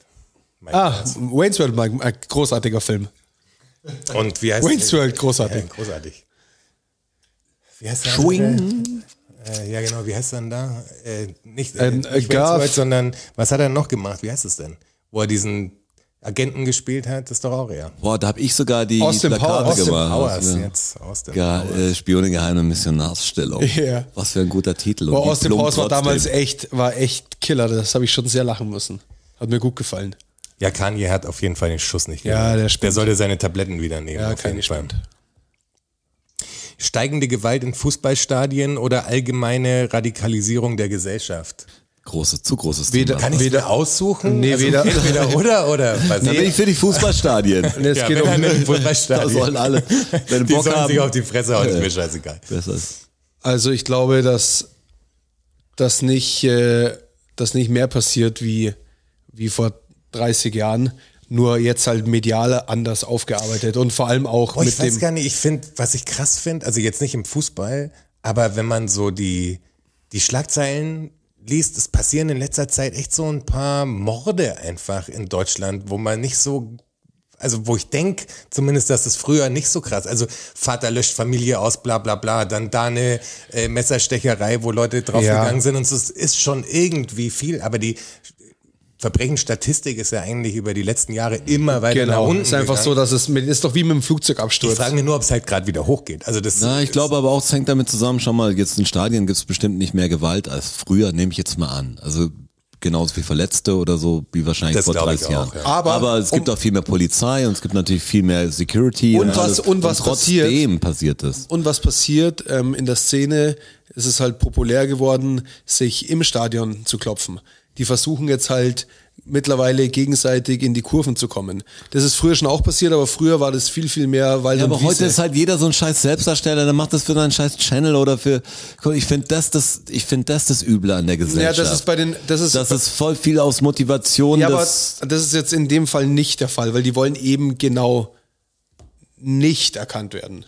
S4: Mike
S2: Ah, Wayne's World, Mike, äh, großartiger Film.
S4: Myers. Und wie heißt
S2: Wayne's World, halt großartig.
S4: Ja, großartig. Wie heißt der?
S3: Schwing.
S4: andere? Äh, ja, genau, wie heißt er denn da? Äh, nicht äh,
S2: Ähm,
S4: nicht
S2: äh,
S4: Wayne's
S2: Garth.
S4: World, sondern was hat er noch gemacht? Wie heißt es denn? Wo er diesen Agenten gespielt hat, das ist doch auch er.
S3: Boah, da habe ich sogar die
S2: Austin
S3: Plakate
S2: Powers. Austin
S3: gemacht.
S4: Powers
S3: Ja.
S4: jetzt. Aus dem
S3: Ja, äh, Spione geheime Missionarsstellung.
S2: Ja.
S3: Was für ein guter Titel. Und
S2: Boah,
S3: die
S2: Austin
S3: plump
S2: Powers war
S3: trotzdem.
S2: damals echt, war echt Killer. Das habe ich schon sehr lachen müssen. Hat mir gut gefallen.
S4: ja, Kanye hat auf jeden Fall den Schuss nicht
S2: Ja, der spinnt.
S4: Der sollte seine Tabletten wieder nehmen. auf jeden Fall. Steigende Gewalt in Fußballstadien oder allgemeine Radikalisierung der Gesellschaft?
S3: Großes, zu großes
S2: Weder-
S3: Thema.
S4: Kann ich weder aussuchen? Also
S2: Nee, weder-
S4: Entweder oder oder? Was
S3: Da bin ich für die Fußballstadien.
S2: Es
S4: ja,
S2: geht
S4: wenn halt
S2: um,
S4: dann in
S3: da sollen
S4: Fußballstadien.
S3: alle, wenn
S4: Die
S3: Bock
S4: sollen
S3: haben,
S4: sich auf die Fresse hauen, ist mir scheißegal.
S3: besser ist.
S2: also ich glaube, dass dass nicht, äh, dass nicht mehr passiert wie, wie vor 30 Jahren, nur jetzt halt medial anders aufgearbeitet und vor allem auch
S4: Boah, Oh, ich
S2: mit
S4: weiß
S2: dem.
S4: gar nicht, ich finde, was ich krass finde, also jetzt nicht im Fußball, aber wenn man so die, die Schlagzeilen liest, es passieren in letzter Zeit echt so ein paar Morde einfach in Deutschland, wo man nicht so, also wo ich denk, zumindest, dass es früher nicht so krass, also Vater löscht Familie aus, bla bla bla, dann da eine äh, Messerstecherei, wo Leute draufgegangen sind und es ist schon irgendwie viel, aber die Verbrechensstatistik ist ja eigentlich über die letzten Jahre immer weiter nach
S2: Genau,
S4: unten
S2: ist einfach
S4: gegangen.
S2: so, dass es mit, ist doch wie mit dem Flugzeugabsturz.
S4: Ich frage mich nur, ob es halt gerade wieder hochgeht. Also das
S3: Na, ich glaube aber auch, es hängt damit zusammen, schau mal, jetzt in Stadien gibt es bestimmt nicht mehr Gewalt als früher, nehme ich jetzt mal an. Also genauso wie Verletzte oder so, wie wahrscheinlich
S4: Das
S3: vor
S4: glaube ich
S3: 30 Jahren.
S4: auch, ja.
S2: Aber-
S3: es gibt auch viel mehr Polizei und es gibt natürlich viel mehr Security.
S2: Und was-
S3: alles.
S2: und was
S3: trotzdem passiert es.
S2: Und was passiert ähm, in der Szene? Ist es halt populär geworden, sich im Stadion zu klopfen. Die versuchen jetzt halt mittlerweile gegenseitig in die Kurven zu kommen. Das ist früher schon auch passiert, aber früher war das viel, viel mehr, weil
S3: Ja, aber
S2: Wiese.
S3: heute ist halt jeder so ein scheiß Selbstdarsteller, der macht das für seinen scheiß Channel oder für. Guck, Ich finde das, das, ich finde das das Üble an der
S2: ja,
S3: Gesellschaft.
S2: das ist bei den, das ist,
S3: das ist voll viel aus Motivation.
S2: ja, aber
S3: das,
S2: das ist jetzt in dem Fall nicht der Fall, weil die wollen eben genau nicht erkannt werden.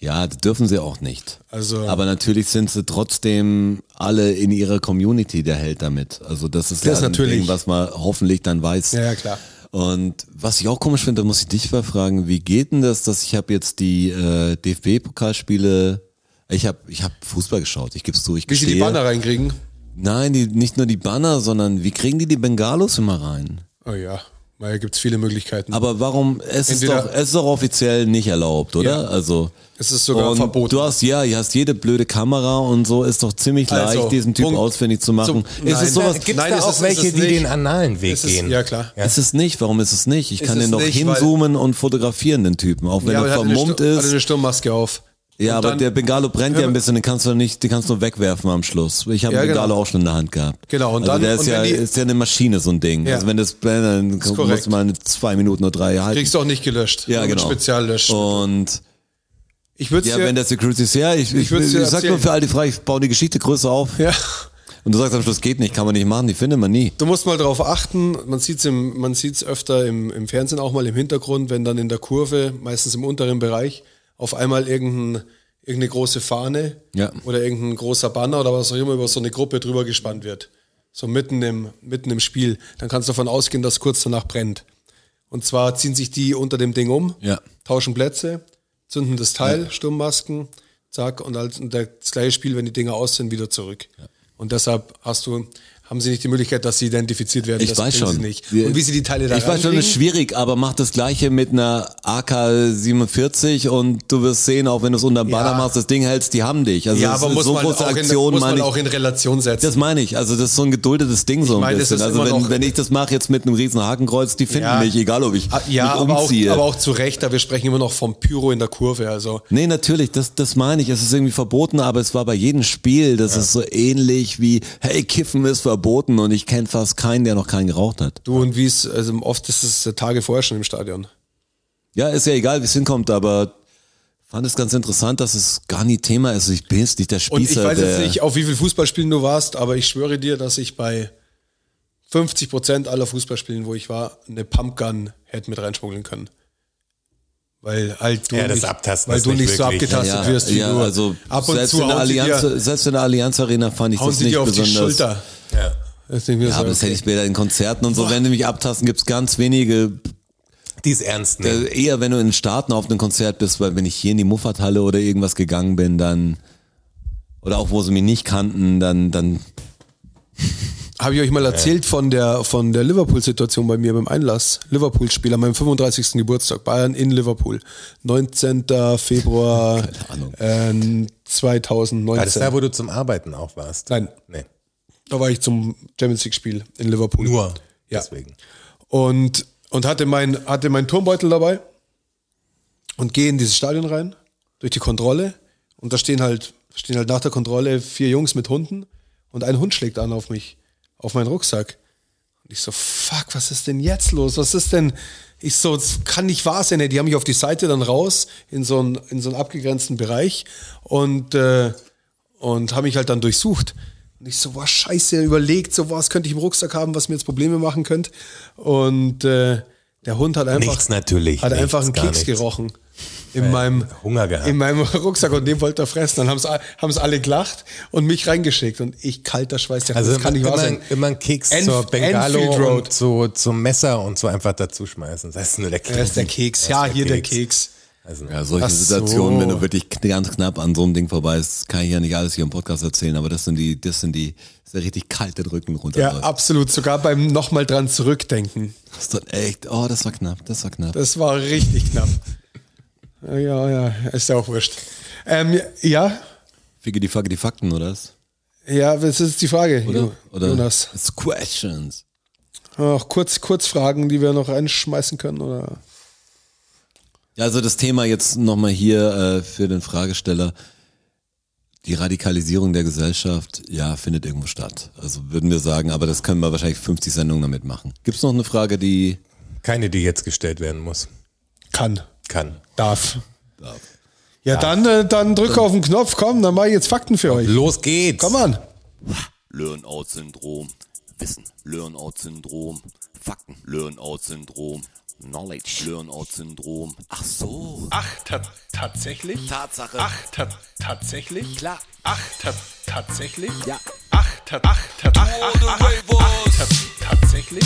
S3: Ja, das dürfen sie auch nicht.
S2: Also-
S3: Aber natürlich sind sie trotzdem alle in ihrer Community der Held damit. Also das ist
S2: Das
S3: ja ein
S2: natürlich.
S3: Ding, was man hoffentlich dann weiß.
S2: Ja, ja, klar.
S3: Und was ich auch komisch finde, da muss ich dich mal fragen, wie geht denn das, dass ich habe jetzt die äh, DFB-Pokalspiele, ich habe ich hab Fußball geschaut, ich gebe es zu, ich
S2: Wie sie die
S3: gestehe.
S2: Banner reinkriegen.
S3: Nein, die, nicht nur die Banner, sondern wie kriegen die die Bengalos immer rein?
S2: Oh ja, da gibt es viele Möglichkeiten.
S3: Aber warum, es ist,
S2: Entweder-
S3: doch, es ist doch offiziell nicht erlaubt, oder?
S2: Ja.
S3: Also
S2: Es ist sogar
S3: und
S2: verboten.
S3: Du hast, ja, du hast jede blöde Kamera und so, ist doch ziemlich
S2: Also,
S3: leicht, diesen Typ
S2: Punkt.
S3: ausfindig zu machen.
S2: Zum-
S3: ist
S2: Nein.
S3: es sowas,
S4: Gibt
S2: Nein,
S4: da
S2: es
S4: auch
S2: ist- es
S4: welche,
S2: ist
S4: die
S2: nicht.
S4: den analen Weg
S2: es ist,
S4: gehen?
S2: ja klar.
S3: ist es nicht, warum ist es nicht? Ich kann
S2: es
S3: den noch
S2: nicht,
S3: hinzoomen und fotografieren, den Typen, auch wenn
S2: ja, aber
S3: er
S2: er hatte
S3: vermummt
S2: eine, Stur- Hatte
S3: ist.
S2: eine Sturmmaske auf.
S3: Ja,
S2: Und
S3: aber
S2: dann-
S3: der Bengalo brennt ja
S2: Ja,
S3: ein bisschen, den kannst du nicht, den kannst du wegwerfen am Schluss. Ich habe
S2: Ja,
S3: den Bengalo
S2: genau.
S3: auch schon in der Hand gehabt.
S2: Genau, und
S3: also
S2: dann-
S3: der ist
S2: und
S3: ja,
S2: wenn die-
S3: ist ja eine Maschine, so ein Ding.
S2: Ja.
S3: Also wenn das brennt, dann musst
S2: korrekt.
S3: du mal eine zwei Minuten oder drei halten.
S2: Kriegst du auch nicht gelöscht.
S3: ja,
S2: Nur mit
S3: genau.
S2: Speziallöschen.
S3: Und
S2: Ich würde
S3: Ja,
S2: dir,
S3: wenn der Security ist, ja, ich, ich,
S2: würd's
S3: ich,
S2: dir
S3: sag
S2: erzählen.
S3: nur für all die Frage, ich baue die Geschichte größer auf.
S2: ja,
S3: Und du sagst am Schluss, geht nicht, kann man nicht machen, die findet man nie.
S2: du musst mal drauf achten. Man sieht's im, man sieht's öfter im, im Fernsehen auch mal im Hintergrund, wenn dann in der Kurve, meistens im unteren Bereich, auf einmal irgendein, irgendeine große Fahne
S3: Ja.
S2: oder irgendein großer Banner oder was auch immer über so eine Gruppe drüber gespannt wird. So mitten im, mitten im Spiel. Dann kannst du davon ausgehen, dass kurz danach brennt. Und zwar ziehen sich die unter dem Ding um,
S3: Ja.
S2: tauschen Plätze, zünden das Teil, Sturmmasken, zack, und, als, und das gleiche Spiel, wenn die Dinger aus sind, wieder zurück. Und deshalb hast du, haben sie nicht die Möglichkeit, dass sie identifiziert werden.
S3: Ich
S2: das
S3: weiß
S2: können
S3: schon.
S2: Sie nicht. Und wie sie die Teile da
S3: Ich weiß schon,
S2: reinkriegen,
S3: ist schwierig, aber mach das gleiche mit einer AK-47 und du wirst sehen, auch wenn du es unterm Banner machst, das Ding hältst, die haben dich. Also
S2: Ja,
S3: das
S2: aber
S3: ist
S2: muss,
S3: so
S2: man,
S3: große
S2: auch in,
S3: Aktion,
S2: muss man
S3: meine
S2: auch
S3: ich.
S2: in Relation setzen.
S3: Das meine ich. Also das ist so ein geduldetes Ding so ein
S2: meine, das
S3: bisschen.
S2: ist
S3: Also
S2: immer noch-
S3: wenn, wenn ich das mache jetzt mit einem riesen Hakenkreuz, die finden
S2: Ja.
S3: mich, egal ob ich
S2: Ah, ja,
S3: mich
S2: aber auch,
S3: umziehe.
S2: aber auch zu Recht, da wir sprechen immer noch vom Pyro in der Kurve. Also
S3: Nee, natürlich, das, das meine ich. Es ist irgendwie verboten, aber es war bei jedem Spiel, das ist so ähnlich wie, hey, Kiffen ist verboten und ich kenne fast keinen, der noch keinen geraucht hat.
S2: du und wie es, also oft ist es äh, Tage vorher schon im Stadion.
S3: Ja, ist ja egal, wie es hinkommt, aber fand es ganz interessant, dass es gar nie Thema ist. Ich bin jetzt nicht der Spießer.
S2: Und ich weiß
S3: der,
S2: jetzt nicht, auf wie viel Fußballspielen du warst, aber ich schwöre dir, dass ich bei 50 Prozent aller Fußballspielen, wo ich war, eine Pumpgun hätten mit reinschmuggeln können. Weil halt du
S4: Ja, das
S2: nicht,
S4: Abtasten
S2: weil
S4: ist
S2: du
S4: nicht
S2: nicht so
S4: wirklich.
S2: abgetastet
S3: ja,
S2: wirst wie
S3: ja,
S2: du.
S3: also
S2: ab und
S3: selbst,
S2: zu
S3: in der
S2: hauen sie
S3: Allianz,
S2: dir,
S3: selbst in der Allianz Arena fand ich
S2: hauen
S3: das
S2: sie
S3: nicht
S2: dir auf die
S3: besonders.
S2: Schulter.
S4: Ja.
S2: Das denken wir
S3: Ja,
S2: so,
S3: aber das hätte
S2: okay.
S3: ich später in Konzerten und so, wenn die mich abtasten, gibt's ganz wenige,
S4: Die ist ernst nehmen.
S3: äh, eher wenn du in den Staaten auf einem Konzert bist, weil wenn ich hier in die Muffathalle oder irgendwas gegangen bin, dann, oder auch wo sie mich nicht kannten, dann, dann,
S2: Habe ich euch mal erzählt von der, von der Liverpool-Situation bei mir beim Einlass? Liverpool-Spiel an meinem 35. Geburtstag. Bayern in Liverpool. 19. Februar
S3: Ahnung.
S2: ähm,
S4: War das
S2: 2019.
S4: da, wo du zum Arbeiten auch warst?
S2: Nein.
S4: Nee.
S2: da war ich zum Champions League-Spiel in Liverpool.
S4: Nur.
S2: Ja.
S4: Deswegen.
S2: Und, und hatte, mein, hatte meinen Turmbeutel dabei und gehe in dieses Stadion rein, durch die Kontrolle. Und da stehen halt, stehen halt nach der Kontrolle vier Jungs mit Hunden und ein Hund schlägt an auf mich, auf meinen Rucksack. Und ich so, fuck, was ist denn jetzt los? Was ist denn? Ich so, das kann nicht wahr sein. ey. Die haben mich auf die Seite dann raus in so einen, in so einen abgegrenzten Bereich und, äh, und haben mich halt dann durchsucht. Und ich so, boah, scheiße, überlegt, so was könnte ich im Rucksack haben, was mir jetzt Probleme machen könnte. Und äh, der Hund hat einfach,
S4: Nichts natürlich,
S2: hat
S4: nichts,
S2: einfach einen
S4: gar
S2: Keks
S4: nichts.
S2: gerochen. In meinem,
S4: Hunger gehabt.
S2: in meinem Rucksack und den wollte er fressen. Dann haben es alle gelacht und mich reingeschickt. Und ich kalter Schweiß, der
S4: Also
S2: das kann nicht
S4: immer,
S2: wahr sein.
S4: immer einen Keks
S2: Enf-
S4: zur Bengalo
S2: Enfield Road.
S4: und so, zum Messer und so einfach dazu schmeißen. Das ist nur der Keks.
S2: Da ist der Keks. Ja, hier der Keks.
S4: Also,
S3: ja, solche
S2: Ach so.
S3: Situationen, wenn du wirklich kn- ganz knapp an so einem Ding vorbei ist, kann ich ja nicht alles hier im Podcast erzählen, aber das sind die, das sind die, das ist ja richtig kalt der Rücken runter.
S2: Ja, absolut. Sogar beim nochmal dran zurückdenken.
S3: das ist dann echt, oh, das war knapp, das war knapp.
S2: Das war richtig knapp. Ja, ja, ist ja auch wurscht. Ähm, ja,
S3: Figge die Facke die Fakten, oder? was?
S2: ja, das ist die Frage, Jo-
S3: Oder? Oder?
S2: Jonas.
S3: It's questions.
S2: Noch kurz, kurz Fragen, die wir noch reinschmeißen können, oder?
S3: Ja, also das Thema jetzt nochmal hier äh, für den Fragesteller. Die Radikalisierung der Gesellschaft, ja, findet irgendwo statt. Also würden wir sagen, aber das können wir wahrscheinlich 50 Sendungen damit machen. Gibt's noch eine Frage, die...
S4: keine, die jetzt gestellt werden muss.
S2: Kann.
S4: Kann.
S2: Darf. Ja, dann, äh, dann drück auf den Knopf, komm, dann mach ich jetzt Fakten für euch.
S4: Los geht's.
S2: Komm an.
S5: Learn-out-Syndrom. Wissen. Learn-out-Syndrom. Fakten. Learn-out-Syndrom. Knowledge. Learn-out-Syndrom. Ach so.
S6: Ach, ta tatsächlich?
S5: Tatsache.
S6: Ach, ta tatsächlich?
S5: Klar.
S6: Ach, ta tatsächlich?
S5: Ja.
S6: Ach, ta ach, ta ach, ach, ach, ach, ta tatsächlich?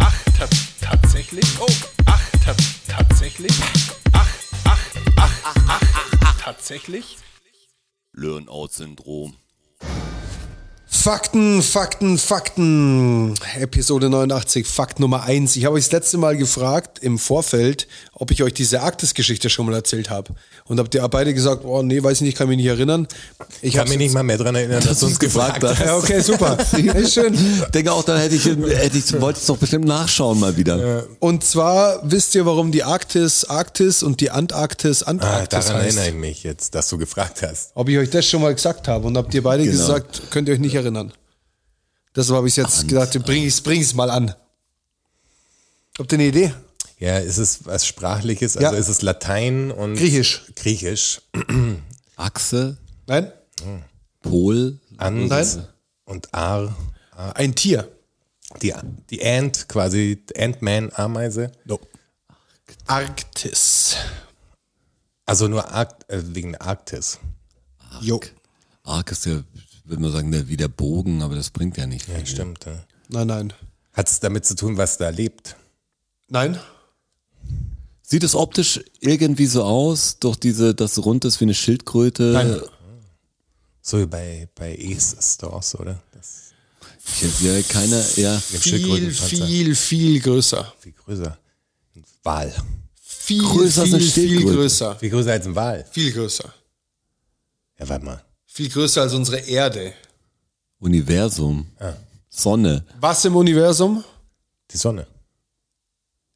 S6: Ach, ta tatsächlich? Oh. Ach, ta tatsächlich? Ach, ach, ach, ach, ach, ach, tatsächlich?
S5: Learn-out-Syndrom.
S2: Fakten, Fakten, Fakten. Episode 89, Fakt Nummer 1. Ich habe euch das letzte Mal gefragt im Vorfeld, ob ich euch diese Arktis-Geschichte schon mal erzählt habe. Und habt ihr beide gesagt, oh nee, weiß ich nicht, kann mich nicht erinnern. Ich
S4: Ich kann
S2: hab's
S4: mich nicht mal mehr dran erinnern, dass du uns gefragt hast.
S2: Ja, okay, super. Ist schön.
S3: Denke auch, dann hätte ich, hätte ich, wollte ich doch bestimmt nachschauen mal wieder.
S2: Und zwar wisst ihr, warum die Arktis Arktis und die Antarktis
S4: Ah,
S2: Antarktis
S4: daran erinnere
S2: heißt.
S4: ich mich jetzt, dass du gefragt hast.
S2: Ob ich euch das schon mal gesagt habe und habt ihr beide
S3: Genau.
S2: gesagt, könnt ihr euch nicht erinnern. Deshalb habe ich jetzt gedacht, bring ich's, bring ich's mal an. Habt ihr eine Idee?
S4: Ja, ist es was Sprachliches? Also
S2: Ja.
S4: ist es Latein und
S2: Griechisch.
S4: Griechisch.
S3: Achse,
S2: Nein?
S3: Pol,
S4: An
S2: Nein?
S4: und Ar.
S3: Ah.
S2: Ein Tier.
S4: Die, die Ant, quasi Ant-Man-Ameise.
S2: No. Arktis.
S4: Also nur Arkt, äh, wegen Arktis.
S2: Jo.
S3: Ark ist ja, würde man sagen, der- wie der Bogen, aber das bringt ja nicht.
S2: Mhm.
S4: Ja, stimmt. Ja.
S2: Nein, nein.
S4: Hat es damit zu tun, was da lebt?
S2: Nein?
S3: Sieht es optisch irgendwie so aus, durch diese, das rund ist wie eine Schildkröte?
S2: Nein.
S4: So wie bei, bei Ace ist doch auch so, oder? Das
S3: Ich hätte ja keiner, ja.
S4: mit
S2: Viel,
S4: Schildkrötenpanzer.
S2: viel, viel größer.
S4: Viel größer. Ein Wal.
S2: Viel,
S3: Größer als
S2: viel,
S3: eine
S2: viel
S3: Schildkröte.
S2: größer.
S4: Viel größer als ein Wal.
S2: Viel größer.
S4: Ja, warte mal.
S2: Viel größer als unsere Erde.
S3: Universum. Sonne.
S2: Was im Universum?
S4: Die Sonne.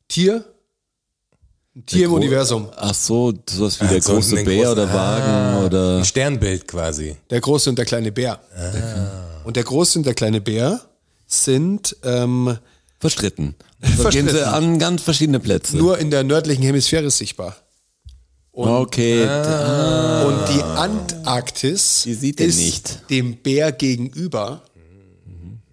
S2: Tier? Ein Tier im
S3: Gro-
S2: Universum.
S3: Ach so, sowas wie der
S4: so
S3: große
S4: den
S3: Bär
S4: großen-
S3: oder Wagen oder.
S4: Ein Sternbild quasi.
S2: Der große und der kleine Bär.
S3: Ah.
S2: Und der große und der kleine Bär sind ähm,
S3: Verstritten. Da gehen sie an ganz verschiedene Plätze.
S2: nur in der nördlichen Hemisphäre sichtbar.
S3: okay. da-
S2: Und die Antarktis
S3: Ah. Die sieht er
S2: ist
S3: nicht.
S2: dem Bär gegenüber.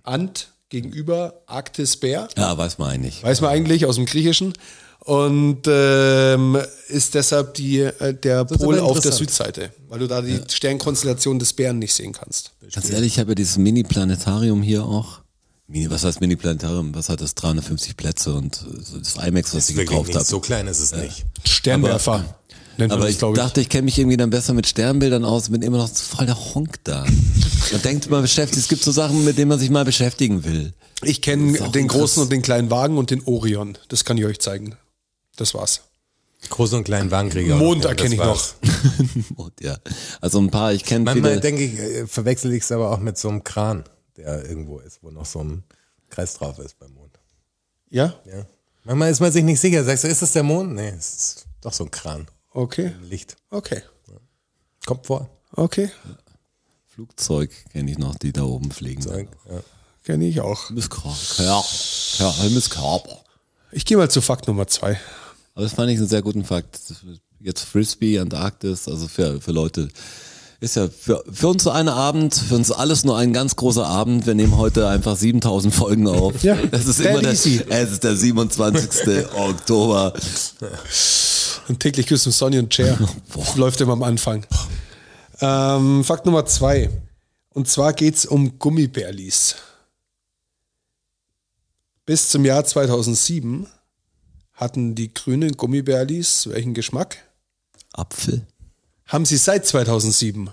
S2: Ant gegenüber Arktis Bär.
S3: Ja, weiß man eigentlich.
S2: Weiß man eigentlich aus dem Griechischen. Und ähm, ist deshalb die, äh, der
S4: ist
S2: Pol
S4: aber
S2: auf der
S4: interessant.
S2: Südseite, weil du da die Sternkonstellation des Bären nicht sehen kannst.
S3: Ganz ehrlich, ich habe ja dieses Mini-Planetarium hier auch. Mini, was heißt Mini-Planetarium? Was hat das? 350 Plätze und äh, so das IMAX, was ich
S4: Wirklich
S3: gekauft
S4: nicht.
S3: habe.
S4: So klein ist es nicht.
S2: Sternwerfer nennt man
S3: Aber
S2: das,
S3: ich
S2: glaub
S3: dachte, ich kenne mich irgendwie dann besser mit Sternbildern aus, bin immer noch voll der Honk da. Man denkt, man beschäftigt, es gibt so Sachen, mit denen man sich mal beschäftigen will.
S2: Ich kenne
S3: Ist auch
S2: den
S3: krass.
S2: großen und den kleinen Wagen und den Orion. Das kann ich euch zeigen. Das war's.
S4: Großen und kleinen Wagenkrieger.
S2: Mond
S4: Das
S2: erkenne ich
S4: war's.
S2: noch.
S3: Und ja, also ein paar, ich kenne
S4: Manchmal
S3: viele.
S4: denke ich, äh, verwechsel ich es aber auch mit so einem Kran, der irgendwo ist, wo noch so ein Kreis drauf ist beim Mond.
S2: Ja?
S4: Ja. Manchmal ist man sich nicht sicher. Sagst du, ist das der Mond? Nee, es ist doch so ein Kran.
S2: Okay.
S4: Licht.
S2: Okay.
S4: Kommt vor.
S2: Okay.
S3: Flugzeug kenne ich noch, die da oben fliegen.
S4: Ja.
S2: Kenne ich auch.
S3: Himmelskörper. Ja, ja, Himmelskörper.
S2: Ich gehe mal zu Fakt Nummer zwei.
S3: Aber das fand ich einen sehr guten Fakt. Jetzt Frisbee, Antarktis, also für, für Leute. Ist ja für, für uns so ein Abend, für uns alles nur ein ganz großer Abend. Wir nehmen heute einfach 7000 Folgen auf.
S2: Ja,
S3: das ist
S2: dead
S3: immer der,
S2: easy.
S3: es ist der 27. Oktober.
S2: Und täglich küssen Sonny und Cher. Läuft immer am Anfang. Ähm, Fakt Nummer zwei. Und zwar geht's um Gummibärlis. Bis zum Jahr 2007 hatten die grünen Gummibärlis welchen Geschmack?
S3: Apfel.
S2: haben sie seit 2007.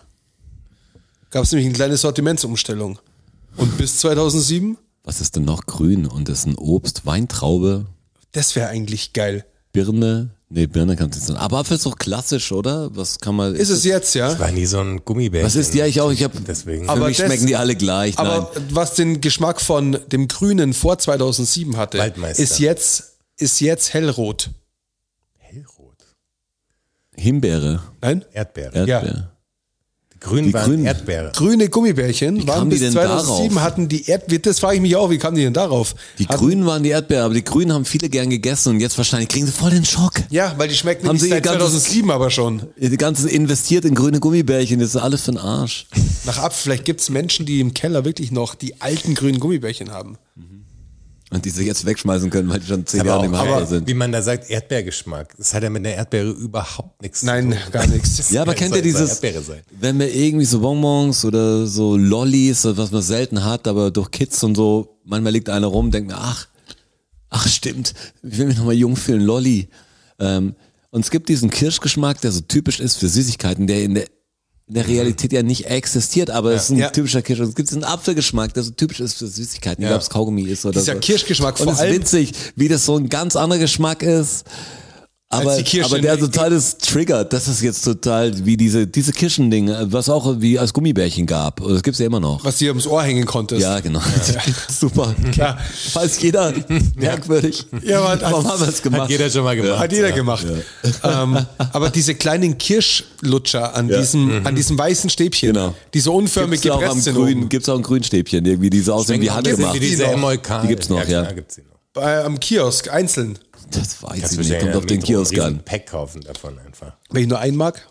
S2: Gab es nämlich eine kleine Sortimentsumstellung. Und bis 2007,
S3: Was ist denn noch grün? Und das ist ein Obst, Weintraube,
S2: das wäre eigentlich geil.
S3: Birne. Nee, Birne kannst du nicht sagen. Aber Apfel ist doch klassisch, oder? Was kann man.
S2: Ist es jetzt, ja?
S4: War nie so ein Gummibärchen.
S3: Was ist die eigentlich auch? Ich hab,
S4: Deswegen.
S3: Für
S2: Aber
S3: mich
S2: das-
S3: schmecken die alle gleich. Nein.
S2: Aber was den Geschmack von dem Grünen vor 2007 hatte,
S4: Waldmeister.
S2: ist jetzt, ist jetzt hellrot.
S4: Hellrot.
S3: Himbeere.
S2: Nein?
S4: Erdbeere.
S3: Erdbeere.
S4: Die Grünen
S3: Die
S4: waren
S3: Grünen.
S4: Erdbeere.
S2: Grüne Gummibärchen waren
S3: kamen die
S2: bis
S3: denn
S2: 2007
S3: darauf?
S2: hatten die Erdbeere. Das frage ich mich auch, wie kamen die denn darauf?
S3: Die
S2: hatten,
S3: Grünen waren die Erdbeere, aber die Grünen haben viele gern gegessen und jetzt wahrscheinlich kriegen sie voll den Schock.
S2: Ja, weil die schmecken
S3: Haben
S2: nicht
S3: sie ihr
S2: seit
S3: ganzes-
S2: 2007 aber schon.
S3: Die ganze investiert in grüne Gummibärchen, das ist alles für den Arsch.
S2: Nach Apfel, vielleicht gibt es Menschen, die im Keller wirklich noch die alten grünen Gummibärchen haben.
S3: Und die sie jetzt wegschmeißen können, weil die schon zehn
S4: Aber,
S3: Jahre
S4: auch,
S3: im Handel
S4: aber
S3: sind.
S4: wie man da sagt, Erdbeergeschmack. Das hat ja mit einer Erdbeere überhaupt nichts
S2: Nein,
S4: zu tun.
S2: gar nichts.
S3: Ja, aber
S4: Es
S3: kennt
S4: soll-
S3: ihr dieses,
S4: soll Erdbeere sein.
S3: wenn man irgendwie so Bonbons oder so Lollis, was man selten hat, aber durch Kids und so, manchmal liegt einer rum, denkt mir, ach, ach stimmt, ich will mich nochmal jung fühlen, Lolli. Ähm, und es gibt diesen Kirschgeschmack, der so typisch ist für Süßigkeiten, der in der, in der Realität ja nicht existiert, aber es ist ein
S2: Ja.
S3: typischer Kirsch. Und es gibt diesen Apfelgeschmack, der so typisch ist für Süßigkeiten,
S2: Ja.
S3: egal ob es Kaugummi ist oder
S2: Dieser
S3: so.
S2: Kirschgeschmack
S3: und
S2: vor
S3: es
S2: allem-
S3: ist witzig, wie das so ein ganz anderer Geschmack ist. Aber,
S2: die Kirsche
S3: aber
S2: in
S3: der
S2: der-
S3: total das triggert. Das ist jetzt total wie diese, diese Kirschendinge, was auch wie als Gummibärchen gab. Das gibt's ja immer noch.
S2: was dir ums Ohr hängen konntest.
S3: Ja, genau. Super.
S2: Klar.
S3: Weiß jeder. Merkwürdig.
S2: Ja, aber hat-
S3: Warum haben wir das gemacht?
S4: Hat jeder schon mal gemacht.
S2: Hat jeder gemacht. Ähm, aber diese kleinen Kirschlutscher an, diesem, an diesem weißen Stäbchen,
S3: Mhm. Genau.
S2: die so unförmig
S3: Gibt's auch am
S2: gepresst sind.
S3: grünen,
S2: oben.
S3: gibt's auch ein Grünstäbchen, irgendwie, die so aussehen wie
S4: Das sind
S3: handgemacht.
S4: wie diese
S2: Die noch.
S4: Emolkan.
S3: Die gibt's noch, ja.
S4: klar, gibt's die noch.
S2: Bei, äh, am Kiosk, einzeln.
S3: Das weiß ich
S4: Zwischen
S3: nicht. Kommt auf den
S4: Metro
S3: Kiosk
S4: ein riesen
S3: an.
S4: Pack kaufen davon einfach.
S2: Wenn ich nur einen mag.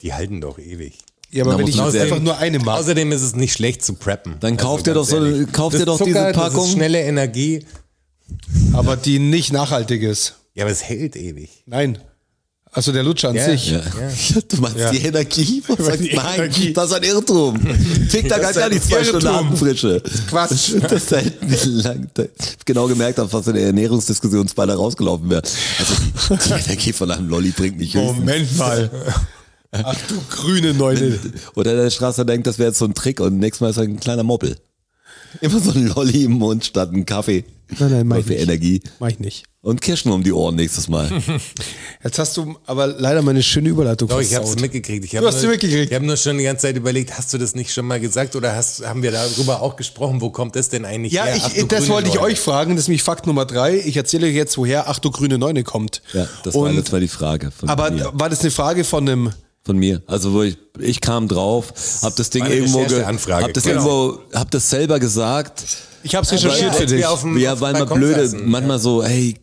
S4: Die halten doch ewig.
S2: Ja, aber
S3: Da
S2: wenn
S3: muss
S2: ich
S3: man
S2: einfach
S3: sehen.
S2: nur eine mag.
S4: Außerdem ist es nicht schlecht zu preppen. Also
S3: Dann kauft ihr doch so,
S4: ganz ehrlich.
S3: kauft
S4: Das
S3: ihr doch
S4: Zucker,
S3: diese
S4: Das ist
S3: Packung.
S4: schnelle Energie.
S2: aber die nicht nachhaltig ist.
S4: Ja, aber es hält ewig.
S2: Nein. Also der Lutscher an
S4: Ja.
S2: sich.
S3: Ja. Du meinst die Energie? Was sagt,
S2: die
S3: nein,
S2: Energie.
S3: das ist ein Irrtum. Fickt da gar, gar nicht zwei Stunden
S2: Irrtum.
S3: Abendfrische.
S2: Quatsch.
S3: Das ist halt nicht lang. da- Ich hab genau gemerkt habe, was in der Ernährungsdiskussion beinahe rausgelaufen wäre. Also die Energie von einem Lolli bringt mich höchstens.
S2: Moment mal. Ach du grüne Neune.
S3: Oder der Straße denkt, das wäre jetzt so ein Trick und nächstes Mal ist er ein kleiner Moppel. Immer so ein Lolli im Mund statt ein Kaffee.
S2: Nein, nein, mach
S3: Nur
S2: ich
S3: für
S2: nicht.
S3: Energie.
S2: Mach ich nicht.
S3: Und Kirschen um die Ohren nächstes Mal.
S2: Jetzt hast du aber leider meine schöne Überleitung
S4: Doch, ich habe es
S2: versaut.
S4: mitgekriegt. Ich hab
S2: Du hast
S4: nur-
S2: sie mitgekriegt.
S4: Ich habe nur schon die ganze Zeit überlegt, hast du das nicht schon mal gesagt oder hast, haben wir darüber auch gesprochen? Wo kommt das denn eigentlich
S2: Ja,
S4: her? Ach,
S2: ich,
S4: du
S2: das
S4: grüne
S2: wollte ich
S4: Leute.
S2: euch fragen. Das ist nämlich Fakt Nummer drei. Ich erzähle euch jetzt, woher Ach du grüne Neune kommt.
S3: Ja, das war
S2: Und,
S3: jetzt mal die Frage von
S2: aber
S3: mir.
S2: war das eine Frage von einem,
S3: Von mir. Also wo ich, ich kam drauf, hab das Ding
S4: War eine
S3: irgendwo, ge
S4: Rechercheanfrage,
S3: hab das
S4: genau.
S3: irgendwo, hab das selber gesagt.
S2: ich habe es recherchiert
S4: ja,
S2: für
S4: als wir
S2: dich.
S4: auf dem-
S3: ja,
S4: auf dem
S3: weil man
S4: Balkon
S3: blöde,
S4: saßen,
S3: manchmal so, hey,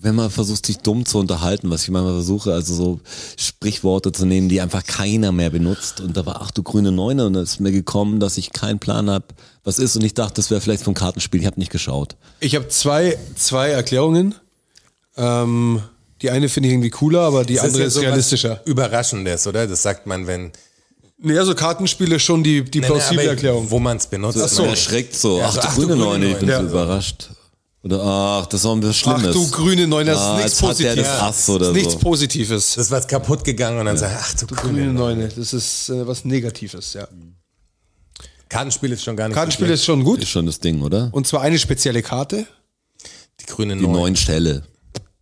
S3: wenn man versucht, sich dumm zu unterhalten, was ich manchmal versuche, also so Sprichworte zu nehmen, die einfach keiner mehr benutzt. Und da war, ach du grüne Neune, und da ist mir gekommen, dass ich keinen Plan habe, was ist. Und ich dachte, das wäre vielleicht vom Kartenspiel. Ich habe nicht geschaut.
S2: Ich habe zwei, zwei Erklärungen. Ähm, die eine finde ich irgendwie cooler, aber die
S4: Das
S2: andere
S4: ja
S2: ist
S4: sowas
S2: realistischer.
S4: Überraschendes, oder? Das sagt man, wenn.
S2: Nee, also Kartenspiele ist schon die, die
S4: Nein,
S2: plausible
S4: aber
S2: Erklärung.
S4: Wo man es benutzt.
S2: Ach so.
S4: meine ich.
S3: Erschreckt so,
S4: Ja,
S3: ach du grüne Neune, ich bin
S2: Neune.
S3: so
S2: Ja.
S3: überrascht. Oder ach, das war ein bisschen
S2: Ach
S3: Schlimmes.
S2: du grüne Neune, das
S3: Ah,
S2: ist nichts
S3: jetzt hat der
S2: Positives.
S3: das Ass oder
S2: das ist nichts
S3: so.
S2: Positives.
S4: Das ist was kaputt gegangen und dann sagt, ach du
S2: Grüne
S4: grüne.
S2: Neune, das ist äh, was Negatives, ja.
S4: Kartenspiel ist schon gar nicht.
S2: Kartenspiel ist schon gut.
S3: Ist schon das Ding, oder?
S2: Und zwar eine spezielle Karte.
S4: die grüne
S3: Die
S4: Neun.
S3: neun Stelle.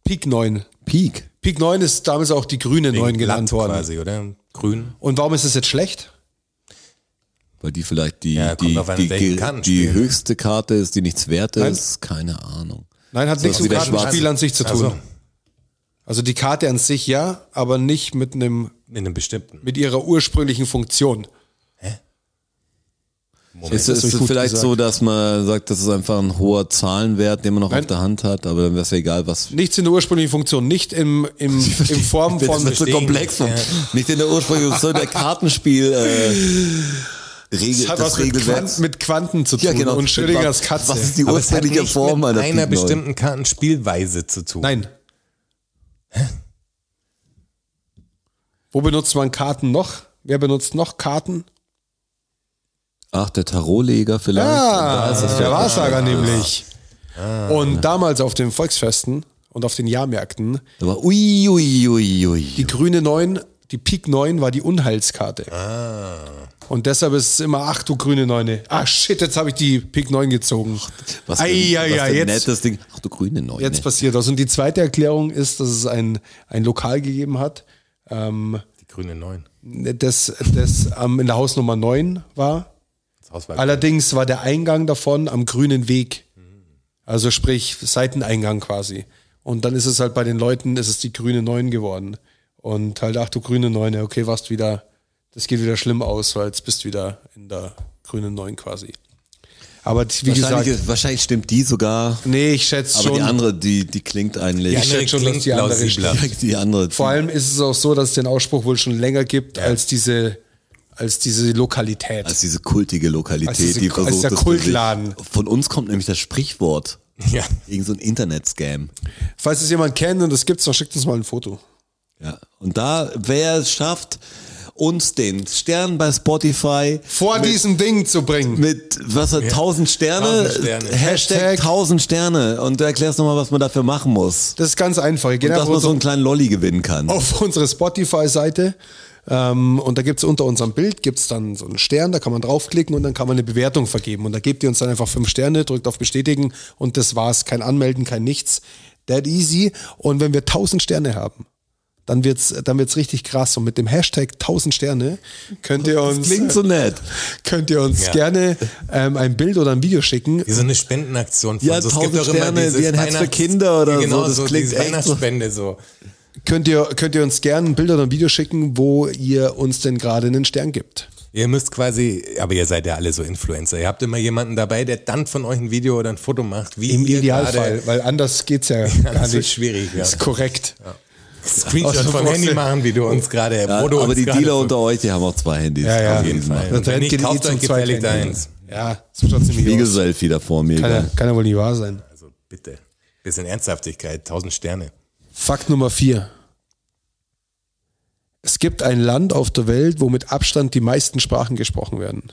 S2: Pik 9.
S3: Peak.
S2: Pik 9 ist damals auch die grüne 9 genannt
S4: Blatt
S2: worden.
S4: quasi, oder? Grün.
S2: Und warum ist es jetzt schlecht?
S3: Weil die vielleicht die,
S4: Ja, kommt
S3: die,
S4: auf an,
S3: die,
S4: welchen
S3: die,
S4: Kartenspiel.
S3: die höchste Karte ist, die nichts wert
S2: Nein.
S3: ist. Keine Ahnung.
S2: Nein, hat
S3: ist
S2: nichts
S3: wie
S2: mit
S3: der
S2: Kartenspiel
S3: Schwarze.
S2: an sich zu tun.
S4: Also,
S2: Also die Karte an sich ja, aber nicht mit einem
S4: in einem bestimmten.
S2: mit ihrer ursprünglichen Funktion.
S3: Ist es
S2: hab ich
S3: ist
S2: gut
S3: vielleicht
S2: gesagt.
S3: so, dass man sagt, das ist einfach ein hoher Zahlenwert, den man noch
S2: Nein.
S3: auf der Hand hat, aber dann wäre es ja egal, was.
S2: Nichts in der ursprünglichen Funktion, nicht im, im, in Form
S3: Das
S2: von
S3: wird so komplex.
S4: Ja.
S3: Nicht in der ursprünglichen, so der Kartenspiel. Äh, Regel,
S2: Das hat
S3: das
S2: was mit,
S3: Regelwerk.
S2: Quanten, mit Quanten zu tun
S3: Ja, genau.
S2: und Schrödingers
S3: Was-
S2: Katze.
S3: Was ist die
S4: Aber es hat
S3: ursprüngliche
S4: nicht
S3: Form
S4: mit
S3: einer
S4: einer
S3: Pik Neun?
S4: bestimmten Kartenspielweise zu tun.
S2: Nein. Wo benutzt man Karten noch? Wer benutzt noch Karten?
S3: Ach, der Tarotleger vielleicht.
S2: Ah, der Wahrsager nämlich.
S3: Ah.
S2: Und damals auf den Volksfesten und auf den Jahrmärkten,
S3: Da war ui, ui, ui, ui.
S2: die grüne 9, die Pik 9 war die Unheilskarte.
S3: Ah.
S2: Und deshalb ist es immer, ach du grüne Neune. Ah shit, jetzt habe ich die Pik 9 gezogen.
S3: Was
S2: Ei,
S3: ein-
S2: ei,
S3: was
S2: ei,
S3: ein
S2: jetzt-
S3: nettes Ding. Ach du grüne Neune.
S2: Jetzt passiert was. Und die zweite Erklärung ist, dass es ein, ein Lokal gegeben hat, ähm,
S4: Die grüne Neun.
S2: das, das am- in der Hausnummer 9 war.
S4: Das Haus war
S2: Allerdings war der Eingang davon am grünen Weg. Also sprich Seiteneingang quasi. Und dann ist es halt bei den Leuten, ist es die grüne 9 geworden. Und halt, ach du grüne 9, okay, warst wieder, das geht wieder schlimm aus, weil jetzt bist du wieder in der grünen 9 quasi. Aber t- wie
S3: wahrscheinlich,
S2: gesagt,
S3: ist- wahrscheinlich stimmt die sogar.
S2: nee, ich schätze
S3: Aber die
S2: schon.
S3: andere, die, die klingt eigentlich.
S4: Die
S2: Ich
S4: andere
S2: schätze schon, dass
S4: klingt
S2: die andere
S4: plausibler.
S3: Die andere.
S2: ne- Vor allem ist es auch so, dass es den Ausspruch wohl schon länger gibt als diese, als diese Lokalität.
S3: als diese kultige Lokalität,
S2: Als diese-
S3: die
S2: als
S3: versucht
S2: der
S3: das für sich-
S2: Kultladen.
S3: Von uns kommt nämlich das Sprichwort.
S4: Ja.
S3: Irgend so ein Internet-Scam.
S2: Falls es jemand kennt und es gibt, dann schickt uns mal ein Foto.
S3: Ja. Und da, wer es schafft, uns den Stern bei Spotify
S2: Vor diesem Ding zu bringen.
S3: mit, was hat, 1000 Sterne?
S4: 1000 Sterne.
S3: Hashtag
S2: Hashtag.
S3: 1000 Sterne. Und du erklärst nochmal, was man dafür machen muss.
S2: Das ist ganz einfach. Ihr geht
S3: Und dass
S2: einfach
S3: man
S2: auf,
S3: so einen kleinen Lolli gewinnen kann.
S4: Oh,
S2: auf unsere Spotify-Seite ähm, und da gibt es unter unserem Bild gibt's dann so einen Stern, da kann man draufklicken und dann kann man eine Bewertung vergeben. Und da gebt ihr uns dann einfach fünf Sterne, drückt auf Bestätigen und das war's. Kein Anmelden, kein nichts. That easy. Und wenn wir 1000 Sterne haben, dann wird's, dann wird's richtig krass. Und mit dem Hashtag 1000 Sterne könnt ihr
S3: Das
S2: uns,
S3: klingt so nett.
S2: könnt ihr uns
S4: Ja.
S2: gerne ähm, ein Bild oder ein Video schicken.
S4: Wie so eine Spendenaktion. Von
S3: Ja,
S4: so, es gibt
S3: 1000
S4: doch immer
S3: Sterne,
S4: dieses
S3: wie ein Herz für
S4: Weihnachts-
S3: Kinder oder
S4: Ja,
S3: so,
S4: genau,
S3: das klingt
S4: diese
S3: echt so.
S4: Weihnachtsspende so.
S2: Könnt ihr, könnt ihr uns gerne ein Bild oder ein Video schicken, wo ihr uns denn gerade einen Stern gibt.
S4: Ihr müsst quasi, aber ihr seid ja alle so Influencer. Ihr habt immer jemanden dabei, der dann von euch ein Video oder ein Foto macht, wie
S2: Im
S4: ihr
S2: Idealfall,
S4: gerade
S2: weil anders geht's ja, gar
S4: das wird
S2: nicht.
S4: schwierig, ja.
S2: Ist korrekt.
S4: Screenshot
S2: Aus dem
S4: vom
S2: Fenster.
S4: Handy machen, wie du uns gerade,
S3: Ja,
S4: wo du
S3: aber
S4: uns
S3: die
S4: gerade
S3: Dealer unter euch, die haben auch zwei Handys.
S2: Ja, ja.
S3: Auf jeden Fall.
S2: Der Trend
S4: Wenn nicht,
S2: geht eh
S4: kauft
S2: zum
S4: euch gefällig
S2: Zweithandy.
S4: deins.
S2: Ja, das wird trotzdem nicht aus.
S3: Spiegel-Selfie da vor mir.
S2: Kann ja,
S3: gell?
S2: kann ja wohl nicht wahr sein.
S4: Also bitte, bisschen Ernsthaftigkeit, tausend Sterne.
S2: Fakt Nummer vier. Es gibt ein Land auf der Welt, wo mit Abstand die meisten Sprachen gesprochen werden.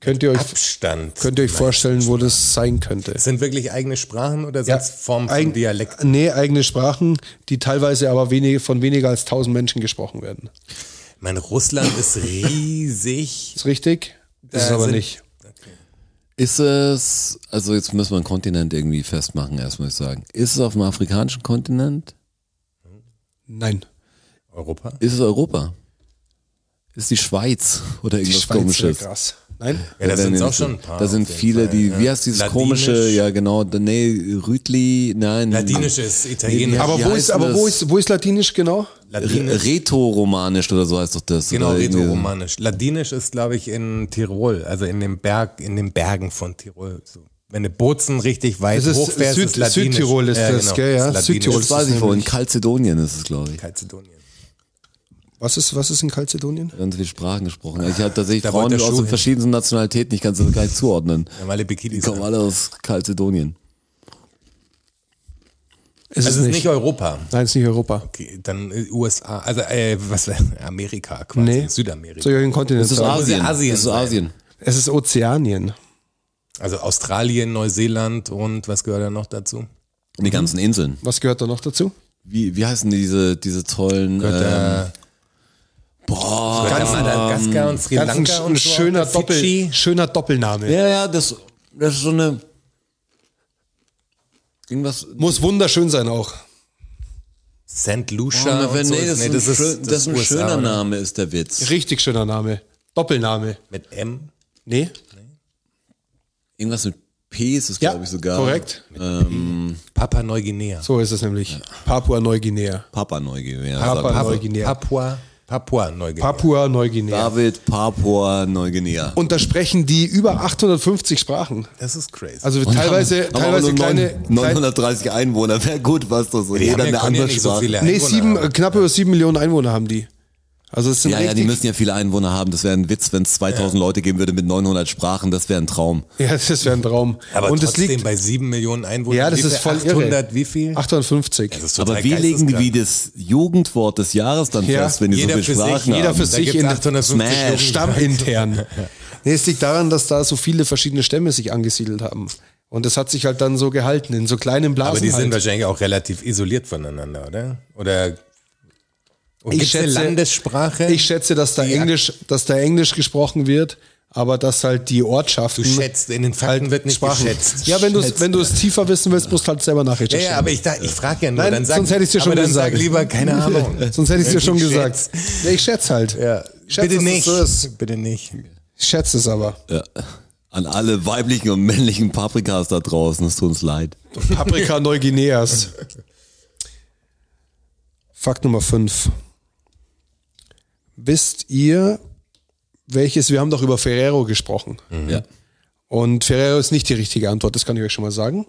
S2: Könnt ihr euch,
S4: Abstand.
S2: könnt ihr euch vorstellen, wo das sein könnte?
S4: Sind wirklich eigene Sprachen oder sind
S2: Ja.
S4: es Formen
S2: Eig-
S4: von Dialekten?
S2: Nee, eigene Sprachen, die teilweise aber wenige, von weniger als 1000 Menschen gesprochen werden.
S4: Mein Russland ist riesig.
S2: Ist richtig? Ist es
S4: Da
S2: aber
S4: sind-
S2: nicht.
S3: Ist es, also jetzt müssen wir einen Kontinent irgendwie festmachen, erst muss ich sagen. Ist es auf dem afrikanischen Kontinent?
S2: Nein.
S4: Europa?
S3: Ist es Europa? Ist die Schweiz oder
S2: Die
S3: irgendwas
S2: Schweiz wäre
S3: komisches?
S2: krass. Nein?
S4: Ja, da
S3: werden
S4: sind
S3: wir
S4: auch
S3: nicht-
S4: schon ein paar.
S3: Da sind
S4: auf jeden
S3: viele,
S4: Fall,
S3: die,
S4: ja.
S3: wie heißt dieses
S4: Ladinisch.
S3: komische, ja genau, nee, Rütli, nein.
S4: Ladinisch ist Italienisch.
S3: Ja,
S2: Aber,
S3: wie
S2: wo
S3: heißt
S2: ist, aber
S3: das?
S2: wo, ist, wo ist Latinisch genau?
S4: Ladinisch.
S3: Retoromanisch oder so heißt doch das.
S4: Genau,
S3: oder irgendwie-
S4: rätoromanisch. Ladinisch ist, glaube ich, in Tirol, also in den Berg, in den Bergen von Tirol. So. wenn du Bozen richtig weit
S2: Es ist
S4: hochfährst,
S2: Süd-
S4: ist Ladinisch. genau.
S2: Südtirol ist das, gell, ja?
S4: ist Ladinisch.
S2: Südtirol
S3: Das
S2: ist
S4: ist
S3: weiß ich
S2: nämlich-
S3: wohl. In Kalzedonien ist es, glaube ich.
S4: Kalzedonien.
S2: Was ist, was ist in Kalzedonien?
S3: Ganz viele Sprachen gesprochen. Also ich habe tatsächlich
S4: Da
S3: Freunde
S4: wollte der
S3: aus
S4: Schuh
S3: den
S4: hin.
S3: verschiedensten Nationalitäten. Ich kann es gar nicht zuordnen.
S4: Ja, weil die
S3: Die
S4: Bikinis
S3: kommen alle aus Kalzedonien.
S2: Ist
S4: Also es ist nicht Europa.
S2: Nein, es ist nicht Europa.
S4: Okay, dann äh, USA, also äh, was wär- Amerika quasi,
S2: Nee.
S4: Südamerika.
S2: Soll ich den Kontinent
S3: Das ist
S2: sagen?
S3: Asien.
S4: Asien
S3: Das ist
S4: sein.
S3: Asien.
S2: Es ist Ozeanien.
S4: Also Australien, Neuseeland und was gehört da noch
S3: Ähm,
S4: dazu?
S3: Und die ganzen Inseln.
S2: Was gehört da noch dazu?
S3: Wie, wie heißen diese, diese tollen.
S4: Gehört
S3: Ähm,
S4: da-
S3: boah.
S4: Ganz Madagaskar und Sri
S2: Ganz ein,
S4: Lanka
S2: sch-
S4: und
S2: ein
S4: so.
S2: schöner,
S4: Fidschi.
S2: Doppel, schöner Doppelname.
S3: Ja, ja, das, das ist so eine. Irgendwas.
S2: Muss wunderschön sein auch.
S4: St.
S3: Boah,
S4: Lucia.
S3: nee,
S4: und so.
S3: das,
S4: Nee,
S3: ist ein, schön, das ist ein
S4: USA,
S3: schöner
S4: oder?
S3: Name, ist der Witz.
S2: Richtig schöner Name. Doppelname.
S4: Mit M.
S2: Nee?
S3: Irgendwas mit P ist es,
S2: Ja,
S3: glaube ich, sogar.
S2: korrekt.
S4: Papua Neuguinea.
S2: So ist es nämlich. Papua-Neuguinea.
S3: Papa Neuguinea.
S2: Papua-
S3: sagt man.
S2: Neuguinea.
S4: Papua. Papua Neuguinea.
S2: Papua-Neuguinea.
S3: David Papua Neuguinea.
S2: Und da sprechen die über 850 Sprachen.
S4: das ist crazy.
S2: Also
S3: Und
S2: teilweise,
S3: haben, haben aber
S2: teilweise
S3: nur
S2: kleine.
S3: neun-
S2: klein-
S3: 930 Einwohner, wäre gut, was das so.
S4: die
S3: Jeder
S4: haben
S3: eine
S4: ja, können ja
S3: andere
S4: nicht so
S3: Sprache.
S4: viele
S2: Nee,
S4: Einwohner
S2: sieben,
S4: haben.
S2: äh, knapp über sieben Millionen Einwohner haben die. Also es sind
S3: Ja, ja, die
S2: richtig,
S3: müssen ja viele Einwohner haben. Das wäre ein Witz, wenn es 2000 Leute geben würde mit 900 Sprachen. Das wäre ein Traum.
S2: ja, das wäre ein Traum.
S4: Aber
S2: Und es
S4: trotzdem
S2: liegt
S4: bei sieben Millionen Einwohnern.
S2: Ja, das
S4: wie viel?
S2: ist voll
S4: 800,
S2: irre.
S4: wie viel?
S2: 850.
S4: Das ist total
S3: Aber wie legen die
S4: geisteskrank.
S3: wie das Jugendwort des Jahres dann
S2: Ja,
S3: fest, wenn die so
S4: Jeder
S3: viele
S4: für
S3: Sprachen
S4: sich, jeder
S3: haben?
S2: für
S4: Da
S2: sich
S4: gibt's
S2: in-
S4: 850
S3: Smash.
S4: Jungen.
S2: Stammintern. Nee, es liegt daran, dass da so viele verschiedene Stämme sich angesiedelt haben. Und das hat sich halt dann so gehalten, in so kleinen Blasen.
S4: Aber die sind
S2: halt.
S4: wahrscheinlich auch relativ isoliert voneinander, oder? Oder und
S2: Ich
S4: gibt's eine
S2: schätze-
S4: Landessprache?
S2: Ich schätze, dass da
S4: Die-
S2: Englisch, dass da Englisch gesprochen wird, aber dass halt die Ortschaften.
S4: Du schätzt, in den Fakten wird nicht
S2: Halt Sprachen.
S4: geschätzt.
S2: Ja, wenn du es
S4: Schätzt.
S2: wenn du es tiefer wissen willst, musst du halt selber
S4: Ja,
S2: nachrecherchieren.
S4: ja, aber ich, da- ich frage ja nur,
S2: Nein,
S4: dann sag,
S2: sonst hätte ich dir schon
S4: aber dann sag
S2: gesagt.
S4: lieber, keine Ahnung.
S2: Sonst hätte ich es dir
S4: Wenn
S2: schon
S4: du
S2: gesagt.
S4: schätzt.
S2: Ja, ich schätze halt.
S4: Ja.
S2: Ich schätze,
S4: Bitte
S2: dass es
S4: nicht.
S2: so ist.
S4: Bitte nicht.
S2: Ich schätze es aber.
S3: Ja. An alle weiblichen und männlichen Paprikas da draußen, es tut uns leid.
S2: Paprika Neuguineas. Fakt Nummer 5. Wisst ihr, welches, wir haben doch über Ferrero gesprochen.
S3: Ja.
S2: Und Ferrero ist nicht die richtige Antwort, das kann ich euch schon mal sagen.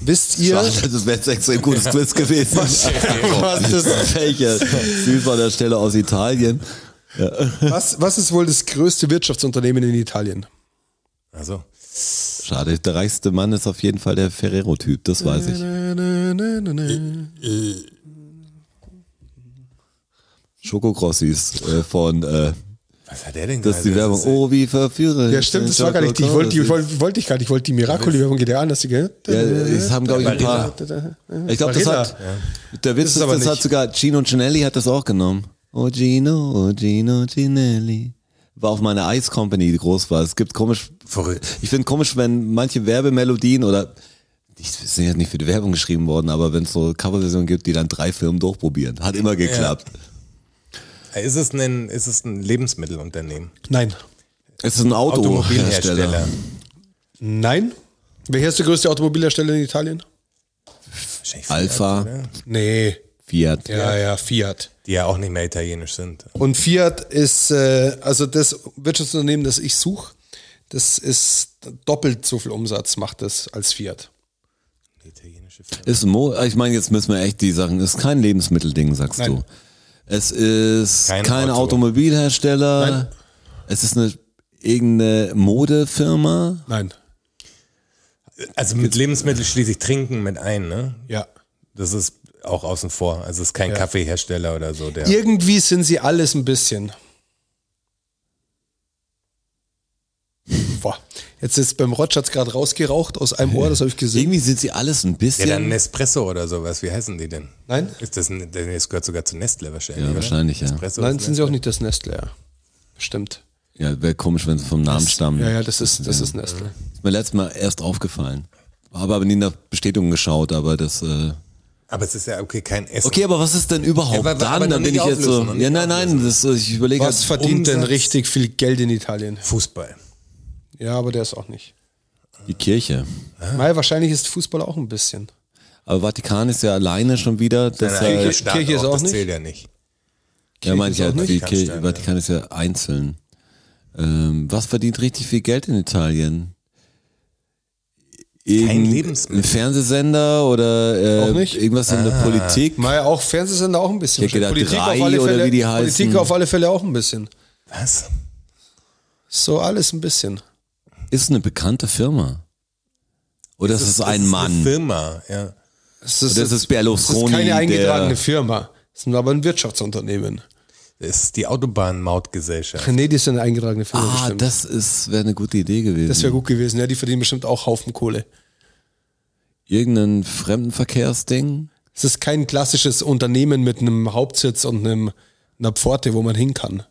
S2: Wisst ihr,
S3: Schade, das wäre jetzt extrem gutes Quiz gewesen. Was,
S2: was das-
S3: Welcher äh, Süß an der Stelle aus Italien.
S2: was, was ist wohl das größte Wirtschaftsunternehmen in Italien?
S4: Also,
S3: Schade, der reichste Mann ist auf jeden Fall der Ferrero-Typ, das weiß ich. Schokokrossis äh, von, äh,
S4: was hat der denn
S3: das ist die
S4: gerade?
S3: Werbung. Oh, wie Äh, verführe
S2: Ja, stimmt, das war gar nicht die. Ich wollte, die, wollte, wollte ich gar nicht. Ich wollte die Miracoli-Werbung GDA anlassen, gell?
S3: Ja, das haben, glaube ich, ein paar. Ich glaube, das
S2: Barilla.
S3: hat. Der Witz
S2: Das ist
S3: ist,
S2: aber
S3: das hat
S2: nicht.
S3: sogar Gino Ginelli hat das auch genommen. Oh Gino, oh Gino Ginelli. War auf meiner Ice Company, die groß war. Es gibt komisch.
S2: Oh.
S4: Verrückt.
S3: Ich finde komisch, wenn manche Werbemelodien oder die sind ja nicht für die Werbung geschrieben worden, aber wenn es so Coverversionen gibt, die dann drei Firmen durchprobieren. Hat immer geklappt.
S4: Ist es, ein, ist es ein Lebensmittelunternehmen?
S2: Nein.
S3: Es ist ein Autohersteller.
S4: Automobilhersteller.
S2: Nein? Welcher ist der größte Automobilhersteller in Italien?
S4: Wahrscheinlich Fiat,
S3: Alpha,
S4: oder?
S2: Nee.
S3: Fiat.
S2: Ja, ja, Fiat.
S4: Die ja auch nicht mehr italienisch sind.
S2: Und Fiat ist, äh, also das Wirtschaftsunternehmen, das ich suche, das ist doppelt so viel Umsatz macht das als Fiat.
S4: Die italienische Firma.
S3: Ist ein Mo ah, ich meine, jetzt müssen wir echt die Sachen. Ist kein Lebensmittelding, sagst
S2: Nein.
S3: du. Es ist kein,
S4: Kein Auto.
S3: Automobilhersteller. Es ist eine irgendeine Modefirma.
S2: Nein.
S4: Also mit Lebensmittel schließe ich Trinken mit ein, ne?
S2: Ja.
S4: Das ist auch außen vor. Also es ist kein Kaffeehersteller oder so. Der
S2: Irgendwie sind sie alles ein bisschen. Boah. Jetzt ist beim Rotsch hat's gerade rausgeraucht aus einem Ohr, das habe ich gesehen.
S3: Irgendwie sind sie alles ein
S4: ja,
S3: bisschen.
S4: dann Nespresso oder sowas. Wie heißen die denn?
S2: Nein?
S4: Ist das, ein, denn das gehört sogar zu Nestle wahrscheinlich.
S3: Ja,
S4: oder?
S3: wahrscheinlich, ja.
S4: Nespresso
S2: Nein,
S4: ist
S2: sind sie auch nicht das Nestle, ja. Stimmt.
S3: ja, wäre komisch, wenn sie vom Namen stammen.
S2: Ja, ja, das ist, das ist Nestle.
S3: Ist mir letztes Mal erst aufgefallen. Habe aber nie nach Bestätigung geschaut, aber das. Äh
S4: Aber es ist ja okay, kein Essen.
S3: okay, aber was ist denn überhaupt
S4: Ja, aber-
S3: dann?
S4: aber noch
S3: dann bin
S4: nicht
S3: ich jetzt so.
S4: auflösen, noch nicht
S3: Ja, nein, nein, das, ich überlege.
S2: Was
S3: halt-
S2: verdient denn
S4: Umsatz?
S2: richtig viel Geld in Italien?
S4: Fußball.
S2: Ja, aber der ist auch nicht.
S3: um- die Kirche.
S2: Weil wahrscheinlich ist Fußball auch ein bisschen.
S3: Aber Vatikan ist ja alleine schon wieder. Das
S4: Nein,
S3: äh,
S4: der Staat
S2: Kirche ist auch
S4: das
S2: nicht?
S4: zählt ja nicht.
S3: Ja, manche
S2: ist auch
S3: hat
S2: nicht
S3: die
S4: ganz
S3: Kirche,
S4: stark,
S3: Vatikan ist ja einzeln. Ähm, was verdient richtig viel Geld in Italien? irgendein
S4: Lebensmittel.
S3: Fernsehsender oder äh,
S2: Auch nicht? Ah.
S3: irgendwas in der Politik.
S2: Mal ja auch Fernsehsender auch ein bisschen.
S3: Ich hätte gedacht,
S2: Politik
S3: drei
S2: auf alle
S3: oder
S2: Fälle,
S3: wie die
S2: Politik
S3: heißen.
S2: auf alle Fälle auch ein bisschen.
S4: Was?
S2: So alles ein bisschen.
S3: Ist eine bekannte Firma. Oder ist es ein
S4: Eine
S3: Mann?
S4: Firma, ja.
S2: Es ist,
S3: Oder ist es Berlusconi?
S2: es ist keine
S3: der-
S2: eingetragene Firma. Es sind aber ein Wirtschaftsunternehmen.
S4: Das ist die Autobahnmautgesellschaft.
S2: Nee, die sind eine eingetragene Firma
S3: Ah,
S2: bestimmt.
S3: das ist wäre eine gute Idee gewesen.
S2: Das wäre gut gewesen. Ja, die verdienen bestimmt auch Haufen Kohle.
S3: Irgendein Fremdenverkehrsding?
S2: Es ist kein klassisches Unternehmen mit einem Hauptsitz und einem, einer Pforte, wo man hin kann.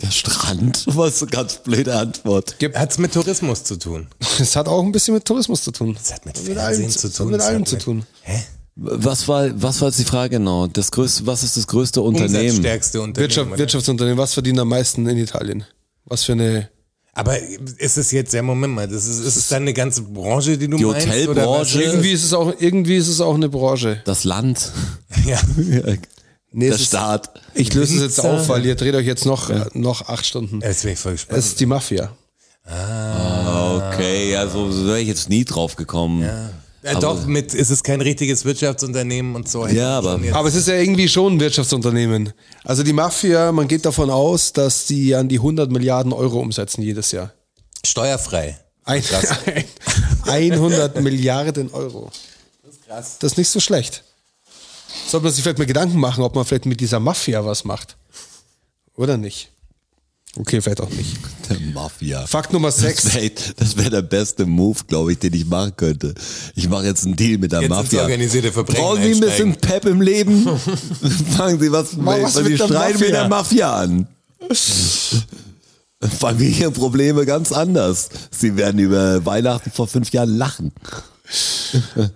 S3: Der Strand? Was eine ganz blöde Antwort.
S4: Hat's mit Tourismus zu tun?
S2: Es hat auch ein bisschen mit Tourismus zu tun.
S4: Das hat mit
S2: Mit allem,
S4: Fernsehen
S2: zu
S4: zu
S2: tun,
S4: tun.
S2: mit
S4: das hat
S2: allem zu tun.
S3: Was war, was war jetzt die Frage genau? Das größte, was ist das größte Unternehmen?
S4: Umsatzstärkste Unternehmen.
S2: Wirtschaft, Wirtschaftsunternehmen, was verdienen am meisten in Italien? Was für eine
S4: Aber ist es jetzt, ja, Moment mal, das ist, ist es dann eine ganze Branche, die du
S3: Die
S4: meinst? oder was?
S3: Hotelbranche?
S2: Irgendwie ist es auch, irgendwie ist es auch eine Branche.
S3: Das Land?
S4: Ja.
S2: Nee,
S3: Der
S2: es ist-
S3: Staat?
S2: Ich löse es jetzt
S4: Pizza.
S2: auf, weil ihr dreht euch jetzt noch, äh, noch acht Stunden.
S4: Jetzt bin ich voll gespannt.
S2: Es ist die Mafia.
S3: Okay, ja, so, so wäre ich jetzt nie drauf gekommen.
S4: Ah. ja, Äh, doch, mit, ist es kein richtiges Wirtschaftsunternehmen und so.
S3: Ja, aber-
S4: Jetzt-
S2: Aber es ist ja irgendwie schon ein Wirtschaftsunternehmen. Also die Mafia, man geht davon aus, dass die an die 100 Milliarden Euro umsetzen jedes Jahr.
S4: Steuerfrei.
S2: Ein, ein, 100 Milliarden Euro. Das ist krass. Das ist nicht so schlecht. Sollte man sich vielleicht mal Gedanken machen, ob man vielleicht mit dieser Mafia was macht. Oder nicht? Okay, vielleicht auch nicht.
S3: Der Mafia.
S2: Fakt Nummer
S3: Das
S2: 6.
S3: wäre das wär der beste Move, glaube ich, den ich machen könnte. Ich mache jetzt einen Deal mit der
S4: Jetzt ins
S3: Mafia.
S4: organisierte Verbrechen
S3: Brauchen Sie ein bisschen
S4: einsteigen.
S3: Pep im Leben? Fangen Sie was,
S2: Mal was
S3: was Sie
S2: mit der
S3: streiten mit der
S2: Mafia.
S3: Mafia an. Familienprobleme ganz anders. Sie werden über Weihnachten vor fünf Jahren lachen.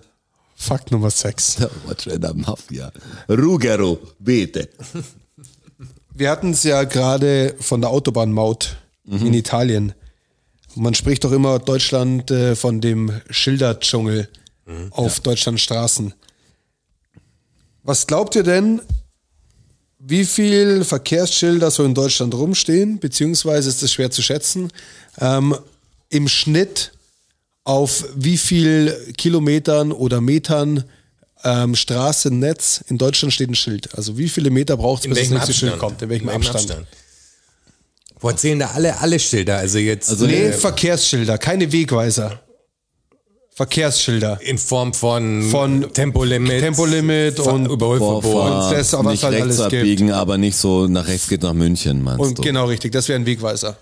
S2: Fakt Nummer 6.
S3: Der Watcher in der Mafia. Ruggero, bete.
S2: Wir hatten es ja gerade von der Autobahnmaut in Italien. Man spricht doch immer Deutschland äh, von dem Schilderdschungel auf Deutschlands Straßen. Was glaubt ihr denn, wie viel Verkehrsschilder so in Deutschland rumstehen, beziehungsweise ist es schwer zu schätzen, ähm, im Schnitt auf wie viel Kilometern oder Metern ähm, Straßennetz in Deutschland steht ein Schild? Also wie viele Meter braucht es, bis das
S4: welchem
S2: nächste Schild
S4: Abstand?
S2: kommt? In welchem
S4: In welchem
S2: Abstand?
S4: Boah, zählen da alle, alle Schilder, also jetzt
S3: Also-
S2: Nee,
S3: Äh,
S2: Verkehrsschilder, keine Wegweiser. Verkehrsschilder.
S4: in Form von,
S2: Von
S4: Tempolimit,
S2: Tempolimit
S4: Ver-
S2: und
S4: Überholverbot.
S2: Und das, was
S3: nicht
S2: halt
S3: rechts
S2: alles gibt.
S3: abbiegen, aber nicht so nach rechts geht nach München, meinst
S2: Und
S3: du?
S2: genau richtig, das wäre ein Wegweiser.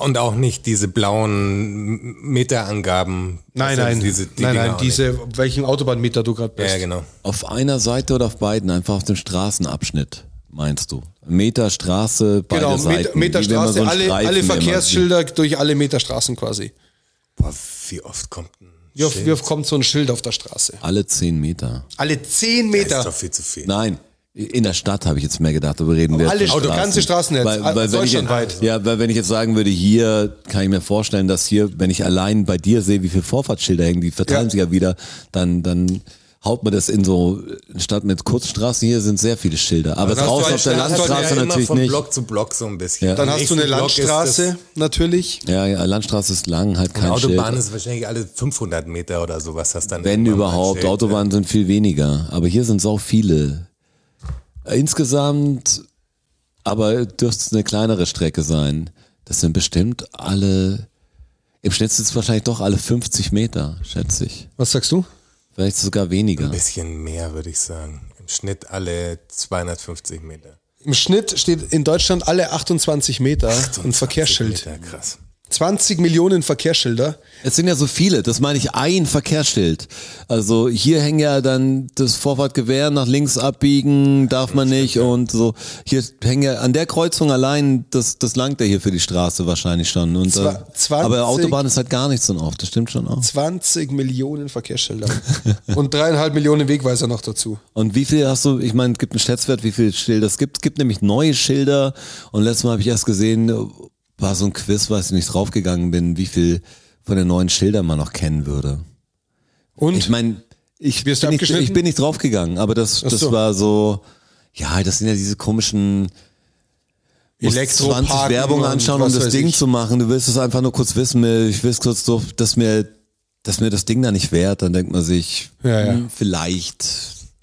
S4: Und auch nicht diese blauen Meterangaben.
S2: Nein,
S4: Also
S2: nein,
S4: diese, die
S2: nein,
S4: Dinger
S2: nein,
S4: auch
S2: diese, welchen Autobahnmeter du gerade
S4: Nicht.
S2: bist.
S4: Ja, genau.
S3: Auf einer Seite oder auf beiden? Einfach auf dem Straßenabschnitt, meinst du? Meter Straße, beide
S2: Genau, Met
S3: Seiten. Wie
S2: Meterstraße,
S3: wenn man so einen
S2: alle,
S3: Streifen
S2: alle
S3: immer sieht.
S2: Verkehrsschilder durch alle Meterstraßen quasi.
S4: Boah, wie oft kommt ein
S2: Wie oft, wie
S4: Schild?
S2: oft kommt so ein Schild auf der Straße?
S3: Alle zehn Meter.
S2: Alle 10
S4: Das ist
S2: Meter.
S4: doch viel zu viel.
S3: Nein, in der Stadt habe ich jetzt mehr gedacht, aber reden wir
S2: alle
S3: jetzt von
S2: Auto- ganze Straßennetz,
S3: weil, weil wenn ich,
S2: deutschlandweit.
S3: Ja, weil wenn ich jetzt sagen würde, hier kann ich mir vorstellen, dass hier, wenn ich allein bei dir sehe, wie viele Vorfahrtsschilder hängen, die verteilen
S2: Ja.
S3: sich ja wieder, dann, dann haut man das in so eine Stadt mit Kurzstraßen. Hier sind sehr viele Schilder, aber
S2: Dann hast du
S3: draußen
S2: halt
S3: auf der
S2: Stadt-
S4: Das
S3: Landstraße
S4: ja immer
S3: natürlich
S4: von
S3: nicht.
S4: Block zu Block so ein bisschen.
S3: Ja.
S2: Dann
S4: Im
S2: hast du eine
S4: nächsten Block ist das-
S2: Landstraße natürlich.
S3: Ja, ja, Landstraße ist lang, halt kein Schild.
S4: Autobahn ist wahrscheinlich alle 500 Meter oder sowas. Hast dann
S3: Wenn
S4: irgendwann mal ein
S3: überhaupt.
S4: Schild, ne?
S3: Autobahnen sind viel weniger. Aber hier sind auch viele. Insgesamt, aber dürfte es eine kleinere Strecke sein. Das sind bestimmt alle, im Schnitt sind es wahrscheinlich doch alle 50 Meter, schätze ich.
S2: Was sagst du?
S3: Vielleicht sogar weniger.
S4: Ein bisschen mehr, würde ich sagen. Im Schnitt alle 250 Meter.
S2: Im Schnitt steht in Deutschland alle 28 Meter ein
S4: 28
S2: Verkehrsschild.
S4: Meter, krass.
S2: 20 Millionen Verkehrsschilder.
S3: Es sind ja so viele, das meine ich ein Verkehrsschild. Also hier hängen ja dann das Vorfahrtgewehr nach links abbiegen, darf man nicht und so. Hier hängen ja an der Kreuzung allein, das, das langt ja hier für die Straße wahrscheinlich schon. Und, äh,
S2: Zwa- 20
S3: aber Autobahn ist halt gar nichts so oft, das stimmt schon auch.
S2: 20 Millionen Verkehrsschilder. Und dreieinhalb Millionen Wegweiser noch dazu.
S3: Und wie viel hast du, ich meine, es gibt einen Schätzwert, wie viele Schilder es gibt. Es gibt nämlich neue Schilder und letztes Mal habe ich erst gesehen, war so ein Quiz, weiß ich nicht draufgegangen bin, wie viel von den neuen Schildern man noch kennen würde.
S2: Und
S3: Ich meine, ich,
S2: Wirst du
S3: bin nicht-
S2: abgeschnitten?
S3: ich bin nicht draufgegangen, aber das,
S2: Ach
S3: das
S2: so.
S3: war so, ja, das sind ja diese komischen musst
S2: Elektroparken
S3: 20 Werbung
S2: und
S3: anschauen, um
S2: was
S3: das
S2: weiß
S3: Ding
S2: ich.
S3: zu machen. Du willst es einfach nur kurz wissen, ich will es kurz durch, dass mir, dass mir das Ding da nicht wert. Dann denkt man sich,
S2: Ja, ja.
S3: hm, vielleicht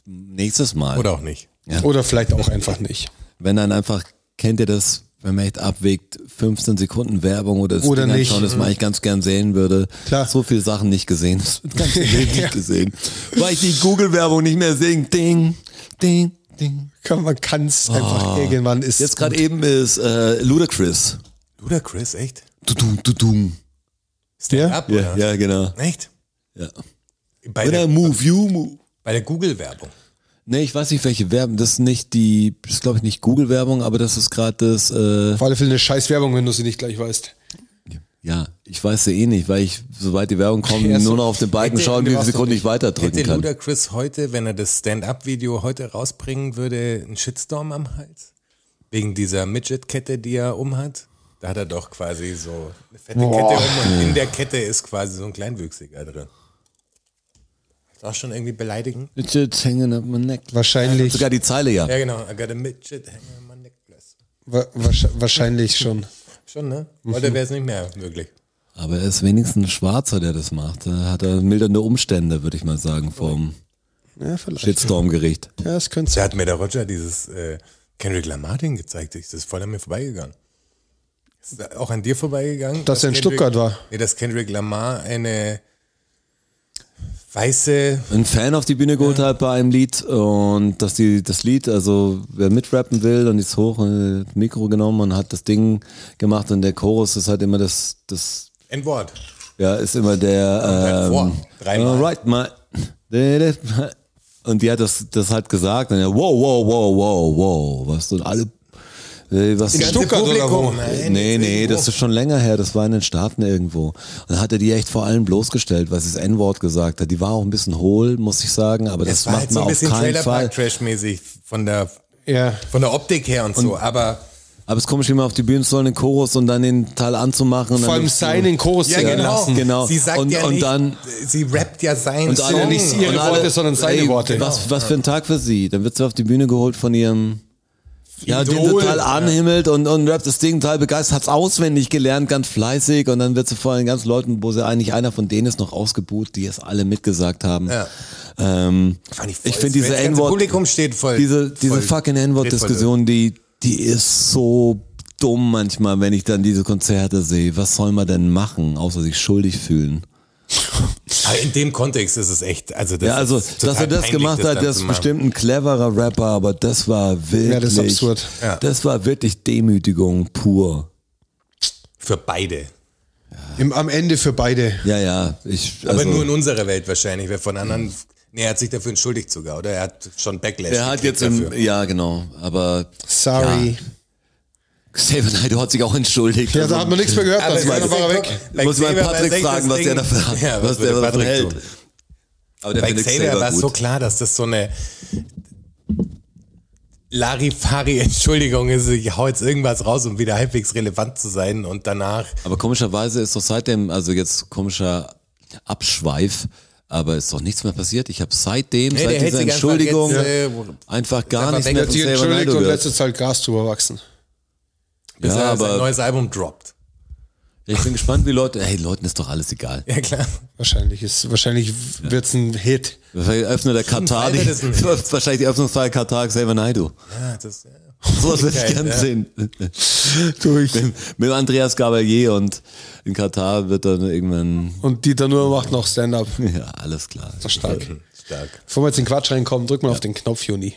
S3: nächstes Mal.
S4: Oder auch nicht.
S2: Oder vielleicht auch einfach nicht.
S3: wenn dann einfach, kennt ihr das, wenn man echt abwägt, 15 Sekunden Werbung oder das
S2: Oder
S3: Ding
S2: nicht.
S3: anschauen, das man eigentlich ganz gern sehen würde.
S2: Klar.
S3: So viele Sachen nicht gesehen. Das wird ganz Leben nicht gesehen. Weil ich die Google-Werbung nicht mehr sehen. Ding, ding, ding.
S2: Kann, man kann es einfach irgendwann ist.
S3: Oh. Jetzt gerade eben ist äh, Ludacris.
S4: Luda Chris, echt?
S3: Dudum, dudum.
S4: Ist der ab,
S3: Ja,
S4: oder?
S3: ja, genau.
S4: Echt?
S3: Ja.
S4: Bei
S3: Oder
S4: der,
S3: Move, you move.
S4: bei der Google-Werbung.
S3: Nee, ich weiß nicht, welche Werbung. Das ist nicht die, das ist glaube ich nicht Google-Werbung, aber das ist gerade das, äh,
S2: Auf alle Fälle eine scheiß Werbung, wenn du sie nicht gleich weißt.
S3: ja, ich weiß ja eh nicht, weil ich, soweit die Werbung kommt,
S2: Ja, so-
S3: nur noch auf den Balken
S4: Hätte-
S3: schauen, wie
S4: du
S3: viele
S4: warst
S3: Sekunden ich weiterdrücken
S4: Hätte
S3: kann.
S4: Luda Chris heute, wenn er das Stand-Up-Video heute rausbringen würde, einen Shitstorm am Hals? Wegen dieser Midget-Kette, die er umhat? Da hat er doch quasi so eine fette Kette um und in der Kette ist quasi so ein Kleinwüchsiger drin. Ist auch schon irgendwie beleidigend.
S3: It's just hanging up my neck.
S2: Wahrscheinlich,
S3: Sogar die Zeile, ja.
S4: Ja, genau. I got a midget hanging on my necklace.
S2: wa wahrsch- wahrscheinlich schon.
S4: Schon, ne? Heute wäre es nicht mehr möglich.
S3: Aber er ist wenigstens ein Schwarzer, der das macht. Da hat er mildernde Umstände, würde ich mal sagen, vom
S2: Ja, vielleicht.
S3: Shitstorm-Gericht.
S2: Ja, es könnte
S4: Da
S2: sein.
S4: hat mir der Roger dieses äh, Kendrick Lamar Ding gezeigt. Ich- Das ist voll an mir vorbeigegangen. Ist da auch an dir vorbeigegangen?
S2: Dass er in
S4: Kendrick-
S2: Stuttgart war.
S4: Nee, dass Kendrick Lamar eine weiße.
S3: Ein Fan auf die Bühne geholt hat bei einem Lied und dass die das Lied, also wer mitrappen will und ist hoch, äh, das Mikro genommen und hat das Ding gemacht und der Chorus ist halt immer das, das
S4: N-Wort.
S3: ja, ist immer der
S4: halt vor,
S3: ähm,
S4: dreimal.
S3: Alright, my, und die hat das, das halt gesagt und ja, wow, wow, wow, wow, wow, was und alle äh, was
S4: ganze
S2: Stuttgart oder wo?
S4: Nein,
S3: Nee,
S4: jetzt
S3: nee,
S4: irgendwo.
S3: das ist schon länger her, das war in den Staaten irgendwo. Und dann hat er die echt vor allem bloßgestellt, weil sie das N-Wort gesagt hat. Die war auch ein bisschen hohl, muss ich sagen, aber das
S4: Es war
S3: macht
S4: halt so
S3: man
S4: ein
S3: auf
S4: bisschen
S3: keinen Fall.
S4: Trailer-Park-Trash-mäßig von der,
S2: Ja.
S4: von der Optik her und, so. Aber
S3: Aber es ist komisch, wie man auf die Bühne soll, den Chorus und dann den Teil anzumachen. und
S2: Vor
S3: dann
S2: allem
S3: nimmst du-
S2: seinen Chorus
S4: ja,
S2: singen
S4: genau.
S2: lassen.
S3: genau.
S4: Sie sagt
S3: Und-
S4: ja
S3: und
S4: nicht,
S3: dann-
S4: sie rappt ja sein
S3: Und alle,
S4: Song.
S2: nicht ihre
S3: und
S2: Worte, sondern seine Worte.
S3: Was, was für ein Tag für sie. Dann wird sie auf die Bühne geholt von ihrem ja, den
S4: Idol.
S3: total anhimmelt und, und rappt das Ding total begeistert, hat's auswendig gelernt, ganz fleißig und dann wird sie vor den ganzen Leuten, wo sie eigentlich einer von denen ist, noch ausgebuht, die es alle mitgesagt haben.
S4: Ja.
S3: Ähm,
S4: Fand voll
S3: ich finde diese
S4: strange. Das ganze
S3: N-Wort,
S4: Publikum steht voll.
S3: diese, diese
S4: voll-
S3: fucking
S4: steht voll-
S3: N-Wort-Diskussion, die, die ist so dumm manchmal, wenn ich dann diese Konzerte sehe. Was soll man denn machen, außer sich schuldig fühlen?
S4: Aber in dem Kontext ist es echt, also das
S3: Ja, also,
S4: ist
S3: dass
S4: total
S3: er das
S4: peinlich,
S3: gemacht hat, das
S4: dann zu
S3: ist
S4: machen.
S3: bestimmt ein cleverer Rapper, aber das war wirklich.
S2: das ist absurd.
S4: Ja.
S3: Das war wirklich Demütigung pur.
S4: Für beide.
S2: Im, am Ende für beide.
S3: Ja, ja. Ich,
S4: Aber
S3: also,
S4: nur in unserer Welt wahrscheinlich. Wer von anderen. Nee, er hat sich dafür entschuldigt sogar, oder? Er hat schon Backlash.
S3: er hat
S4: gekriegt
S3: jetzt im,
S4: dafür.
S3: ja genau, aber
S2: Sorry.
S3: Xavier Naidoo hat sich auch entschuldigt.
S2: Ja, da hat man nichts mehr gehört.
S4: Aber
S2: Das war
S4: jetzt
S2: war er
S4: guck,
S2: weg.
S4: bei
S3: muss man
S4: Xavier war
S3: Patrick
S4: echt das
S3: fragen, was
S4: Ding-
S3: der davon,
S4: Ja,
S3: was der
S4: würde
S3: davon
S4: Patrick
S3: hält.
S4: tun?
S3: Aber der
S4: Bei
S3: findet
S4: Xavier war
S3: Xavier
S4: es so
S3: gut.
S4: klar, dass das so eine Larifari-Entschuldigung ist. Ich hau jetzt irgendwas raus, um wieder halbwegs relevant zu sein und danach.
S3: Aber komischerweise ist doch seitdem, also jetzt komischer Abschweif, aber ist doch nichts mehr passiert. Ich habe seitdem,
S4: Nee, der
S3: seit
S4: hält
S3: dieser
S4: sich einfach
S3: Entschuldigung,
S4: jetzt, äh,
S3: einfach gar
S4: einfach
S3: nichts
S4: weg.
S3: mehr
S4: Hat
S3: von
S2: Die
S3: Xavier
S2: entschuldigt
S3: Naidoo
S2: und
S3: gehört.
S2: letzte Zeit Gras drüber wachsen.
S4: bis
S3: Ja,
S4: er sein
S3: aber
S4: neues Album droppt.
S3: ich bin gespannt, wie Leute, hey, Leuten ist doch alles egal.
S4: Ja, klar.
S2: Wahrscheinlich ist, wahrscheinlich wird's ein Hit.
S3: Wahrscheinlich öffnet der Katar,
S4: Fall
S3: die,
S4: wird es ein Hit.
S3: wahrscheinlich die Öffnungsfeier Katar Xavier Naidoo.
S4: Ja, das, ja.
S3: Sowas würde ich gern
S4: Ja.
S3: sehen. Durch. Mit, mit Andreas Gabalier und in Katar wird dann irgendwann,
S2: Und Dieter Nur macht noch Stand-up.
S3: ja, alles klar.
S2: Stark.
S4: Stark.
S2: Bevor wir jetzt in den Quatsch reinkommen, drück mal auf den Knopf, Juni.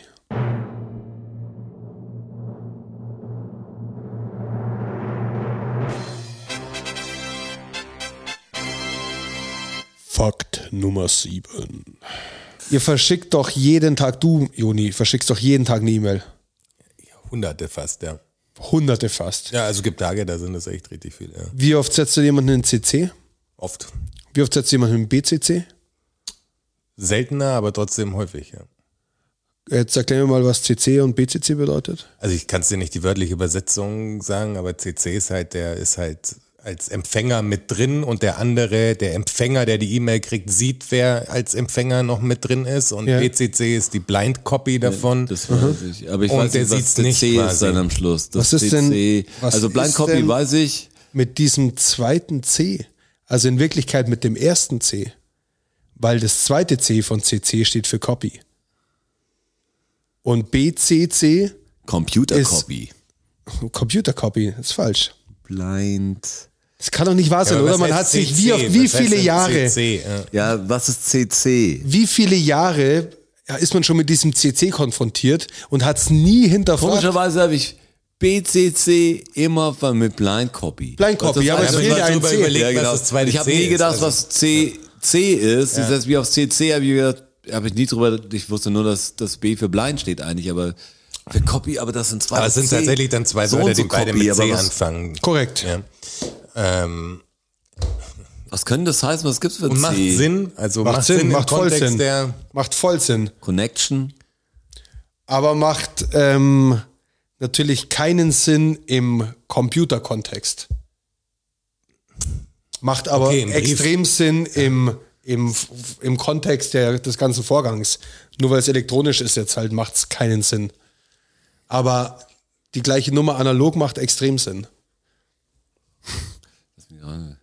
S2: Fakt Nummer 7. Ihr verschickt doch jeden Tag, du, Juni, verschickst doch jeden Tag eine E-Mail.
S4: Hunderte fast, ja.
S2: Hunderte fast.
S4: Ja, also gibt Tage, da sind das echt richtig viel, ja.
S2: Wie oft setzt du jemanden in CC?
S4: Oft.
S2: Wie oft setzt du jemanden in BCC?
S4: Seltener, aber trotzdem häufig, ja.
S2: Jetzt erklär mir mal, was CC und BCC bedeutet.
S4: Also ich kann es dir nicht die wörtliche Übersetzung sagen, aber CC ist halt, der ist halt als Empfänger mit drin und der andere, der Empfänger, der die E-Mail kriegt, sieht, wer als Empfänger noch mit drin ist und
S2: Ja.
S4: BCC ist die Blind Copy davon.
S3: Das weiß ich. Mhm. Aber ich
S4: Und
S3: weiß
S4: der
S3: nicht, was
S4: sieht's
S3: CC
S4: nicht
S3: ist
S4: quasi.
S3: dann am Schluss. Das
S2: Was ist denn-
S3: CC.
S2: was
S3: also Blind
S2: ist
S3: Copy
S2: denn-
S3: weiß ich.
S2: mit diesem zweiten C, also in Wirklichkeit mit dem ersten C, weil das zweite C von CC steht für Copy. Und BCC,
S3: Computer
S2: Ist-
S3: Copy.
S2: Computer Copy, ist falsch.
S3: Blind.
S2: Das kann doch nicht wahr sein,
S4: Aber
S2: oder?
S4: was
S2: Man
S4: heißt
S2: hat sich
S4: CC?
S2: wie, auf, wie
S4: Was heißt
S2: viele
S4: denn
S2: Jahre,
S4: CC? Ja.
S3: Ja, was ist CC?
S2: wie viele Jahre ja, ist man schon mit diesem CC konfrontiert und hat es nie hinterfragt.
S3: Komischerweise habe ich BCC immer ver- mit Blind Copy.
S2: Blind Copy,
S3: Was das
S2: aber
S3: heißt,
S2: es
S3: ich
S2: fehlt
S3: hab
S2: ein
S4: darüber
S2: C.
S4: überlegt,
S3: ja, genau.
S4: was das zweite
S3: ich habe
S4: C
S3: nie
S4: ist.
S3: gedacht,
S4: Also-
S3: was C, C ist. Das heißt, wie auf CC habe ich gedacht, habe ich nie drüber, ich wusste nur, dass das B für Blind steht eigentlich, aber für Copy, aber das sind zwei
S4: Aber es sind
S3: C.
S4: tatsächlich dann zwei
S3: So
S4: Wörter,
S3: und so
S4: die beide
S3: Copy,
S4: mit
S3: aber
S4: C
S3: was-
S4: anfangen.
S2: Korrekt.
S4: Ja. Ähm,
S3: Was können das heißen? Was gibt's für
S4: und
S3: C?
S4: macht Sinn, also
S2: Macht Sinn,
S4: im
S2: macht voll
S4: Kontext
S2: Sinn.
S4: der
S2: Macht voll Sinn.
S3: Connection?
S2: aber macht ähm, natürlich keinen Sinn im Computerkontext. Macht aber
S4: Okay, im Brief.
S2: extrem Sinn im, im, im Kontext der, des ganzen Vorgangs. Nur weil es elektronisch ist jetzt halt, macht es keinen Sinn. Aber die gleiche Nummer analog macht extrem Sinn.
S3: Ja.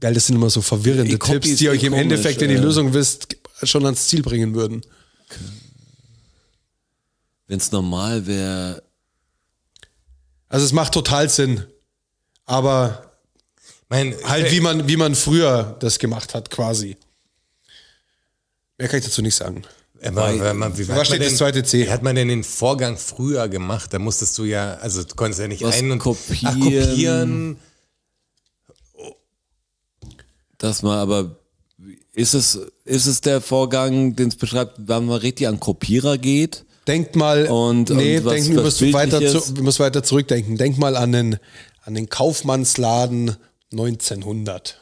S2: Geil, das sind immer so verwirrende
S3: Die Copy
S2: Tipps,
S3: ist
S2: die euch im
S3: komisch,
S2: Endeffekt, wenn ihr die
S3: äh.
S2: Lösung wisst, schon ans Ziel bringen würden.
S3: Wenn es normal wäre,
S2: Also es macht total Sinn. Aber
S4: mein,
S3: Äh,
S2: Halt wie man, wie man früher das gemacht hat, quasi. Mehr kann ich dazu nicht sagen.
S4: Aber, wenn man, wie, hat man
S2: steht das
S4: denn-
S2: zweite C?
S4: Wie hat man denn den Vorgang früher gemacht? Da musstest du ja, also du konntest ja nicht
S3: Was
S4: ein- und
S3: kopieren?
S4: Ach, kopieren.
S3: dass man aber ist es, ist es der Vorgang, den es beschreibt, wenn man richtig an Kopierer geht?
S2: Denkt mal,
S3: Und-
S2: nee,
S3: und was-
S2: denken,
S3: was
S2: wir müssen weiter,
S3: Bildliches?
S2: zu, wir müssen weiter zurückdenken. Denk mal an den, an den Kaufmannsladen 1900.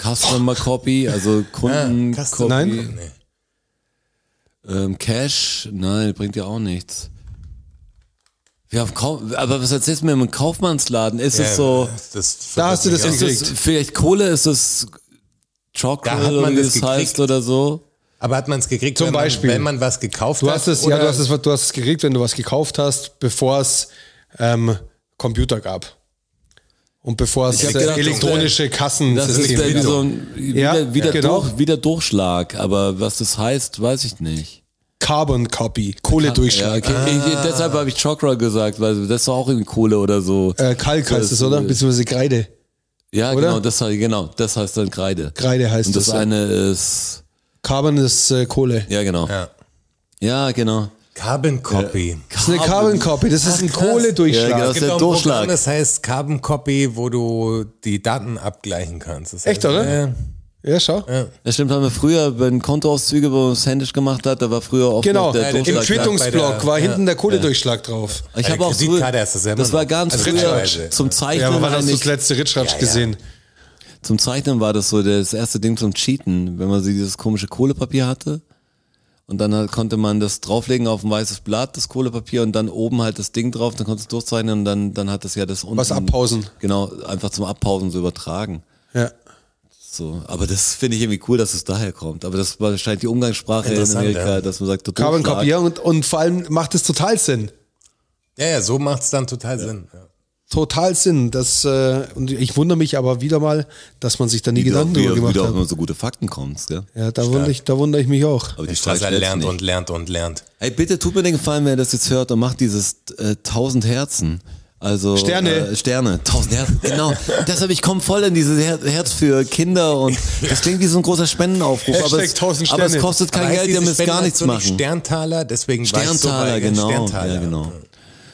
S3: Customer Copy, also Kunden
S4: Hast du-
S3: Copy.
S2: Nein.
S4: Nee.
S3: Ähm, Cash, nein, bringt ja auch nichts. Wir haben kaum, aber was erzählst du mir im Kaufmannsladen? Ist
S4: Ja,
S3: es so,
S4: das
S2: Da hast du das
S4: verwirrt mich auch.
S3: ist es vielleicht Kohle, ist es Chocolate
S4: Da hat man
S3: oder wie
S4: das
S3: es
S4: gekriegt.
S3: heißt oder so?
S4: Aber hat man es gekriegt,
S2: Zum
S4: wenn, man,
S2: Beispiel.
S4: wenn man was gekauft
S2: Du
S4: hat?
S2: hast es,
S4: oder
S2: ja, du hast es, du hast es gekriegt, wenn du was gekauft hast, bevor es ähm, Computer gab. Und bevor es
S3: Ich hab gedacht,
S2: elektronische
S3: Das ist
S2: Kassensysteme
S3: irgendwie
S2: gab.
S3: so ein wieder,
S2: Ja,
S3: wieder,
S2: genau.
S3: durch, wieder Durchschlag, aber was das heißt, weiß ich nicht.
S2: Carbon Copy, Kohledurchschlag.
S3: Ja, okay. ich,
S2: Ah.
S3: ich, deshalb habe ich Chokra gesagt, weil das ist doch auch irgendwie Kohle oder so.
S2: Äh, Kalk heißt es, oder? Beziehungsweise Kreide.
S3: ja,
S2: oder?
S3: genau, das genau, das heißt dann Kreide.
S2: Kreide heißt
S3: Und das
S2: es, ja.
S3: eine ist
S2: Carbon ist äh, Kohle.
S3: ja genau.
S4: Ja.
S3: Ja, genau.
S4: Carbon Copy.
S2: Das ist eine Carbon Copy, das ist ein Kohledurchschlag.
S3: Ja, genau, das
S4: Es
S3: ist
S4: gibt
S3: der
S4: auch ein Programm,
S3: Durchschlag.
S4: das heißt Carbon Copy, wo du die Daten abgleichen kannst. Das
S2: Echt,
S4: heißt,
S2: oder?
S4: Ja,
S2: Ja, schau.
S3: Das stimmt, haben wir früher, wenn Kontoauszüge, wo man es händisch gemacht hat, da war früher oft
S2: Genau,
S3: noch der
S2: im
S3: Durchschlag. da.
S2: Quittungsblock
S4: bei der-
S2: war hinten der Kohledurchschlag drauf.
S3: Ich habe
S4: Eine
S3: auch früher,
S4: Kreditkarte ist das
S3: das,
S4: ja immer
S3: war
S4: noch.
S3: ganz
S4: Also
S3: früher
S4: Ritschweise.
S3: zum Zeichnen.
S2: Ja, aber wann hast du
S3: eigentlich-
S2: das letzte Ritschratsch gesehen?
S3: Zum Zeichnen war das so das erste Ding zum Cheaten, wenn man so dieses komische Kohlepapier hatte. Und dann halt konnte man das drauflegen auf ein weißes Blatt, das Kohlepapier, und dann oben halt das Ding drauf, dann konntest du es durchzeichnen und dann, dann hat das ja das unten.
S2: Was abpausen.
S3: Genau, einfach zum Abpausen so übertragen.
S2: Ja.
S3: So. Aber das finde ich irgendwie cool, dass es daher kommt. Aber das war wahrscheinlich die Umgangssprache in
S4: Interessant,
S3: Amerika,
S4: ja.
S3: dass man sagt, du
S2: Carbon
S3: Durchschlag.
S2: Copy, ja, und, und vor allem macht es total Sinn.
S4: ja, ja, so macht es dann total Sinn. Ja.
S2: Total Sinn. Das, äh, und ich wundere mich aber wieder mal, dass man sich da nie
S3: Wie du
S2: Gedanken
S3: auch- wie
S2: drüber
S3: du- wie
S2: gemacht
S3: du auch
S2: hat.
S3: nur so gute Fakten kommst, gell?
S2: Ja, da wundere, ich, da wundere ich mich auch.
S3: Aber die
S4: Das
S3: Frage stellst du
S4: lernt
S3: nicht.
S4: und lernt und lernt.
S3: Ey, bitte tut mir den Gefallen, wer das jetzt hört und macht dieses äh, 1000 Herzen. Also
S2: Sterne.
S3: Äh, Sterne, 1000 Herzen, genau. Deshalb, ich komme voll in dieses Her Herz für Kinder und das klingt wie so ein großer Spendenaufruf. Aber
S2: Hashtag
S3: es,
S2: 1000
S3: aber es
S2: Sterne.
S3: kostet kein
S4: Aber heißt
S3: Geld, ihr
S4: diese
S3: müsst gar nichts
S4: Spendenaktion nicht
S3: machen.
S4: halt Sterntaler, deswegen war ich so
S3: Sterntaler,
S4: bei den
S3: genau.
S4: Sterntaler.
S3: Ja, genau.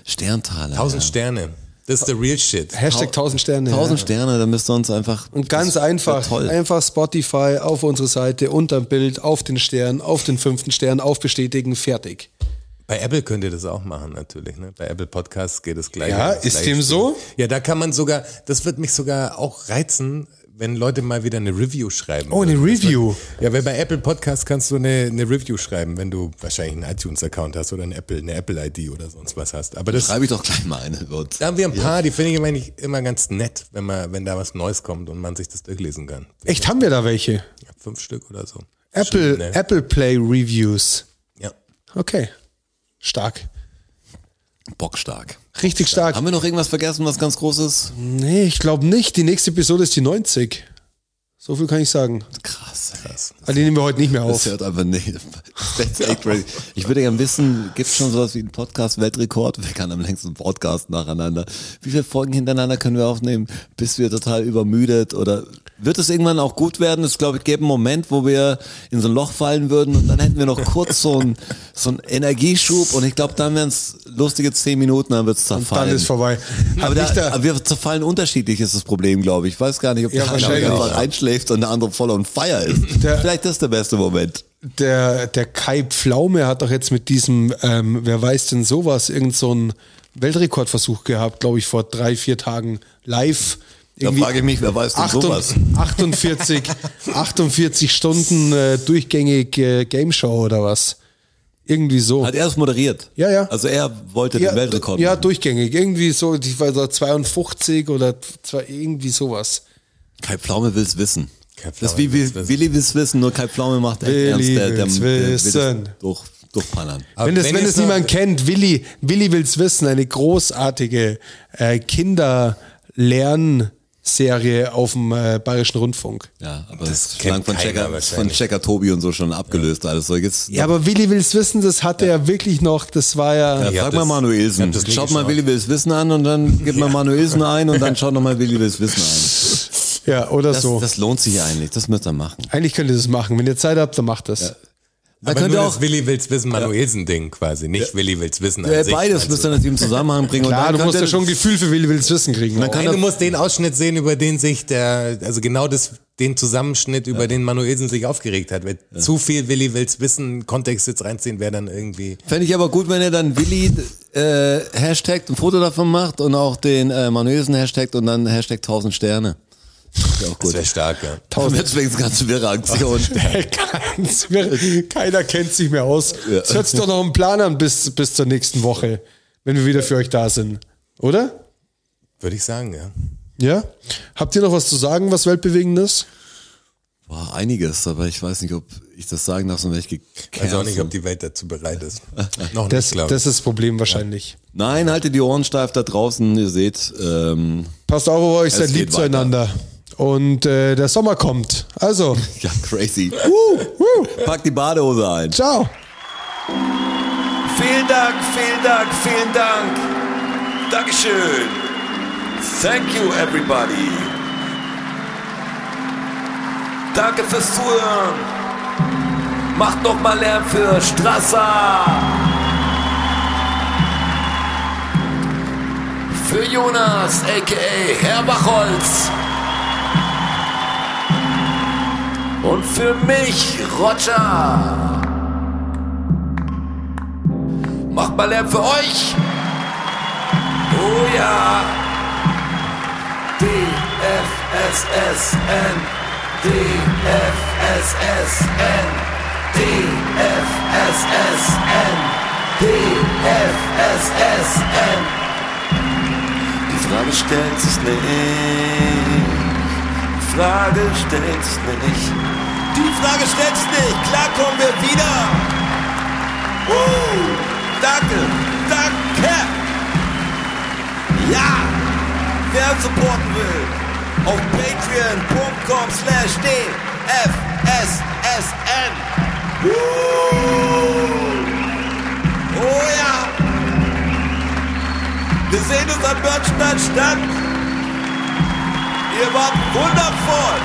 S3: Sterntaler.
S4: 1000
S3: ja.
S4: Sterne. Das ist the real shit.
S2: Hashtag 1000 Sterne.
S3: 1000
S2: ja.
S3: Sterne, da müsst ihr uns einfach.
S2: Und ganz einfach,
S3: toll.
S2: einfach Spotify auf unsere Seite, unterm Bild, auf den Stern, auf den fünften Stern, auf bestätigen, fertig.
S4: Bei Apple könnt ihr das auch machen, natürlich. Ne? Bei Apple Podcasts geht es gleich.
S2: Ja,
S4: das
S2: ist
S4: gleiche
S2: dem
S4: Spiel.
S2: so?
S4: Ja, da kann man sogar, das wird mich sogar auch reizen, wenn Leute mal wieder eine Review schreiben.
S2: Oh, eine
S4: würden. Das
S2: Review.
S4: wär- Ja, weil bei Apple Podcast kannst du eine, eine Review schreiben, wenn du wahrscheinlich einen iTunes-Account hast oder eine Apple, eine Apple-ID oder sonst was hast. Aber das,
S3: Schreibe ich doch gleich mal eine. Wird.
S4: da haben wir ein paar, die finde ich immer, nicht- immer ganz nett, wenn man, wenn da was Neues kommt und man sich das durchlesen kann.
S2: Echt, haben wir da welche?
S4: Ich hab fünf Stück oder so.
S2: Apple,
S4: Schön, ne?
S2: Apple Play Reviews.
S4: Ja.
S2: Okay. Stark.
S3: Bockstark.
S2: Richtig stark.
S3: Haben wir noch irgendwas vergessen, was ganz Großes?
S2: Nee, ich glaube nicht. Die nächste Episode ist die 90. So viel kann ich sagen.
S3: Krass. Krass.
S2: Aber die nehmen wir heute nicht mehr
S3: Das
S2: auf.
S3: hört einfach nicht. Das ist echt crazy. Ich würde gerne wissen, gibt es schon sowas wie einen Podcast-Weltrekord? Wer kann am längsten Podcast nacheinander? Wie viele Folgen hintereinander können wir aufnehmen, bis wir total übermüdet? Oder wird es irgendwann auch gut werden? Es glaube ich gäbe einen Moment, wo wir in so ein Loch fallen würden und dann hätten wir noch kurz so einen, so einen Energieschub und ich glaube, dann wären es lustige zehn Minuten, dann wird es zerfallen.
S2: Dann ist vorbei.
S3: Aber,
S2: Hab ich
S3: da, also aber wir zerfallen unterschiedlich, ist das Problem, glaube ich. Ich weiß gar nicht, ob
S2: Ja,
S3: der eine
S2: wahrscheinlich.
S3: einfach einschläft und der andere voll on fire ist.
S2: Der-
S3: Vielleicht ist der beste Moment.
S2: der, der Kai Pflaume hat doch jetzt mit diesem, ähm, wer weiß denn sowas, irgend so einen Weltrekordversuch gehabt, glaube ich, vor drei, vier Tagen live.
S3: Da
S2: Irgendwie
S3: frage ich mich, wer weiß denn
S2: achtund-
S3: sowas?
S2: 48, 48 Stunden äh, durchgängig äh, Game Show oder was? Irgendwie so.
S3: Hat er es moderiert?
S2: Ja, ja.
S3: Also er wollte den Weltrekord.
S2: ja,
S3: machen.
S2: durchgängig. Irgendwie so, ich weiß nicht, 52 oder zwei, irgendwie sowas.
S3: Kai Pflaume will es wissen.
S4: Kai Pflaume
S3: das ist wie
S4: will's
S3: Will- Willi will es wissen, nur Kai Pflaume macht echt
S2: Willi will's
S3: es
S2: wissen.
S3: durch, durchpannern.
S4: Aber
S2: wenn das,
S4: wenn
S2: wenn das
S4: jetzt noch-
S2: niemand kennt, Willi, Willi will's wissen, eine großartige äh, Kinderlernserie auf dem äh, Bayerischen Rundfunk.
S3: Ja, aber das klang
S4: kennt
S3: von
S4: keiner
S3: Checker, von
S4: wahrscheinlich.
S3: Checker Tobi und so schon abgelöst alles. So, jetzt,
S2: Ja, aber Willi will's wissen, das hatte er wirklich noch, das war ja,
S3: Ja,
S4: Ich hab
S3: frag mal
S4: das-
S3: Manuelsen.
S4: ich hab das nie
S3: Schaut mal
S4: geschaut.
S3: Willi will es wissen an und dann gibt man Manuelsen ein und dann schaut nochmal Willi will es wissen ein.
S2: ja oder
S3: Das,
S2: so.
S3: das lohnt sich eigentlich, das müsst ihr machen.
S2: Eigentlich könnt ihr das machen. Wenn ihr Zeit habt, dann macht das.
S3: Man
S4: Aber
S3: könnte
S4: nur
S3: auch
S4: das Willi will's wissen Manuelsen-Ding quasi, nicht Willi will's wissen an
S3: äh,
S4: sich.
S3: beides
S4: Also-
S3: müsst ihr natürlich im Zusammenhang bringen.
S2: Klar,
S3: und
S2: du
S3: dann
S2: musst
S3: könnt
S2: ja
S3: ihr-
S2: schon ein Gefühl für Willi will's wissen kriegen. ne? auch.
S4: Nein, du musst den Ausschnitt sehen, über den sich der, also genau das, den Zusammenschnitt, über den Manuelsen sich aufgeregt hat. Weil zu viel Willi will's wissen, Kontext jetzt reinziehen, wäre dann irgendwie.
S3: Fände ich aber gut, wenn ihr dann Willi äh, hashtagt, ein Foto davon macht und auch den äh, Manuelsen hashtagt und dann Hashtag 1000 Sterne. Ist ja auch
S4: Das
S3: gut.
S4: wäre stark, ja.
S3: Deswegen ist ganz wirre Aktion.
S2: Ganz wirr. Keiner kennt sich mehr aus. Setzt doch noch einen Plan an bis, bis zur nächsten Woche, wenn wir wieder für euch da sind. Oder?
S4: Würde ich sagen, ja.
S2: Ja? Habt ihr noch was zu sagen, was weltbewegendes?
S3: War einiges, aber ich weiß nicht, ob ich das sagen darf, sondern ich gecancelt.
S4: Weiß auch nicht, ob die Welt dazu bereit ist. Noch
S2: Das,
S4: nicht, glaube ich.
S2: das ist das Problem wahrscheinlich.
S3: Nein, haltet die Ohren steif da draußen, ihr seht. Ähm,
S2: Passt auf auf euch,
S3: Es
S2: seid lieb
S3: geht weiter.
S2: zueinander. Und äh, der Sommer kommt. Also,
S3: ja, crazy.
S2: uh, uh,
S3: Packt die Badehose ein.
S2: ciao.
S5: Vielen Dank, vielen Dank, vielen Dank. Dankeschön. Thank you, everybody. Danke fürs Zuhören. Macht noch mal Lärm für Strasser. Für Jonas, a.k.a. Herr Bachholz. Und für mich, Roger. Macht mal Lärm für euch. Oh ja. DFSSN. DFSSN. DFSSN. DFSSN. Die Frage stellt sich nicht. Die Frage stellt sich nicht. Die Frage stellt sich nicht. Klar kommen wir wieder. Uh, danke, danke. Ja, wer uns supporten will, auf patreon.com slash dfssn. Uh, oh ja. Wir sehen uns am Börnstein statt. Ihr wart wundervoll.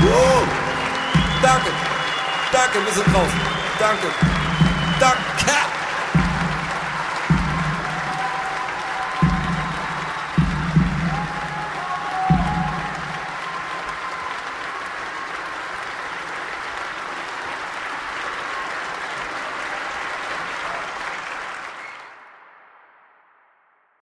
S5: Uh, danke, danke, wir sind draußen. Danke. Danke.